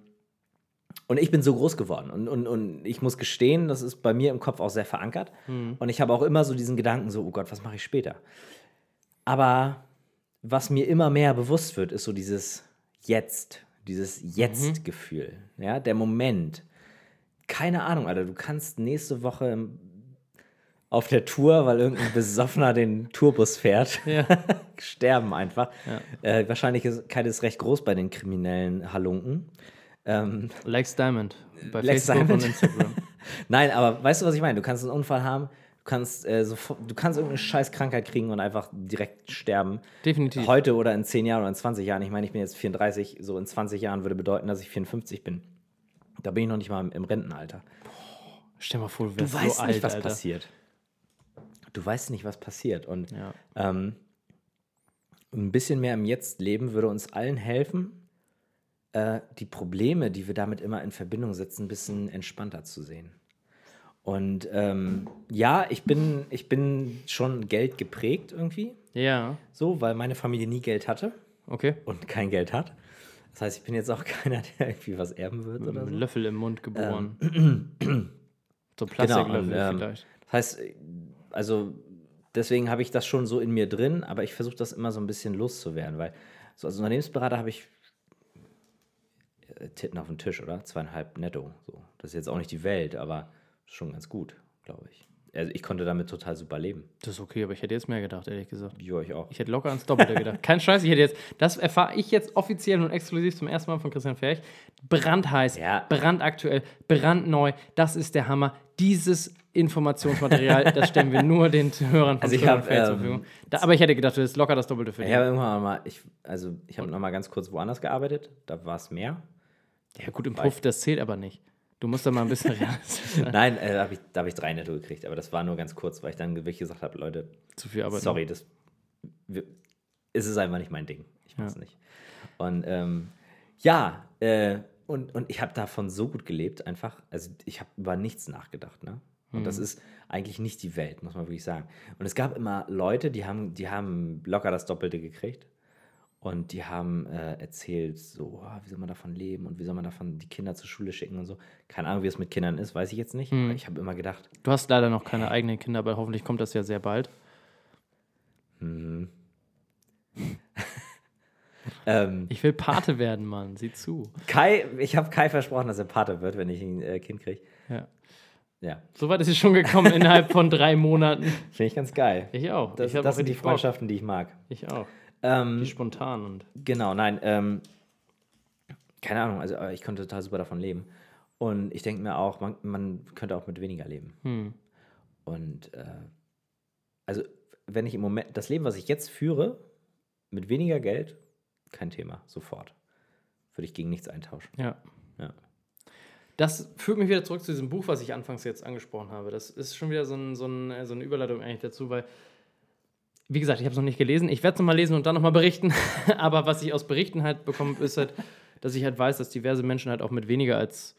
Speaker 1: und ich bin so groß geworden. Und, und, und ich muss gestehen, das ist bei mir im Kopf auch sehr verankert. Und ich habe auch immer so diesen Gedanken, so, oh Gott, was mache ich später? Aber was mir immer mehr bewusst wird, ist so dieses Jetzt, dieses Jetzt-Gefühl, ja, der Moment. Keine Ahnung, Alter, du kannst nächste Woche im- auf der Tour, weil irgendein Besoffener den Tourbus fährt,
Speaker 2: Ja.
Speaker 1: sterben einfach. Äh, wahrscheinlich ist keine ist recht groß bei den kriminellen Halunken.
Speaker 2: Lex Diamond bei
Speaker 1: Lex
Speaker 2: Facebook
Speaker 1: Diamond.
Speaker 2: und Instagram.
Speaker 1: Nein, aber weißt du, was ich meine? Du kannst einen Unfall haben, du kannst, äh, sofort, du kannst irgendeine scheiß Krankheit kriegen und einfach direkt sterben.
Speaker 2: Definitiv.
Speaker 1: Heute oder in 10 Jahren oder in 20 Jahren. Ich meine, ich bin jetzt 34, so in 20 Jahren würde bedeuten, dass ich 54 bin. Da bin ich noch nicht mal im, im Rentenalter.
Speaker 2: Stell mal vor, du
Speaker 1: Du
Speaker 2: wärst
Speaker 1: weißt
Speaker 2: so alt,
Speaker 1: nicht, was
Speaker 2: Alter.
Speaker 1: passiert. Du weißt nicht, was passiert. Und
Speaker 2: Ja.
Speaker 1: ähm, ein bisschen mehr im Jetzt leben würde uns allen helfen, äh, die Probleme, die wir damit immer in Verbindung setzen, ein bisschen entspannter zu sehen. Und ähm, ja, ich bin, ich bin schon Geld geprägt irgendwie,
Speaker 2: ja,
Speaker 1: so, weil meine Familie nie Geld hatte
Speaker 2: okay.
Speaker 1: und kein Geld hat. Das heißt, ich bin jetzt auch keiner, der irgendwie was erben wird
Speaker 2: Mit
Speaker 1: oder
Speaker 2: einem
Speaker 1: so.
Speaker 2: Löffel im Mund geboren. so
Speaker 1: und,
Speaker 2: Plastiklöffel
Speaker 1: ähm,
Speaker 2: vielleicht.
Speaker 1: Das heißt, also deswegen habe ich das schon so in mir drin, aber ich versuche das immer so ein bisschen loszuwerden, weil so als Unternehmensberater habe ich äh, Titten auf den Tisch, oder? Zweieinhalb netto. So. Das ist jetzt auch nicht die Welt, aber schon ganz gut, glaube ich. Also ich konnte damit total super leben.
Speaker 2: Das ist okay, aber ich hätte jetzt mehr gedacht, ehrlich gesagt.
Speaker 1: Jo, ich auch.
Speaker 2: Ich hätte locker ans Doppelte gedacht. Kein Scheiß, ich hätte jetzt, das erfahre ich jetzt offiziell und exklusiv zum ersten Mal von Christian Ferch. Brandheiß,
Speaker 1: Ja.
Speaker 2: brandaktuell, brandneu, das ist der Hammer. Dieses Informationsmaterial, das stellen wir nur den Hörern von
Speaker 1: Also ich
Speaker 2: Christian
Speaker 1: hab,
Speaker 2: Ferch zur
Speaker 1: ähm,
Speaker 2: Verfügung. Da, aber ich hätte gedacht, du hättest locker das Doppelte für
Speaker 1: Ich
Speaker 2: dich.
Speaker 1: habe irgendwann mal, ich, also ich habe noch mal ganz kurz woanders gearbeitet, da war es mehr.
Speaker 2: Ja, gut, im Puff, das zählt aber nicht. Du musst da mal ein bisschen realistisch sein.
Speaker 1: Nein, äh, da habe ich, da hab ich drei netto gekriegt, aber das war nur ganz kurz, weil ich dann wirklich gesagt habe, Leute,
Speaker 2: Zu viel Arbeit.
Speaker 1: sorry, das, wir, ist es einfach nicht mein Ding. Ich mach's nicht. Und ähm, ja, äh, und, und ich habe davon so gut gelebt, einfach. Also ich habe über nichts nachgedacht, ne? Und das ist eigentlich nicht die Welt, muss man wirklich sagen. Und es gab immer Leute, die haben, die haben locker das Doppelte gekriegt. Und die haben äh, erzählt, so, ah, wie soll man davon leben und wie soll man davon die Kinder zur Schule schicken und so. Keine Ahnung, wie es mit Kindern ist, weiß ich jetzt nicht. Aber ich habe immer gedacht,
Speaker 2: Du hast leider noch keine eigenen Kinder, aber hoffentlich kommt das ja sehr bald.
Speaker 1: ähm,
Speaker 2: Ich will Pate werden, Mann. Sieh zu.
Speaker 1: Kai, ich habe Kai versprochen, dass er Pate wird, wenn ich ein äh, Kind kriege.
Speaker 2: Ja.
Speaker 1: Ja,
Speaker 2: Soweit ist es schon gekommen innerhalb von drei Monaten.
Speaker 1: finde ich ganz geil.
Speaker 2: Ich auch.
Speaker 1: Das,
Speaker 2: ich hab
Speaker 1: das
Speaker 2: auch
Speaker 1: sind die
Speaker 2: richtig Bock.
Speaker 1: Freundschaften, die ich mag.
Speaker 2: Ich auch.
Speaker 1: Ähm,
Speaker 2: Die spontan und.
Speaker 1: Genau, nein, ähm, keine Ahnung, also äh, ich konnte total super davon leben. Und ich denke mir auch, man, man könnte auch mit weniger leben.
Speaker 2: Hm.
Speaker 1: Und äh, also, wenn ich im Moment, das Leben, was ich jetzt führe, mit weniger Geld, kein Thema, sofort. Würde ich gegen nichts eintauschen.
Speaker 2: Ja.
Speaker 1: Ja.
Speaker 2: Das führt mich wieder zurück zu diesem Buch, was ich anfangs jetzt angesprochen habe. Das ist schon wieder so, ein, so, ein, äh, so eine Überleitung eigentlich dazu, weil, wie gesagt, ich habe es noch nicht gelesen. Ich werde es nochmal lesen und dann nochmal berichten. Aber was ich aus Berichten halt bekommen habe, ist halt, dass ich halt weiß, dass diverse Menschen halt auch mit weniger als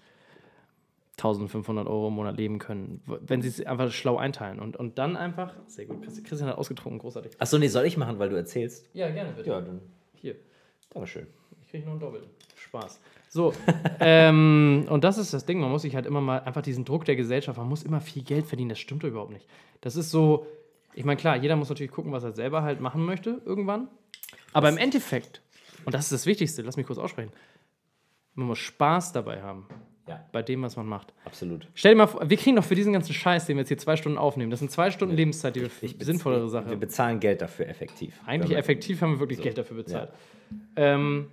Speaker 2: 1500 Euro im Monat leben können, w- wenn sie es einfach schlau einteilen. Und, und dann einfach, sehr gut, Christi- Christian hat ausgetrunken, großartig.
Speaker 1: Achso, nee, soll ich machen, weil du erzählst?
Speaker 2: Ja, gerne bitte.
Speaker 1: dann.
Speaker 2: Hier.
Speaker 1: Dankeschön.
Speaker 2: Ich kriege noch einen Doppel. Spaß. So, ähm, und das ist das Ding. Man muss sich halt immer mal einfach diesen Druck der Gesellschaft, man muss immer viel Geld verdienen. Das stimmt doch überhaupt nicht. Das ist so, ich meine, klar, jeder muss natürlich gucken, was er selber halt machen möchte irgendwann. Aber im Endeffekt, und das ist das Wichtigste, lass mich kurz aussprechen, man muss Spaß dabei haben,
Speaker 1: Ja,
Speaker 2: bei dem, was man macht.
Speaker 1: absolut.
Speaker 2: Stell dir mal vor, wir kriegen doch für diesen ganzen Scheiß, den wir jetzt hier zwei Stunden aufnehmen, das sind zwei Stunden Lebenszeit, die wir für sinnvollere Sache
Speaker 1: Wir bezahlen Geld dafür effektiv.
Speaker 2: eigentlich
Speaker 1: Wenn man-
Speaker 2: effektiv haben wir wirklich Geld dafür bezahlt. Ähm,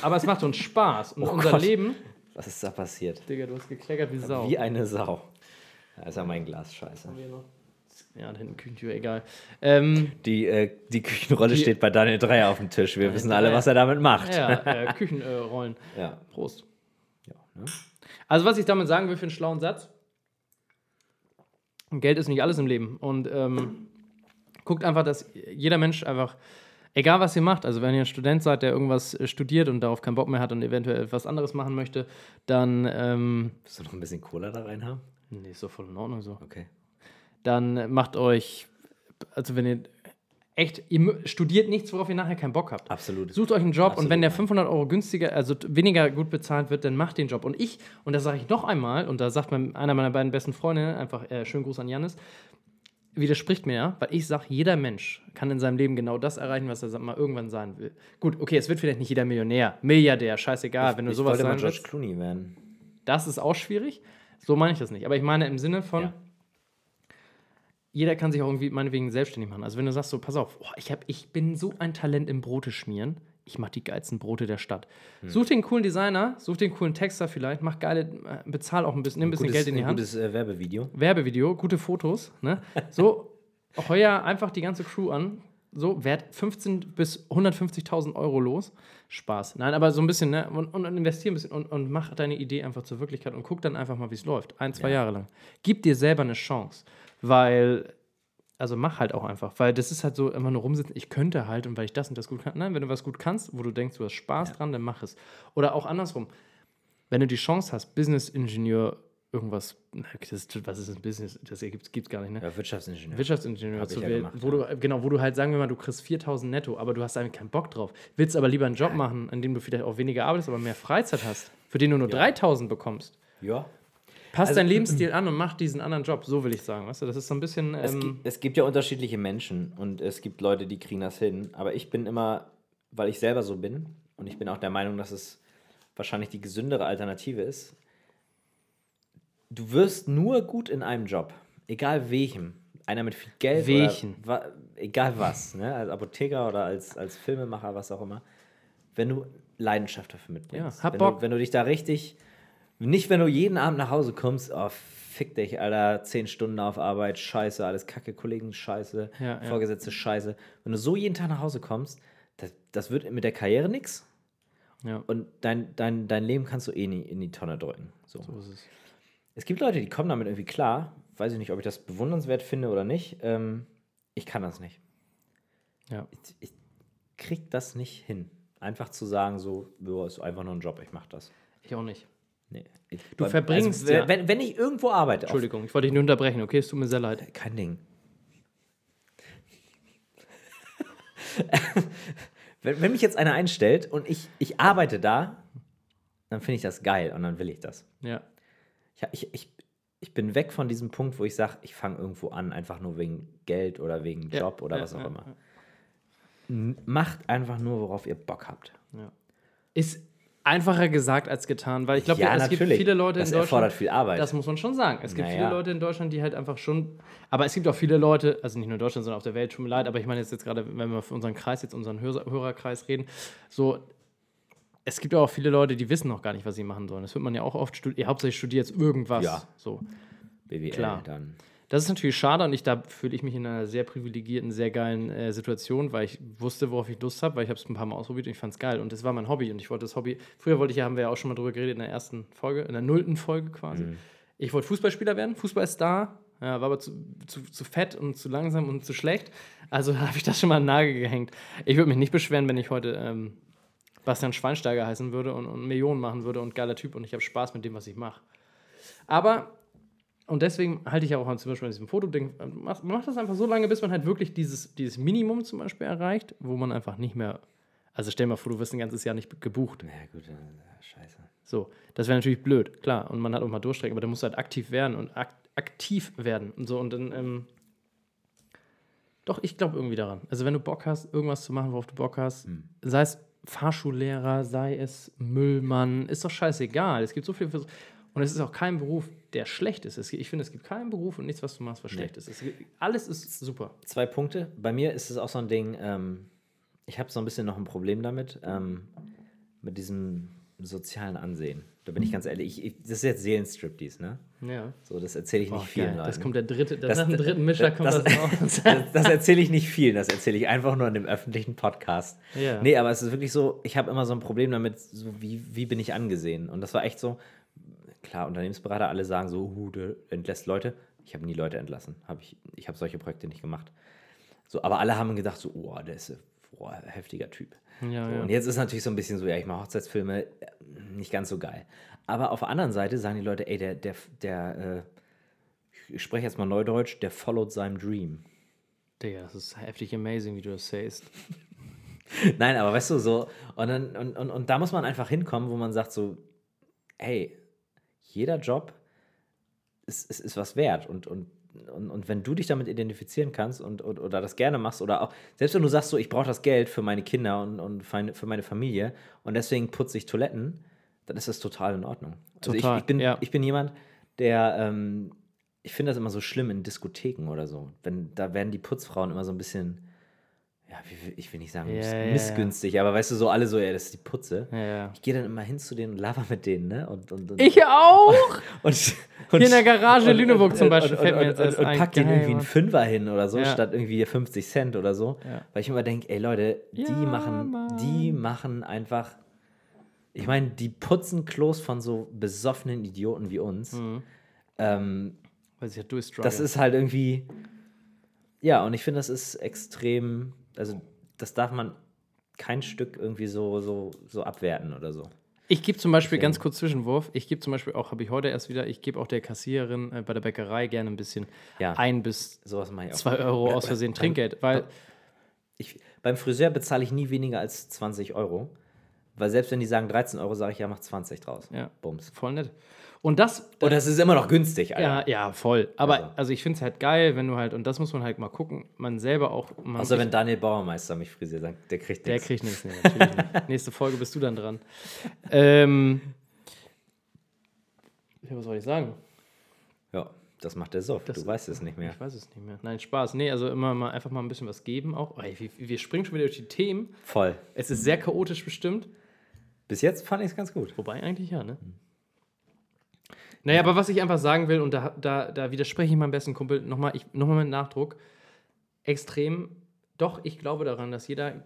Speaker 2: aber es macht uns Spaß. Und unser
Speaker 1: Oh Gott.
Speaker 2: Leben.
Speaker 1: Was ist da passiert?
Speaker 2: Digga, du hast gekleckert wie Sau.
Speaker 1: Wie eine Sau. Da ist ja mein Glas scheiße.
Speaker 2: Ja, da hinten Küchentür, egal. Ähm,
Speaker 1: Die, äh, die Küchenrolle
Speaker 2: Die-
Speaker 1: steht bei Daniel Dreier auf dem Tisch. Wir wissen alle,
Speaker 2: Dreier.
Speaker 1: was er damit macht. Ja.
Speaker 2: ja, äh, Küchenrollen.
Speaker 1: ja.
Speaker 2: Prost.
Speaker 1: ne?
Speaker 2: Also, was ich damit sagen will für einen schlauen Satz: Geld ist nicht alles im Leben. Und ähm, guckt einfach, dass jeder Mensch einfach, egal was ihr macht, also wenn ihr ein Student seid, der irgendwas äh, studiert und darauf keinen Bock mehr hat und eventuell etwas anderes machen möchte, dann. Ähm,
Speaker 1: Willst du noch ein bisschen Cola da rein haben?
Speaker 2: nee, ist doch voll in Ordnung so.
Speaker 1: Okay.
Speaker 2: Dann macht euch, also wenn ihr echt, ihr mü- studiert nichts, worauf ihr nachher keinen Bock habt.
Speaker 1: Absolut.
Speaker 2: Sucht euch einen Job und
Speaker 1: Absolut.
Speaker 2: wenn der 500 Euro günstiger, also t- weniger gut bezahlt wird, dann macht den Job. Und ich, und das sage ich noch einmal, und da sagt mein, einer meiner beiden besten Freunde, einfach äh, schönen Gruß an Janis, widerspricht mir ja, weil ich sage, jeder Mensch kann in seinem Leben genau das erreichen, was er sa- mal irgendwann sein will. Gut, okay, es wird vielleicht nicht jeder Millionär, Milliardär, scheißegal, wenn du
Speaker 1: ich
Speaker 2: sowas
Speaker 1: wollte mal
Speaker 2: sein
Speaker 1: George
Speaker 2: willst.
Speaker 1: Clooney werden.
Speaker 2: Das ist auch schwierig. So meine ich das nicht. Aber ich meine im Sinne von,
Speaker 1: Ja.
Speaker 2: jeder kann sich auch irgendwie meinetwegen selbstständig machen. Also wenn du sagst so, pass auf, oh, ich, hab, ich bin so ein Talent im Brote schmieren, ich mache die geilsten Brote der Stadt.
Speaker 1: Hm.
Speaker 2: Such den coolen Designer, such den coolen Texter vielleicht, mach geile, äh, bezahl auch ein bisschen, nimm ein bisschen
Speaker 1: gutes,
Speaker 2: Geld in die
Speaker 1: ein
Speaker 2: Hand.
Speaker 1: gutes äh, Werbevideo.
Speaker 2: Werbevideo, gute Fotos, ne? So, heuer einfach die ganze Crew an. So, wert 15 bis 150.000 Euro los. Spaß. Nein, aber so ein bisschen, ne? Und, und investier ein bisschen und, und mach deine Idee einfach zur Wirklichkeit und guck dann einfach mal, wie es läuft. Ein, zwei Jahre lang. Gib dir selber eine Chance, weil, also mach halt auch einfach, weil das ist halt so immer nur rumsitzen. Ich könnte halt und weil ich das und das gut kann. Nein, wenn du was gut kannst, wo du denkst, du hast Spaß dran, dann mach es. Oder auch andersrum wenn du die Chance hast, Business-Ingenieur, irgendwas, na, das, was ist ein Business, das gibt es gar nicht, ne?
Speaker 1: Ja, Wirtschaftsingenieur.
Speaker 2: Wirtschaftsingenieur
Speaker 1: Hab ich
Speaker 2: zu
Speaker 1: ja
Speaker 2: wählen,
Speaker 1: gemacht,
Speaker 2: wo du, genau, wo du halt sagen wir mal, du kriegst 4000 netto, aber du hast eigentlich keinen Bock drauf. Willst aber lieber einen Job machen, an dem du vielleicht auch weniger arbeitest, aber mehr Freizeit hast, für den du nur 3000 bekommst.
Speaker 1: ja.
Speaker 2: Passt
Speaker 1: Also-
Speaker 2: deinen Lebensstil an und mach diesen anderen Job, so will ich sagen, weißt du? Das ist so ein bisschen.
Speaker 1: Es,
Speaker 2: Ähm,
Speaker 1: gibt, es gibt ja unterschiedliche Menschen und es gibt Leute, die kriegen das hin. Aber ich bin immer, weil ich selber so bin und ich bin auch der Meinung, dass es wahrscheinlich die gesündere Alternative ist. Du wirst nur gut in einem Job, egal welchem. Einer mit viel Geld
Speaker 2: Welchen?
Speaker 1: oder wa egal was, ne? als Apotheker oder als, als Filmemacher, was auch immer. Wenn du Leidenschaft dafür mitbringst.
Speaker 2: Ja, hab
Speaker 1: wenn,
Speaker 2: Bock.
Speaker 1: Du, wenn du dich da richtig nicht, wenn du jeden Abend nach Hause kommst, oh, fick dich, Alter, zehn Stunden auf Arbeit, scheiße, alles kacke, Kollegen, scheiße,
Speaker 2: Ja, ja.
Speaker 1: Vorgesetzte, scheiße. Wenn du so jeden Tag nach Hause kommst, das, das wird mit der Karriere nix
Speaker 2: ja,
Speaker 1: und dein, dein, dein Leben kannst du eh nie in die Tonne drücken. So.
Speaker 2: so ist es.
Speaker 1: Es gibt Leute, die kommen damit irgendwie klar. Weiß ich nicht, ob ich das bewundernswert finde oder nicht. Ähm, ich kann das nicht.
Speaker 2: Ja.
Speaker 1: Ich, ich krieg das nicht hin. Einfach zu sagen, so, boah, ist einfach nur ein Job, ich mache das.
Speaker 2: Ich auch nicht.
Speaker 1: Nee. Ich,
Speaker 2: Du
Speaker 1: beim-
Speaker 2: verbringst
Speaker 1: also,
Speaker 2: ja-
Speaker 1: wenn, wenn ich irgendwo arbeite. auf-
Speaker 2: Entschuldigung, ich wollte dich nur unterbrechen, okay? Es tut mir sehr leid.
Speaker 1: Kein Ding. wenn, wenn mich jetzt einer einstellt und ich, ich arbeite da, dann finde ich das geil und dann will ich das.
Speaker 2: Ja.
Speaker 1: Ich, ich, ich, ich bin weg von diesem Punkt, wo ich sage, ich fange irgendwo an, einfach nur wegen Geld oder wegen
Speaker 2: Ja,
Speaker 1: Job oder
Speaker 2: ja,
Speaker 1: was auch
Speaker 2: ja,
Speaker 1: immer. N- Macht einfach nur, worauf ihr Bock habt.
Speaker 2: Ist einfacher gesagt als getan, weil ich glaube,
Speaker 1: Ja,
Speaker 2: es gibt
Speaker 1: natürlich.
Speaker 2: viele Leute
Speaker 1: Das
Speaker 2: in Deutschland.
Speaker 1: erfordert viel Arbeit.
Speaker 2: Das muss man schon sagen. Es gibt
Speaker 1: Naja.
Speaker 2: viele Leute in Deutschland, die halt einfach schon. Aber es gibt auch viele Leute, also nicht nur in Deutschland, sondern auf der Welt, tut mir leid, aber ich meine jetzt, jetzt gerade, wenn wir für unseren Kreis, jetzt unseren Hör Hörerkreis reden, so. Es gibt auch viele Leute, die wissen noch gar nicht, was sie machen sollen. Das wird man ja auch oft studieren. Hauptsächlich studiert jetzt irgendwas.
Speaker 1: Ja.
Speaker 2: So.
Speaker 1: BWL
Speaker 2: Klar.
Speaker 1: dann.
Speaker 2: Das ist natürlich schade und ich, da fühle ich mich in einer sehr privilegierten, sehr geilen äh, Situation, weil ich wusste, worauf ich Lust habe, weil ich habe es ein paar Mal ausprobiert und ich fand es geil und es war mein Hobby und ich wollte das Hobby, früher wollte ich ja, haben wir ja auch schon mal drüber geredet in der ersten Folge, in der nullten Folge quasi. Ich wollte Fußballspieler werden, Fußball ist da, ja, war aber zu, zu, zu fett und zu langsam und zu schlecht, also habe ich das schon mal an den Nagel gehängt. Ich würde mich nicht beschweren, wenn ich heute ähm, Bastian Schweinsteiger heißen würde und, und Millionen machen würde und geiler Typ und ich habe Spaß mit dem, was ich mache. Aber und deswegen halte ich ja auch an zum Beispiel an diesem Fotoding, äh, mach, mach das einfach so lange, bis man halt wirklich dieses, dieses Minimum zum Beispiel erreicht, wo man einfach nicht mehr, also stell dir mal vor, du wirst ein ganzes Jahr nicht gebucht.
Speaker 1: Na gut, äh, scheiße.
Speaker 2: So, das wäre natürlich blöd, klar. Und man hat auch mal durchstrecken, aber da musst du halt aktiv werden und ak aktiv werden und so. Und dann, ähm, doch, ich glaube irgendwie daran. Also, wenn du Bock hast, irgendwas zu machen, worauf du Bock hast,
Speaker 1: Hm.
Speaker 2: sei es Fahrschullehrer, sei es Müllmann, ist doch scheißegal. Es gibt so viele Versuche. Und es ist auch kein Beruf, der schlecht ist. Es- Ich finde, es gibt keinen Beruf und nichts, was du machst, was schlecht ist. Es gibt, alles ist super.
Speaker 1: Zwei Punkte. Bei mir ist es auch so ein Ding, ähm, ich habe so ein bisschen noch ein Problem damit, ähm, mit diesem sozialen Ansehen. Da
Speaker 2: Mhm.
Speaker 1: bin ich ganz ehrlich, ich, ich, das ist jetzt Seelenstriptease, ne?
Speaker 2: Ja.
Speaker 1: So, das erzähle ich
Speaker 2: Oh,
Speaker 1: nicht vielen
Speaker 2: geil.
Speaker 1: Leuten.
Speaker 2: Das kommt der dritte, das,
Speaker 1: Das-
Speaker 2: nach dem dritten Mischer kommt das,
Speaker 1: das-
Speaker 2: raus.
Speaker 1: das, das erzähle ich nicht viel, das erzähle ich einfach nur in dem öffentlichen Podcast.
Speaker 2: Ja.
Speaker 1: Nee, aber es ist wirklich so, ich habe immer so ein Problem damit, so wie, wie bin ich angesehen? Und das war echt so, klar, Unternehmensberater, alle sagen so, hu, du entlässt Leute. Ich habe nie Leute entlassen. Hab ich ich habe solche Projekte nicht gemacht. So, aber alle haben gedacht, so, oh, der ist ein boah, heftiger Typ.
Speaker 2: Ja,
Speaker 1: so,
Speaker 2: ja.
Speaker 1: Und jetzt ist natürlich so ein bisschen so, ja, ich mache Hochzeitsfilme, äh, nicht ganz so geil. Aber auf der anderen Seite sagen die Leute, ey, der, der, der, äh, ich spreche jetzt mal Neudeutsch, der followed seinem Dream.
Speaker 2: Digga, das ist heftig amazing, wie du das sagst.
Speaker 1: Nein, aber weißt du, so, und, dann, und, und, und da muss man einfach hinkommen, wo man sagt so, hey, jeder Job ist, ist, ist was wert und, und, und, und wenn du dich damit identifizieren kannst und, und oder das gerne machst oder auch, selbst wenn du sagst so, ich brauche das Geld für meine Kinder und, und für meine- für meine Familie und deswegen putze ich Toiletten, dann ist das total in Ordnung. Also
Speaker 2: Total,
Speaker 1: ich, ich, bin,
Speaker 2: ja.
Speaker 1: ich bin jemand, der, ähm, ich finde das immer so schlimm in Diskotheken oder so, wenn, da werden die Putzfrauen immer so ein bisschen... Ja, wie will- ich will nicht sagen,
Speaker 2: Ja,
Speaker 1: miss-
Speaker 2: ja, ja.
Speaker 1: missgünstig, aber weißt du, so alle so, ja, das ist die Putze.
Speaker 2: Ja, ja.
Speaker 1: Ich gehe dann immer hin zu denen und laber mit denen, ne? Und, und, und,
Speaker 2: Ich auch!
Speaker 1: und,
Speaker 2: Hier in der Garage Lüneburg zum Beispiel
Speaker 1: und,
Speaker 2: fällt
Speaker 1: und,
Speaker 2: mir jetzt
Speaker 1: und,
Speaker 2: erst
Speaker 1: und,
Speaker 2: ein.
Speaker 1: pack denen
Speaker 2: Geil,
Speaker 1: irgendwie einen
Speaker 2: Mann.
Speaker 1: Fünfer hin oder so,
Speaker 2: Ja.
Speaker 1: statt irgendwie 50 Cent oder so.
Speaker 2: Ja.
Speaker 1: Weil ich immer denke, ey Leute, die
Speaker 2: Ja,
Speaker 1: machen,
Speaker 2: Mann.
Speaker 1: die machen einfach. Ich meine, die putzen Klos von so besoffenen Idioten wie uns.
Speaker 2: Mhm.
Speaker 1: Ähm,
Speaker 2: Weil sie ja durchstruggle.
Speaker 1: das ist halt irgendwie. Ja, und ich finde, das ist extrem. Also, das darf man kein Stück irgendwie so, so, so abwerten oder so.
Speaker 2: ich gebe zum Beispiel, ganz kurz Zwischenwurf, ich gebe zum Beispiel auch, habe ich heute erst wieder, ich gebe auch der Kassiererin äh, bei der Bäckerei gerne ein bisschen
Speaker 1: Ja. Äh,
Speaker 2: ein bis
Speaker 1: Sowas mache ich auch.
Speaker 2: zwei Euro
Speaker 1: Oder-
Speaker 2: aus Versehen
Speaker 1: beim-
Speaker 2: Trinkgeld, weil
Speaker 1: Ich, beim Friseur bezahle ich nie weniger als 20 Euro. Weil selbst wenn die sagen 13 Euro, sage ich ja, mach 20 draus.
Speaker 2: Ja.
Speaker 1: Bums.
Speaker 2: voll nett. Und das,
Speaker 1: Und das ist immer noch günstig, Alter.
Speaker 2: ja, ja, voll. Aber
Speaker 1: Also.
Speaker 2: also, ich finde es halt geil, wenn du halt, und das muss man halt mal gucken, man selber auch. Man
Speaker 1: Außer Also wenn Daniel Bauermeister mich frisiert, dann, der kriegt
Speaker 2: Der
Speaker 1: nichts.
Speaker 2: kriegt nichts, nee, natürlich nicht. Nächste Folge bist du dann dran. Ähm, ja, was soll ich sagen?
Speaker 1: Ja, das macht der Soft.
Speaker 2: Das-
Speaker 1: Du weißt es nicht mehr.
Speaker 2: Ich weiß es nicht mehr. Nein, Spaß. Nee, also immer mal einfach mal ein bisschen was geben auch. Oh, ey, wir, wir springen schon wieder durch die Themen.
Speaker 1: Voll.
Speaker 2: Es ist sehr chaotisch bestimmt.
Speaker 1: Bis jetzt fand ich es ganz gut.
Speaker 2: Wobei eigentlich ja, ne? Naja, aber was ich einfach sagen will, und da, da, da widerspreche ich meinem besten Kumpel nochmal ich, noch mal mit Nachdruck, extrem, doch, ich glaube daran, dass jeder,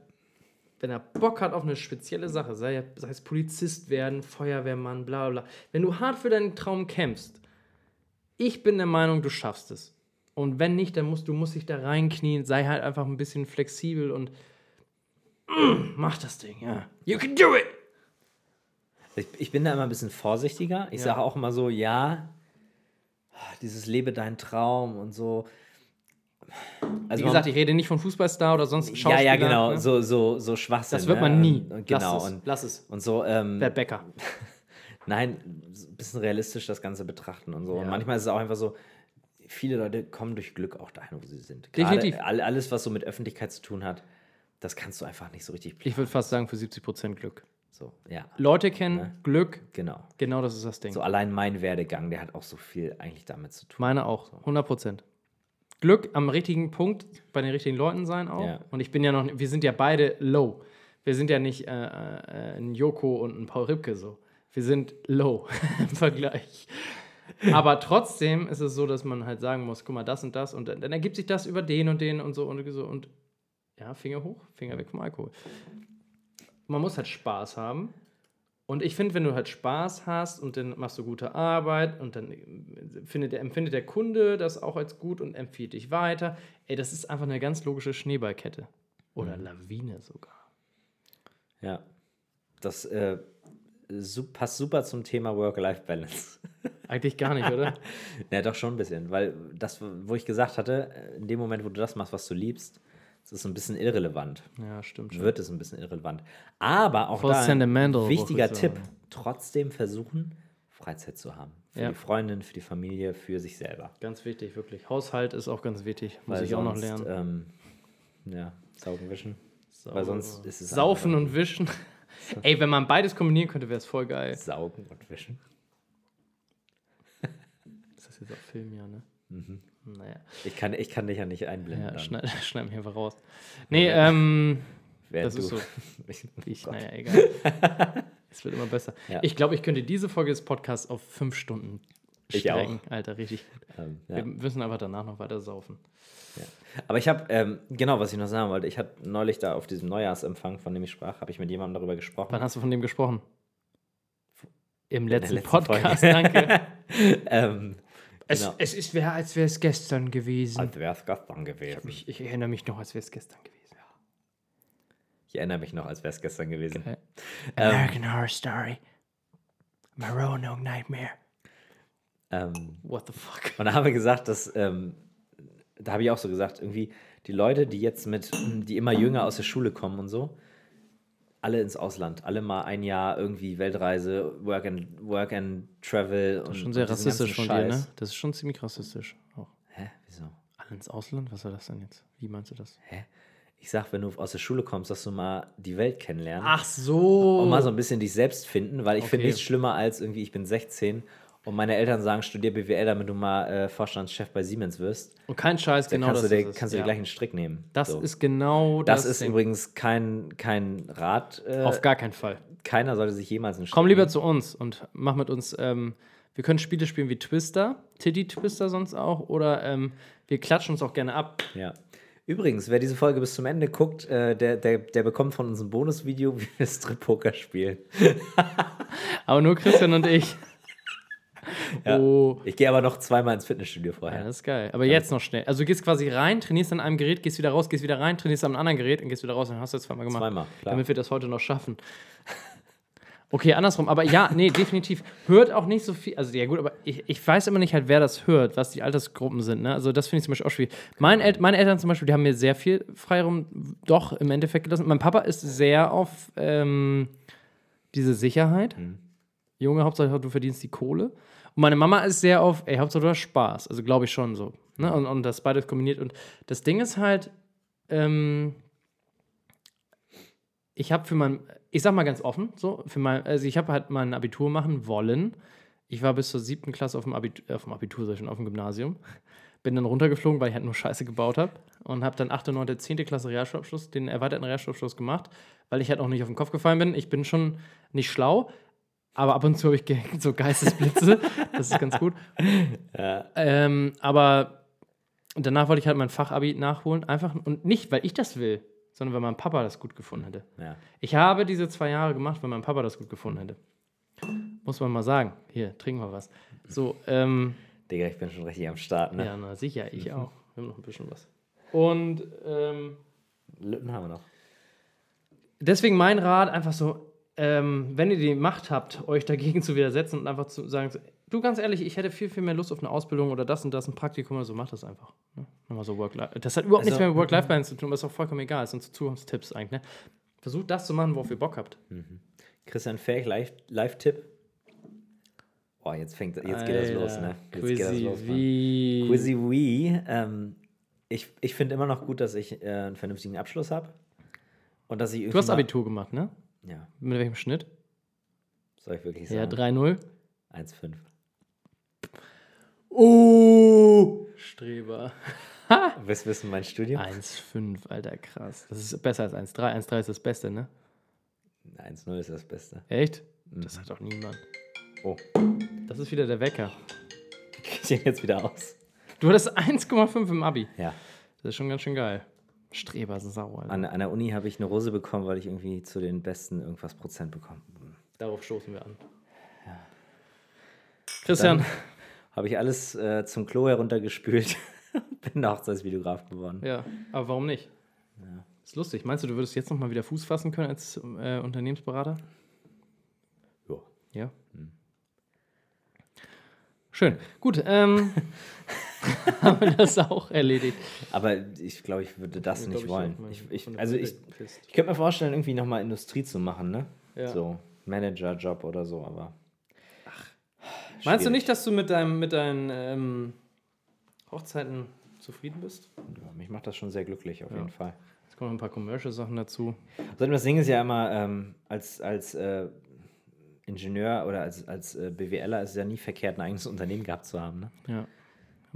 Speaker 2: wenn er Bock hat auf eine spezielle Sache, sei, er- sei es Polizist werden, Feuerwehrmann, bla bla, bla, wenn du hart für deinen Traum kämpfst, ich bin der Meinung, du schaffst es. Und wenn nicht, dann musst du musst dich da reinknien, sei halt einfach ein bisschen flexibel und mach das Ding, ja. You can do it!
Speaker 1: Ich, ich bin da immer ein bisschen vorsichtiger. Ich sage auch immer so, ja, dieses Lebe deinen Traum und so. Also
Speaker 2: Wie
Speaker 1: man-
Speaker 2: gesagt, ich rede nicht von Fußballstar oder sonst
Speaker 1: ja,
Speaker 2: Schauspieler.
Speaker 1: ja, genau,
Speaker 2: ne?
Speaker 1: so, so, so Schwachsinn.
Speaker 2: Das wird
Speaker 1: ne?
Speaker 2: man nie.
Speaker 1: Und, genau,
Speaker 2: Lass es.
Speaker 1: und,
Speaker 2: Lass es.
Speaker 1: und so, ähm,
Speaker 2: Der Bäcker.
Speaker 1: nein, so ein bisschen realistisch das Ganze betrachten und so. Und
Speaker 2: Ja.
Speaker 1: manchmal ist es auch einfach so, viele Leute kommen durch Glück auch dahin, wo sie sind. Gerade
Speaker 2: Definitiv.
Speaker 1: all- Alles, was so mit Öffentlichkeit zu tun hat, das kannst du einfach nicht so richtig planen.
Speaker 2: Ich würde fast sagen, für 70% Glück.
Speaker 1: So, ja,
Speaker 2: Leute kennen, Glück,
Speaker 1: genau.
Speaker 2: genau das ist das Ding.
Speaker 1: So allein mein Werdegang, der hat auch so viel eigentlich damit zu tun.
Speaker 2: Meine auch, 100%. Glück am richtigen Punkt, bei den richtigen Leuten sein auch.
Speaker 1: Ja.
Speaker 2: Und ich bin ja noch, wir sind ja beide low. Wir sind ja nicht äh, äh, ein Joko und ein Paul Ripke so. Wir sind low im Vergleich. Aber trotzdem ist es so, dass man halt sagen muss, guck mal, das und das und dann, dann ergibt sich das über den und den und so und so und ja, Finger hoch, Finger weg vom Alkohol. Man muss halt Spaß haben. Und ich finde, wenn du halt Spaß hast und dann machst du gute Arbeit und dann äh, findet der, empfindet der Kunde das auch als gut und empfiehlt dich weiter. Ey, das ist einfach eine ganz logische Schneeballkette. Oder Lawine sogar.
Speaker 1: Ja. Das äh, su passt super zum Thema Work-Life-Balance.
Speaker 2: Eigentlich gar nicht, oder?
Speaker 1: Ja, doch schon ein bisschen, weil das, wo ich gesagt hatte, äh, in dem Moment, wo du das machst, was du liebst, das ist ein bisschen irrelevant.
Speaker 2: Ja, stimmt schon.
Speaker 1: Wird es ein bisschen irrelevant. Aber auch
Speaker 2: Voll
Speaker 1: da
Speaker 2: sentimental,
Speaker 1: ein wichtiger
Speaker 2: wollte ich
Speaker 1: Tipp,
Speaker 2: sagen.
Speaker 1: trotzdem versuchen, Freizeit zu haben. Für
Speaker 2: Ja.
Speaker 1: die Freundin, für die Familie, für sich selber.
Speaker 2: Ganz wichtig, wirklich. Haushalt ist auch ganz wichtig. Muss
Speaker 1: Weil
Speaker 2: ich auch noch
Speaker 1: sonst,
Speaker 2: lernen.
Speaker 1: Ähm, ja, saugen, wischen.
Speaker 2: Sau-
Speaker 1: äh, weil sonst ist es
Speaker 2: Saufen und Wischen. Ey, wenn man beides kombinieren könnte, wäre es voll geil.
Speaker 1: Saugen und wischen.
Speaker 2: Ist das jetzt auch Film, ja, ne? Naja.
Speaker 1: Ich kann, ich kann dich ja nicht einblenden.
Speaker 2: Ja,
Speaker 1: dann,
Speaker 2: schneid, schneid mich einfach raus. Nee, ähm,
Speaker 1: während
Speaker 2: das ist
Speaker 1: du-
Speaker 2: so.
Speaker 1: ich,
Speaker 2: ich,
Speaker 1: oh Gott.
Speaker 2: naja, egal. Es wird immer besser.
Speaker 1: Ja.
Speaker 2: Ich glaube, ich könnte diese Folge des Podcasts auf fünf Stunden
Speaker 1: Ich auch.
Speaker 2: strecken. Alter, richtig.
Speaker 1: Ähm, ja.
Speaker 2: Wir müssen einfach danach noch weiter saufen.
Speaker 1: Aber ich habe, ähm, genau, was ich noch sagen wollte, ich hatte neulich da auf diesem Neujahrsempfang, von dem ich sprach, habe ich mit jemandem darüber gesprochen.
Speaker 2: Wann hast du von dem gesprochen? Im letzten,
Speaker 1: letzten Folge.
Speaker 2: Podcast, danke.
Speaker 1: Ähm, genau.
Speaker 2: es ist wäre, als wäre es gestern gewesen.
Speaker 1: Als wäre es gestern gewesen. Ich,
Speaker 2: Ich, ich erinnere mich noch, als wäre es gestern gewesen.
Speaker 1: erinnere mich noch, als wäre es gestern gewesen.
Speaker 2: Geil.
Speaker 1: Ähm,
Speaker 2: Horror Story. Marono Nightmare.
Speaker 1: ähm,
Speaker 2: What the fuck?
Speaker 1: und da haben wir gesagt, dass, ähm, da habe ich auch so gesagt, irgendwie die Leute, die jetzt mit, die immer jünger aus der Schule kommen und so, alle ins Ausland, alle mal ein Jahr irgendwie Weltreise, Work and, Work and Travel. und,
Speaker 2: Schon sehr
Speaker 1: und diesen ganzen
Speaker 2: rassistisch von dir,
Speaker 1: Scheiß.
Speaker 2: ne? Das ist schon ziemlich rassistisch. Auch.
Speaker 1: Hä, wieso?
Speaker 2: Alle ins Ausland? Was war das denn jetzt? Wie meinst du das?
Speaker 1: Ich sag, wenn du aus der Schule kommst, dass du mal die Welt kennenlernst.
Speaker 2: Ach so.
Speaker 1: und mal so ein bisschen dich selbst finden, weil ich finde
Speaker 2: Okay.
Speaker 1: nichts schlimmer als irgendwie, ich bin 16 und meine Eltern sagen, studier BWL, damit du mal äh, Vorstandschef bei Siemens wirst.
Speaker 2: Und kein Scheiß,
Speaker 1: Dann
Speaker 2: genau
Speaker 1: kannst
Speaker 2: das
Speaker 1: du dir,
Speaker 2: ist es.
Speaker 1: kannst du dir
Speaker 2: Ja.
Speaker 1: gleich einen Strick nehmen.
Speaker 2: Das
Speaker 1: So.
Speaker 2: ist genau
Speaker 1: das
Speaker 2: das.
Speaker 1: ist
Speaker 2: Ding.
Speaker 1: übrigens kein, kein Rat. Äh,
Speaker 2: Auf gar keinen Fall.
Speaker 1: keiner sollte sich jemals einen Strick
Speaker 2: Komm lieber
Speaker 1: nehmen.
Speaker 2: zu uns und mach mit uns. Ähm, wir können Spiele spielen wie Twister, Titty Twister sonst auch, oder ähm, wir klatschen uns auch gerne ab.
Speaker 1: Ja. Übrigens, wer diese Folge bis zum Ende guckt, äh, der, der, der bekommt von uns ein Bonusvideo, wie wir Strip-Poker spielen.
Speaker 2: Aber nur Christian und ich.
Speaker 1: Ja.
Speaker 2: Oh.
Speaker 1: Ich gehe aber noch zweimal ins Fitnessstudio vorher.
Speaker 2: Ja, das ist geil. Aber jetzt noch schnell. Also du gehst quasi rein, trainierst an einem Gerät, gehst wieder raus, gehst wieder rein, trainierst an einem anderen Gerät und gehst wieder raus. Dann hast du das zweimal gemacht.
Speaker 1: Zweimal, klar.
Speaker 2: Damit wir das heute noch schaffen. Okay, andersrum. Aber ja, nee, definitiv. Hört auch nicht so viel. Also ja gut, aber ich, ich weiß immer nicht halt, wer das hört, was die Altersgruppen sind. Ne? Also das finde ich zum Beispiel auch schwierig. Mein El meine Eltern zum Beispiel, die haben mir sehr viel Freiraum doch im Endeffekt gelassen. Mein Papa ist sehr auf ähm, diese Sicherheit. Junge, Hauptsache du verdienst die Kohle. Und meine Mama ist sehr auf, ey, Hauptsache du hast Spaß. Also glaube ich schon so. Ne? Und, und das beides kombiniert. Und das Ding ist halt, ähm, ich habe für mein, ich sag mal ganz offen, so, für mein, also ich habe halt mein Abitur machen wollen. Ich war bis zur siebten Klasse auf dem Abitur, auf dem Abitur, sag ich schon, auf dem Gymnasium. Bin dann runtergeflogen, weil ich halt nur Scheiße gebaut habe. Und habe dann 8., 9., 10. Klasse Realschulabschluss, den erweiterten Realschulabschluss gemacht, weil ich halt auch nicht auf den Kopf gefallen bin. Ich bin schon nicht schlau, aber ab und zu habe ich ge so Geistesblitze. das ist ganz gut. Ähm, aber danach wollte ich halt mein Fachabi nachholen. Einfach und nicht, weil ich das will, sondern weil mein Papa das gut gefunden hätte.
Speaker 1: Ja.
Speaker 2: Ich habe diese zwei Jahre gemacht, weil mein Papa das gut gefunden hätte. Muss man mal sagen. Hier, trinken wir was. So, ähm,
Speaker 1: Digga, ich bin schon richtig am Start, ne?
Speaker 2: Ja, na sicher, ich auch. Wir haben noch ein bisschen was. Und ähm,
Speaker 1: Lippen haben wir noch.
Speaker 2: deswegen mein Rat einfach so, ähm, wenn ihr die Macht habt, euch dagegen zu widersetzen und einfach zu sagen, so, du ganz ehrlich, ich hätte viel, viel mehr Lust auf eine Ausbildung oder das und das, ein Praktikum oder so, macht das einfach. Ne? Nochmal so Work-Life. Das hat überhaupt
Speaker 1: Also-
Speaker 2: nichts mehr mit Work-Life-Balance zu tun, aber ist auch vollkommen egal. Das sind so Zukunftstipps eigentlich. Ne? Versucht das zu machen, worauf ihr Bock habt.
Speaker 1: Christian Fähig, Live- Live-Tipp. Boah, jetzt fängt, jetzt geht das los, ne? Jetzt geht das los, Mann.
Speaker 2: Mann.
Speaker 1: Quizzy Wee, ähm, ich, ich finde immer noch gut, dass ich äh, einen vernünftigen Abschluss habe. Und dass ich
Speaker 2: Du hast
Speaker 1: irgendwie
Speaker 2: Abitur gemacht, ne?
Speaker 1: mal- Ja,
Speaker 2: Mit welchem Schnitt?
Speaker 1: soll ich wirklich
Speaker 2: Ja,
Speaker 1: sagen.
Speaker 2: 3-0.
Speaker 1: 1,5.
Speaker 2: Oh! Streber.
Speaker 1: Willst wissen, mein Studium?
Speaker 2: 1,5, Alter, krass. Das ist besser als 1,3. 1,3 ist das Beste, ne?
Speaker 1: 1,0 ist das Beste.
Speaker 2: Echt? Das hat doch niemand.
Speaker 1: Oh,
Speaker 2: Das ist wieder der Wecker.
Speaker 1: krieg ich den jetzt wieder aus.
Speaker 2: Du hattest 1,5 im Abi.
Speaker 1: Ja,
Speaker 2: Das ist schon ganz schön geil. Streber sind sauer. Alter.
Speaker 1: an, an der Uni habe ich eine Rose bekommen, weil ich irgendwie zu den Besten irgendwas Prozent bekommen
Speaker 2: Darauf stoßen wir an. Christian,
Speaker 1: Habe ich alles äh, zum Klo heruntergespült und bin Hochzeitsvideograf geworden.
Speaker 2: ja, aber warum nicht? Ist lustig. Meinst du, du würdest jetzt nochmal wieder Fuß fassen können als äh, Unternehmensberater?
Speaker 1: Jo.
Speaker 2: Ja.
Speaker 1: Hm.
Speaker 2: Schön. Gut, ähm, haben wir das auch erledigt.
Speaker 1: Aber ich glaube, ich würde das nicht wollen. Ich, ich, also ich, ich könnte mir vorstellen, irgendwie nochmal Industrie zu machen, ne?
Speaker 2: Ja.
Speaker 1: So Managerjob oder so, aber. Ach.
Speaker 2: Meinst du
Speaker 1: schwierig.
Speaker 2: nicht, dass du mit, deinem, mit deinen ähm, Hochzeiten zufrieden bist?
Speaker 1: Ja, mich macht das schon sehr glücklich, auf jeden Fall.
Speaker 2: Jetzt kommen noch ein paar Commercial-Sachen dazu.
Speaker 1: Außerdem, das Ding ist ja immer, ähm, als, als äh, Ingenieur oder als, als äh, BWLer ist es ja nie verkehrt, ein eigenes Unternehmen gehabt zu haben, ne?
Speaker 2: Ja. Haben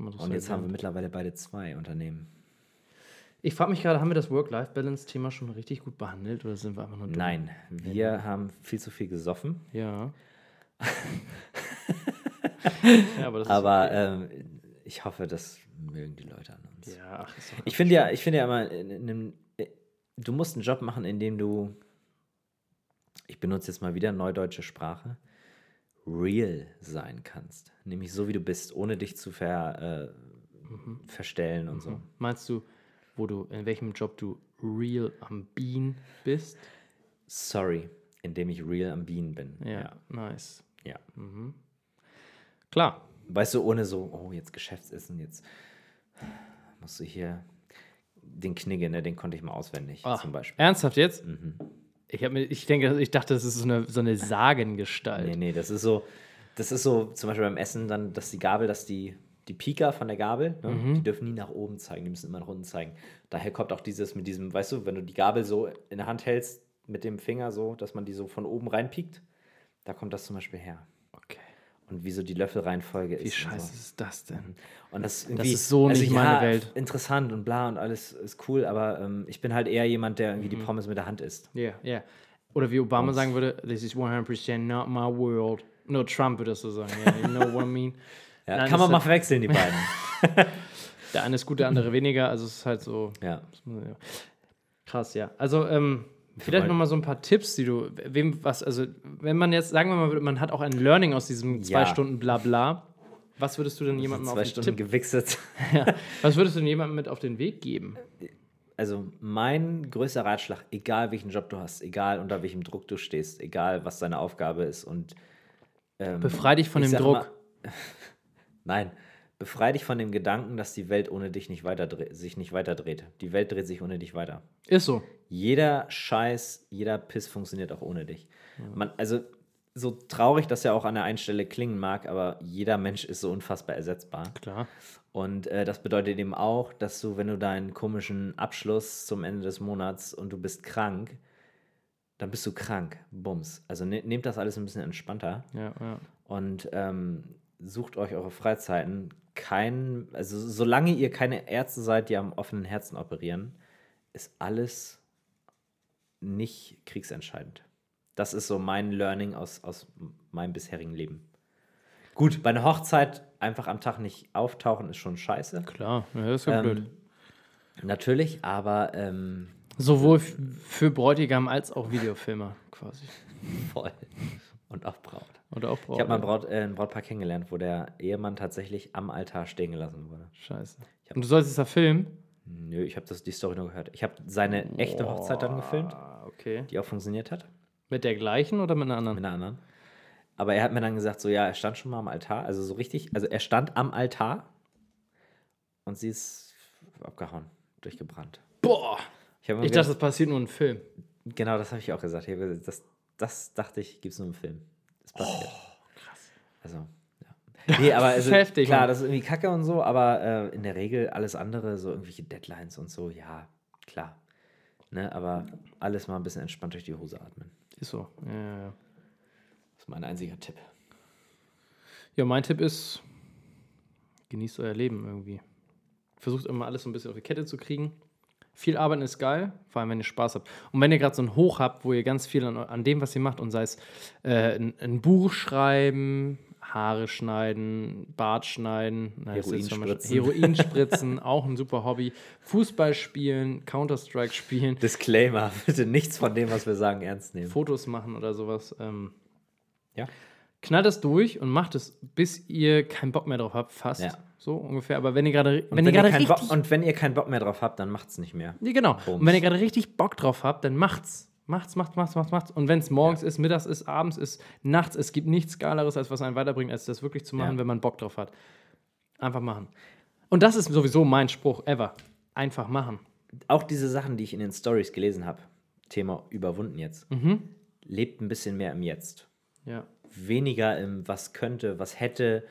Speaker 2: wir das
Speaker 1: Und jetzt haben
Speaker 2: so
Speaker 1: wir
Speaker 2: gelernt.
Speaker 1: mittlerweile beide zwei Unternehmen.
Speaker 2: ich frage mich gerade, haben wir das Work-Life-Balance-Thema schon richtig gut behandelt oder sind wir einfach nur dumm?
Speaker 1: Nein, wir haben viel zu viel gesoffen.
Speaker 2: Ja. ja, aber das
Speaker 1: Aber ähm, ich hoffe, das mögen die Leute an uns.
Speaker 2: ist. Ja, ach, ist doch
Speaker 1: Ich finde ja, ich finde ja immer, in, in, einem- äh, du musst einen Job machen, in dem du, ich benutze jetzt mal wieder neudeutsche Sprache, real sein kannst. Nämlich so, wie du bist, ohne dich zu ver, äh,
Speaker 2: Mhm.
Speaker 1: verstellen und so.
Speaker 2: Meinst du, wo du, in welchem Job du real am Bean bist?
Speaker 1: Sorry, indem ich real am Bienen bin.
Speaker 2: Ja,
Speaker 1: ja.
Speaker 2: nice.
Speaker 1: ja.
Speaker 2: Klar.
Speaker 1: Weißt du, ohne so, oh, jetzt Geschäftsessen, jetzt musst du hier den Knigge, ne, den konnte ich mal auswendig
Speaker 2: Ah,
Speaker 1: zum Beispiel. Mhm.
Speaker 2: Ernsthaft jetzt? Ich, hab mir, ich denke, ich dachte, das ist so eine, so eine Sagengestalt.
Speaker 1: Ah. Nee, nee, das ist so, das ist so zum Beispiel beim Essen dann, dass die Gabel, dass die, die Pika von der Gabel, ne,
Speaker 2: Mhm.
Speaker 1: die dürfen nie nach oben zeigen, die müssen immer nach unten zeigen. Daher kommt auch dieses mit diesem, weißt du, wenn du die Gabel so in der Hand hältst, mit dem Finger so, dass man die so von oben reinpiekt, da kommt das zum Beispiel her.
Speaker 2: Okay.
Speaker 1: Und wieso die Löffelreihenfolge
Speaker 2: Wie
Speaker 1: ist. und
Speaker 2: scheiße
Speaker 1: so.
Speaker 2: ist das denn?
Speaker 1: Und das, irgendwie- also
Speaker 2: ist so nicht meine Welt.
Speaker 1: Interessant und bla und alles ist cool, aber ähm, ich bin halt eher jemand, der irgendwie die
Speaker 2: Mhm.
Speaker 1: Pommes mit der Hand isst.
Speaker 2: Ja, ja. Oder wie Obama sagen würde, this is 100% not my world. No, Trump würde das so sagen. Ja, you know what I mean?
Speaker 1: Ja, kann
Speaker 2: Nein, das
Speaker 1: man mal
Speaker 2: ist-
Speaker 1: verwechseln, die beiden.
Speaker 2: Der eine ist gut, der andere weniger. Also es ist halt so.
Speaker 1: ja.
Speaker 2: Ja. Krass, ja. Also, ähm, vielleicht
Speaker 1: wollen-
Speaker 2: nochmal so ein paar Tipps, die du, wem was, also, wenn man jetzt, sagen wir mal, man hat auch ein Learning aus diesem zwei
Speaker 1: Ja.
Speaker 2: Stunden Blabla, was würdest du denn jemandem auf
Speaker 1: Zwei
Speaker 2: den
Speaker 1: Stunden
Speaker 2: Tipp,
Speaker 1: gewichset.
Speaker 2: was würdest du denn jemandem mit auf den Weg geben?
Speaker 1: Also mein größter Ratschlag, egal welchen Job du hast, egal unter welchem Druck du stehst, egal was deine Aufgabe ist und
Speaker 2: Befrei dich von
Speaker 1: Ähm, ich sag
Speaker 2: dem Druck.
Speaker 1: immer- Nein, befrei dich von dem Gedanken, dass die Welt ohne dich nicht weiter dre- sich nicht weiterdreht. Die Welt dreht sich ohne dich weiter.
Speaker 2: Ist so.
Speaker 1: Jeder Scheiß, jeder Piss funktioniert auch ohne dich. Man, also so traurig, dass er auch an der einen Stelle klingen mag, aber jeder Mensch ist so unfassbar ersetzbar.
Speaker 2: Klar.
Speaker 1: Und äh, das bedeutet eben auch, dass du, wenn du deinen komischen Abschluss zum Ende des Monats und du bist krank, dann bist du krank. Bums. Also ne nehmt das alles ein bisschen entspannter
Speaker 2: Ja, ja.
Speaker 1: und ähm, sucht euch eure Freizeiten. Kein, also solange ihr keine Ärzte seid, die am offenen Herzen operieren, ist alles nicht kriegsentscheidend. Das ist so mein Learning aus, aus meinem bisherigen Leben. Gut, bei einer Hochzeit einfach am Tag nicht auftauchen ist schon scheiße.
Speaker 2: Klar, ja, das ist ja
Speaker 1: Ähm,
Speaker 2: blöd.
Speaker 1: Natürlich, aber ähm,
Speaker 2: Sowohl f- für Bräutigam als auch Videofilmer quasi.
Speaker 1: voll. Und auch Braut.
Speaker 2: Oder auch Braut.
Speaker 1: Ich habe mal ein, Braut, äh, ein Brautpaar kennengelernt, wo der Ehemann tatsächlich am Altar stehen gelassen wurde.
Speaker 2: Scheiße.
Speaker 1: Ich hab-
Speaker 2: Und du sollst es da filmen?
Speaker 1: Nö, ich habe die Story nur gehört. Ich habe seine echte Hochzeit dann gefilmt,
Speaker 2: Ah, okay.
Speaker 1: die auch funktioniert hat,
Speaker 2: Mit der gleichen oder mit einer anderen?
Speaker 1: mit einer anderen. Aber er hat mir dann gesagt, so ja, er stand schon mal am Altar, also so richtig, also er stand am Altar und sie ist abgehauen, durchgebrannt.
Speaker 2: Boah!
Speaker 1: Ich, hab immer
Speaker 2: Ich
Speaker 1: gedacht-
Speaker 2: dachte, das passiert nur in Film.
Speaker 1: Genau, das habe ich auch gesagt. Ich hab gesagt, Das, das dachte ich, gibt es nur im Film. Das
Speaker 2: Oh,
Speaker 1: passiert. Also, ja. Nee, aber also,
Speaker 2: heftig,
Speaker 1: klar,
Speaker 2: Mann.
Speaker 1: das ist irgendwie Kacke und so, aber äh, in der Regel alles andere, so irgendwelche Deadlines und so, ja, klar. Ne, aber alles mal ein bisschen entspannt durch die Hose atmen.
Speaker 2: Ist so. Ja, ja, ja.
Speaker 1: Das ist mein einziger Tipp.
Speaker 2: ja, mein Tipp ist, genießt euer Leben irgendwie. Versucht immer alles so ein bisschen auf die Kette zu kriegen. Viel arbeiten ist geil, vor allem wenn ihr Spaß habt. Und wenn ihr gerade so ein Hoch habt, wo ihr ganz viel an, an dem, was ihr macht, und sei es äh, ein, ein Buch schreiben, Haare schneiden, Bart schneiden, na, das ist jetzt schon mal-
Speaker 1: Heroin
Speaker 2: Heroin spritzen, auch ein super Hobby, Fußball spielen, Counter-Strike spielen,
Speaker 1: Disclaimer, bitte nichts von dem, was wir sagen, ernst nehmen.
Speaker 2: Fotos machen oder sowas. Ähm,
Speaker 1: Ja.
Speaker 2: knallt es durch und macht es, bis ihr keinen Bock mehr drauf habt, fast.
Speaker 1: Ja.
Speaker 2: So ungefähr. Aber wenn ihr gerade,
Speaker 1: Und
Speaker 2: wenn, ihr gerade
Speaker 1: keinen
Speaker 2: richtig,
Speaker 1: Bock, und wenn ihr keinen Bock mehr drauf habt, dann macht's nicht mehr.
Speaker 2: nee, genau.
Speaker 1: Bums.
Speaker 2: Und wenn ihr gerade richtig Bock drauf habt, dann macht's. Macht's, macht's, macht's, macht's, macht's. Und wenn es morgens ist, mittags ist, abends ist, nachts, es gibt nichts Geileres, als was einen weiterbringt, als das wirklich zu machen,
Speaker 1: Ja.
Speaker 2: wenn man Bock drauf hat. Einfach machen. Und das ist sowieso mein Spruch ever. Einfach machen.
Speaker 1: auch diese Sachen, die ich in den Stories gelesen habe, Thema überwunden jetzt,
Speaker 2: Mhm.
Speaker 1: lebt ein bisschen mehr im Jetzt.
Speaker 2: Ja.
Speaker 1: Weniger im was könnte, was hätte,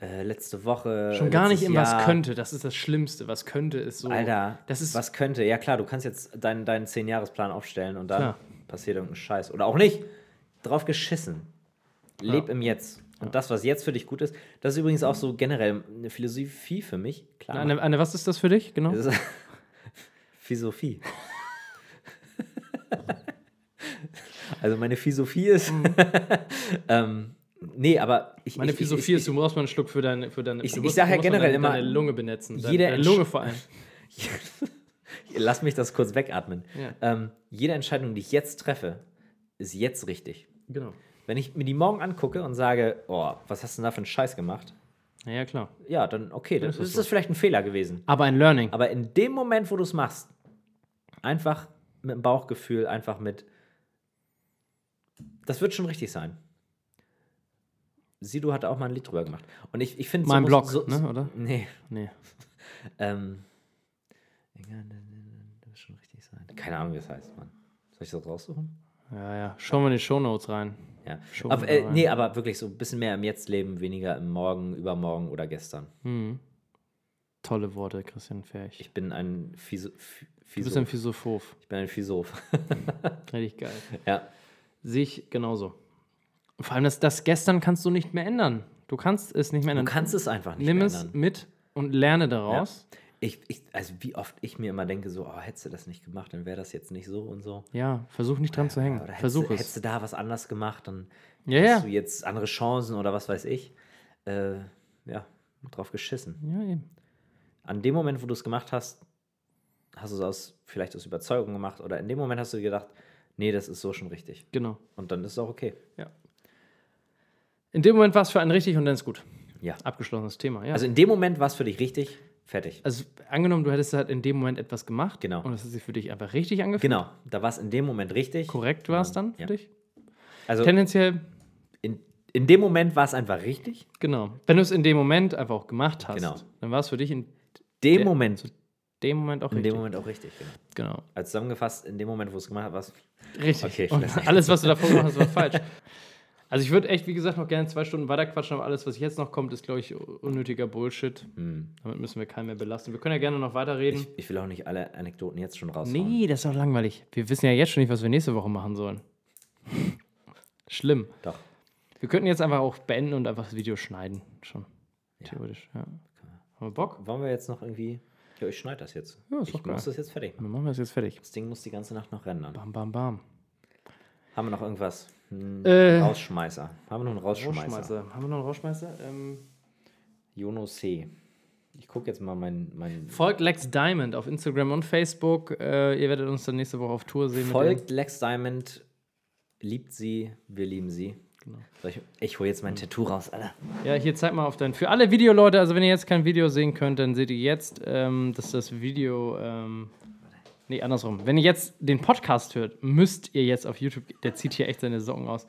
Speaker 1: äh, letzte Woche.
Speaker 2: Schon gar nicht
Speaker 1: letztes
Speaker 2: im
Speaker 1: Jahr.
Speaker 2: was könnte. Das ist das Schlimmste. Was könnte ist so.
Speaker 1: Alter,
Speaker 2: das ist
Speaker 1: was könnte. Ja klar, du kannst jetzt deinen deinen 10-Jahresplan aufstellen und dann
Speaker 2: Klar.
Speaker 1: passiert irgendein Scheiß. Oder auch nicht. Drauf geschissen. Leb im Jetzt. Und das, was jetzt für dich gut ist, das ist übrigens auch so generell eine Philosophie für mich. Klar,
Speaker 2: Eine, eine, was ist das für dich? Genau.
Speaker 1: Das ist Philosophie. also meine Philosophie ist. ähm, nee, aber ich.
Speaker 2: Mhm. Meine
Speaker 1: ich,
Speaker 2: Philosophie
Speaker 1: ich,
Speaker 2: ist, du brauchst mal einen Schluck für deine. Für deine
Speaker 1: Ich-
Speaker 2: du
Speaker 1: ich
Speaker 2: musst-
Speaker 1: sag ja
Speaker 2: du musst mal
Speaker 1: generell
Speaker 2: deine,
Speaker 1: immer,
Speaker 2: Deine Lunge benetzen. Deine,
Speaker 1: jede
Speaker 2: deine
Speaker 1: Entsch-
Speaker 2: Lunge vor allem.
Speaker 1: Ich, lass mich das kurz wegatmen.
Speaker 2: Ja.
Speaker 1: Ähm, jede Entscheidung, die ich jetzt treffe, ist jetzt richtig.
Speaker 2: Genau.
Speaker 1: Wenn ich mir die morgen angucke und sage, oh, was hast du denn da für einen Scheiß gemacht?
Speaker 2: Ja, ja, klar.
Speaker 1: Ja, dann okay, dann
Speaker 2: Das ist
Speaker 1: ist das vielleicht ein Fehler gewesen.
Speaker 2: Aber ein Learning.
Speaker 1: Aber in dem Moment, wo du es machst, einfach mit dem Bauchgefühl, einfach mit. Das wird schon richtig sein. Sido hat auch mal ein Lied drüber gemacht. Und ich, ich finde
Speaker 2: Mein
Speaker 1: muss-
Speaker 2: Blog,
Speaker 1: so,
Speaker 2: ne, oder?
Speaker 1: Nee.
Speaker 2: Nee.
Speaker 1: Ähm, das wird schon richtig sein. Keine Ahnung, wie es heißt, Mann. Soll ich das raussuchen?
Speaker 2: Ja, ja. Schauen wir in die Shownotes rein.
Speaker 1: Ja.
Speaker 2: Schon,
Speaker 1: aber, äh,
Speaker 2: aber-
Speaker 1: nee, aber wirklich so ein bisschen mehr im Jetzt-Leben, weniger im Morgen, übermorgen oder gestern.
Speaker 2: Hm. Tolle Worte, Christian Ferch.
Speaker 1: Ich bin ein Fiso.
Speaker 2: du bist ein Philosoph.
Speaker 1: Ich bin ein Philosoph.
Speaker 2: Richtig geil.
Speaker 1: ja.
Speaker 2: Sehe ich genauso. Und Vor allem das, das gestern kannst du nicht mehr ändern. Du kannst es nicht mehr
Speaker 1: Du
Speaker 2: ändern.
Speaker 1: kannst es einfach nicht
Speaker 2: Nimm
Speaker 1: mehr
Speaker 2: es
Speaker 1: ändern.
Speaker 2: mit und lerne daraus.
Speaker 1: Ich, ich, also wie oft ich mir immer denke, so, oh, hättest du das nicht gemacht, dann wäre das jetzt nicht so und so.
Speaker 2: Ja, versuch nicht dran zu hängen.
Speaker 1: Oder hättest, du-
Speaker 2: Versuch
Speaker 1: hättest
Speaker 2: es.
Speaker 1: du da was anders gemacht, dann
Speaker 2: Ja,
Speaker 1: hast
Speaker 2: ja.
Speaker 1: du jetzt andere Chancen oder was weiß ich. Äh, ja, drauf geschissen.
Speaker 2: Ja, eben.
Speaker 1: An dem Moment, wo du es gemacht hast, hast du es aus, vielleicht aus Überzeugung gemacht oder in dem Moment hast du dir gedacht, nee, das ist so schon richtig.
Speaker 2: Genau.
Speaker 1: Und dann ist es auch okay.
Speaker 2: In dem Moment war es für einen richtig und dann ist gut.
Speaker 1: Ja.
Speaker 2: Abgeschlossenes Thema, ja.
Speaker 1: Also in dem Moment war es für dich richtig, fertig.
Speaker 2: Also angenommen, du hättest halt in dem Moment etwas gemacht
Speaker 1: Genau.
Speaker 2: und es hat sich für dich einfach richtig angefühlt.
Speaker 1: Genau, da war es in dem Moment richtig.
Speaker 2: Korrekt war es dann für
Speaker 1: Ja.
Speaker 2: dich.
Speaker 1: Also
Speaker 2: Tendenziell,
Speaker 1: in, in dem Moment war es einfach richtig.
Speaker 2: genau. Wenn du es in dem Moment einfach auch gemacht hast,
Speaker 1: Genau.
Speaker 2: dann war es für dich in
Speaker 1: Dem
Speaker 2: Der-
Speaker 1: Moment.
Speaker 2: dem Moment auch
Speaker 1: In
Speaker 2: richtig.
Speaker 1: dem Moment auch richtig, genau.
Speaker 2: Genau.
Speaker 1: Also zusammengefasst, in dem Moment, wo es gemacht hat, war es.
Speaker 2: Richtig.
Speaker 1: Okay,
Speaker 2: und
Speaker 1: schlecht.
Speaker 2: alles, was du davor gemacht hast, war falsch. Also ich würde echt, wie gesagt, noch gerne zwei Stunden weiterquatschen, aber alles, was jetzt noch kommt, ist, glaube ich, unnötiger Bullshit. Damit müssen wir keinen mehr belasten. Wir können ja gerne noch weiterreden.
Speaker 1: hm, Ich, ich will auch nicht alle Anekdoten jetzt schon raushauen.
Speaker 2: nee, das ist doch langweilig. Wir wissen ja jetzt schon nicht, was wir nächste Woche machen sollen. Schlimm.
Speaker 1: Doch.
Speaker 2: Wir könnten jetzt einfach auch beenden und einfach das Video schneiden. Schon. Theoretisch, ja. Haben wir Bock?
Speaker 1: Wollen wir jetzt noch irgendwie. Ja, ich schneide das jetzt.
Speaker 2: Ja, ist
Speaker 1: ich
Speaker 2: doch
Speaker 1: muss
Speaker 2: geil.
Speaker 1: das jetzt fertig machen.
Speaker 2: Dann machen wir es jetzt fertig.
Speaker 1: Das Ding muss die ganze Nacht noch rendern.
Speaker 2: Bam, bam, bam.
Speaker 1: Haben wir noch irgendwas? Hm,
Speaker 2: Äh.
Speaker 1: Rausschmeißer. Haben wir noch einen Rausschmeißer?
Speaker 2: Rauschmeißer. Haben wir noch einen Rauschmeißer? Ähm,
Speaker 1: Jono C. Ich gucke jetzt mal mein. mein
Speaker 2: folgt Lex Diamond auf Instagram und Facebook. Äh, ihr werdet uns dann nächste Woche auf Tour sehen. mit
Speaker 1: Folgt Lex Diamond. Liebt sie. Wir lieben sie.
Speaker 2: ihm. genau.
Speaker 1: So, ich ich hole jetzt mein Tattoo raus, Alter.
Speaker 2: Ja, hier zeig mal auf dein. Für alle Videoleute, also wenn ihr jetzt kein Video sehen könnt, dann seht ihr jetzt, ähm, dass das Video. Ähm, nee, andersrum. Wenn ihr jetzt den Podcast hört, müsst ihr jetzt auf YouTube. Der zieht hier echt seine Socken aus.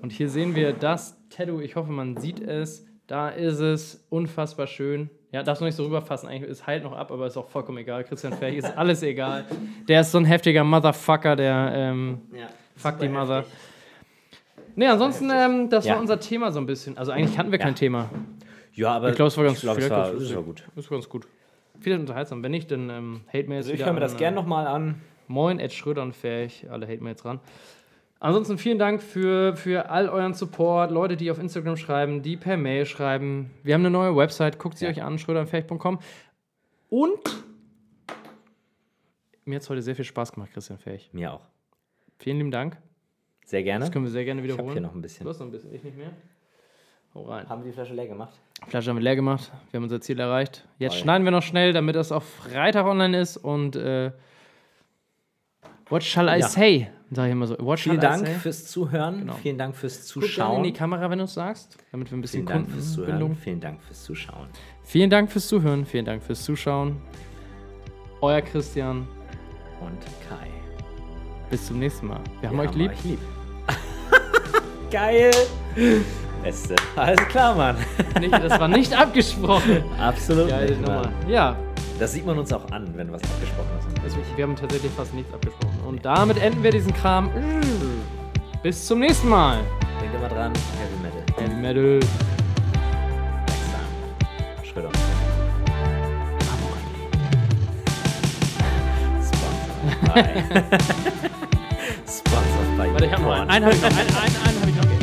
Speaker 2: Und hier sehen wir das Tattoo. Ich hoffe, man sieht es. Da ist es. Unfassbar schön. Ja, darfst du nicht so rüberfassen. Eigentlich ist halt noch ab, aber ist auch vollkommen egal. Christian Ferch ist alles egal. Der ist so ein heftiger Motherfucker, der. Ähm,
Speaker 1: Ja.
Speaker 2: Fuck die Mother. Nee, ansonsten, ähm, das
Speaker 1: Ja.
Speaker 2: war unser Thema so ein bisschen. Also eigentlich hatten wir kein Thema.
Speaker 1: Ja, aber
Speaker 2: Ich glaube, es war ganz
Speaker 1: ich glaub, es
Speaker 2: vielleicht
Speaker 1: war,
Speaker 2: ganz
Speaker 1: es war
Speaker 2: lustig.
Speaker 1: gut.
Speaker 2: Ist ganz gut. Vielleicht unterhaltsam. Wenn nicht, dann ähm, hate mails
Speaker 1: Also ich höre mir das gerne nochmal an.
Speaker 2: Moin, Ed Schröder und Fähig. Alle hate mails ran. Ansonsten vielen Dank für, für all euren Support. Leute, die auf Instagram schreiben, die per Mail schreiben. Wir haben eine neue Website. Guckt sie euch an, schröderundfähig.com. Und mir hat es heute sehr viel Spaß gemacht, Christian Fähig.
Speaker 1: Mir auch.
Speaker 2: Vielen lieben Dank.
Speaker 1: Sehr gerne.
Speaker 2: Das können wir sehr gerne
Speaker 1: Ich
Speaker 2: wiederholen.
Speaker 1: habe hier noch ein
Speaker 2: Du
Speaker 1: bisschen.
Speaker 2: hast noch ein bisschen, ich nicht mehr. Hau rein.
Speaker 1: Haben wir die Flasche leer gemacht?
Speaker 2: Flasche haben wir leer gemacht. Wir haben unser Ziel erreicht. Jetzt
Speaker 1: Oi.
Speaker 2: schneiden wir noch schnell, damit das auf Freitag online ist. Und äh, what shall I
Speaker 1: Ja.
Speaker 2: say? Sag ich immer so. What shall
Speaker 1: Vielen Dank
Speaker 2: I say?
Speaker 1: fürs Zuhören.
Speaker 2: Genau.
Speaker 1: Vielen Dank fürs
Speaker 2: Guck gerne in die
Speaker 1: Zuschauen.
Speaker 2: Kamera, wenn du es sagst, damit wir ein bisschen
Speaker 1: Vielen Dank fürs Zuhören.
Speaker 2: Kundenbindung.
Speaker 1: Vielen Dank fürs Zuschauen.
Speaker 2: Vielen Dank fürs Zuhören. Vielen Dank fürs Zuschauen. Euer Christian.
Speaker 1: Und Kai.
Speaker 2: Bis zum nächsten Mal. Wir haben
Speaker 1: Wir
Speaker 2: euch lieb.
Speaker 1: Euch lieb. Geil. Beste. Alles klar, Mann.
Speaker 2: Nicht, das war nicht abgesprochen.
Speaker 1: Absolut.
Speaker 2: Geile
Speaker 1: nicht, Mann.
Speaker 2: Nummer. Ja,
Speaker 1: Das sieht man uns auch an, wenn was abgesprochen ist.
Speaker 2: Also wir haben tatsächlich fast nichts abgesprochen. Und damit enden wir diesen Kram. Bis zum nächsten Mal.
Speaker 1: Denkt immer dran, Heavy Metal.
Speaker 2: Heavy Metal.
Speaker 1: Schröder. Ah, Sponsored by- Sponsored by
Speaker 2: Warte, ich hab noch
Speaker 1: Porn.
Speaker 2: einen. Einen hab ich noch. Einen, einen, einen hab ich noch.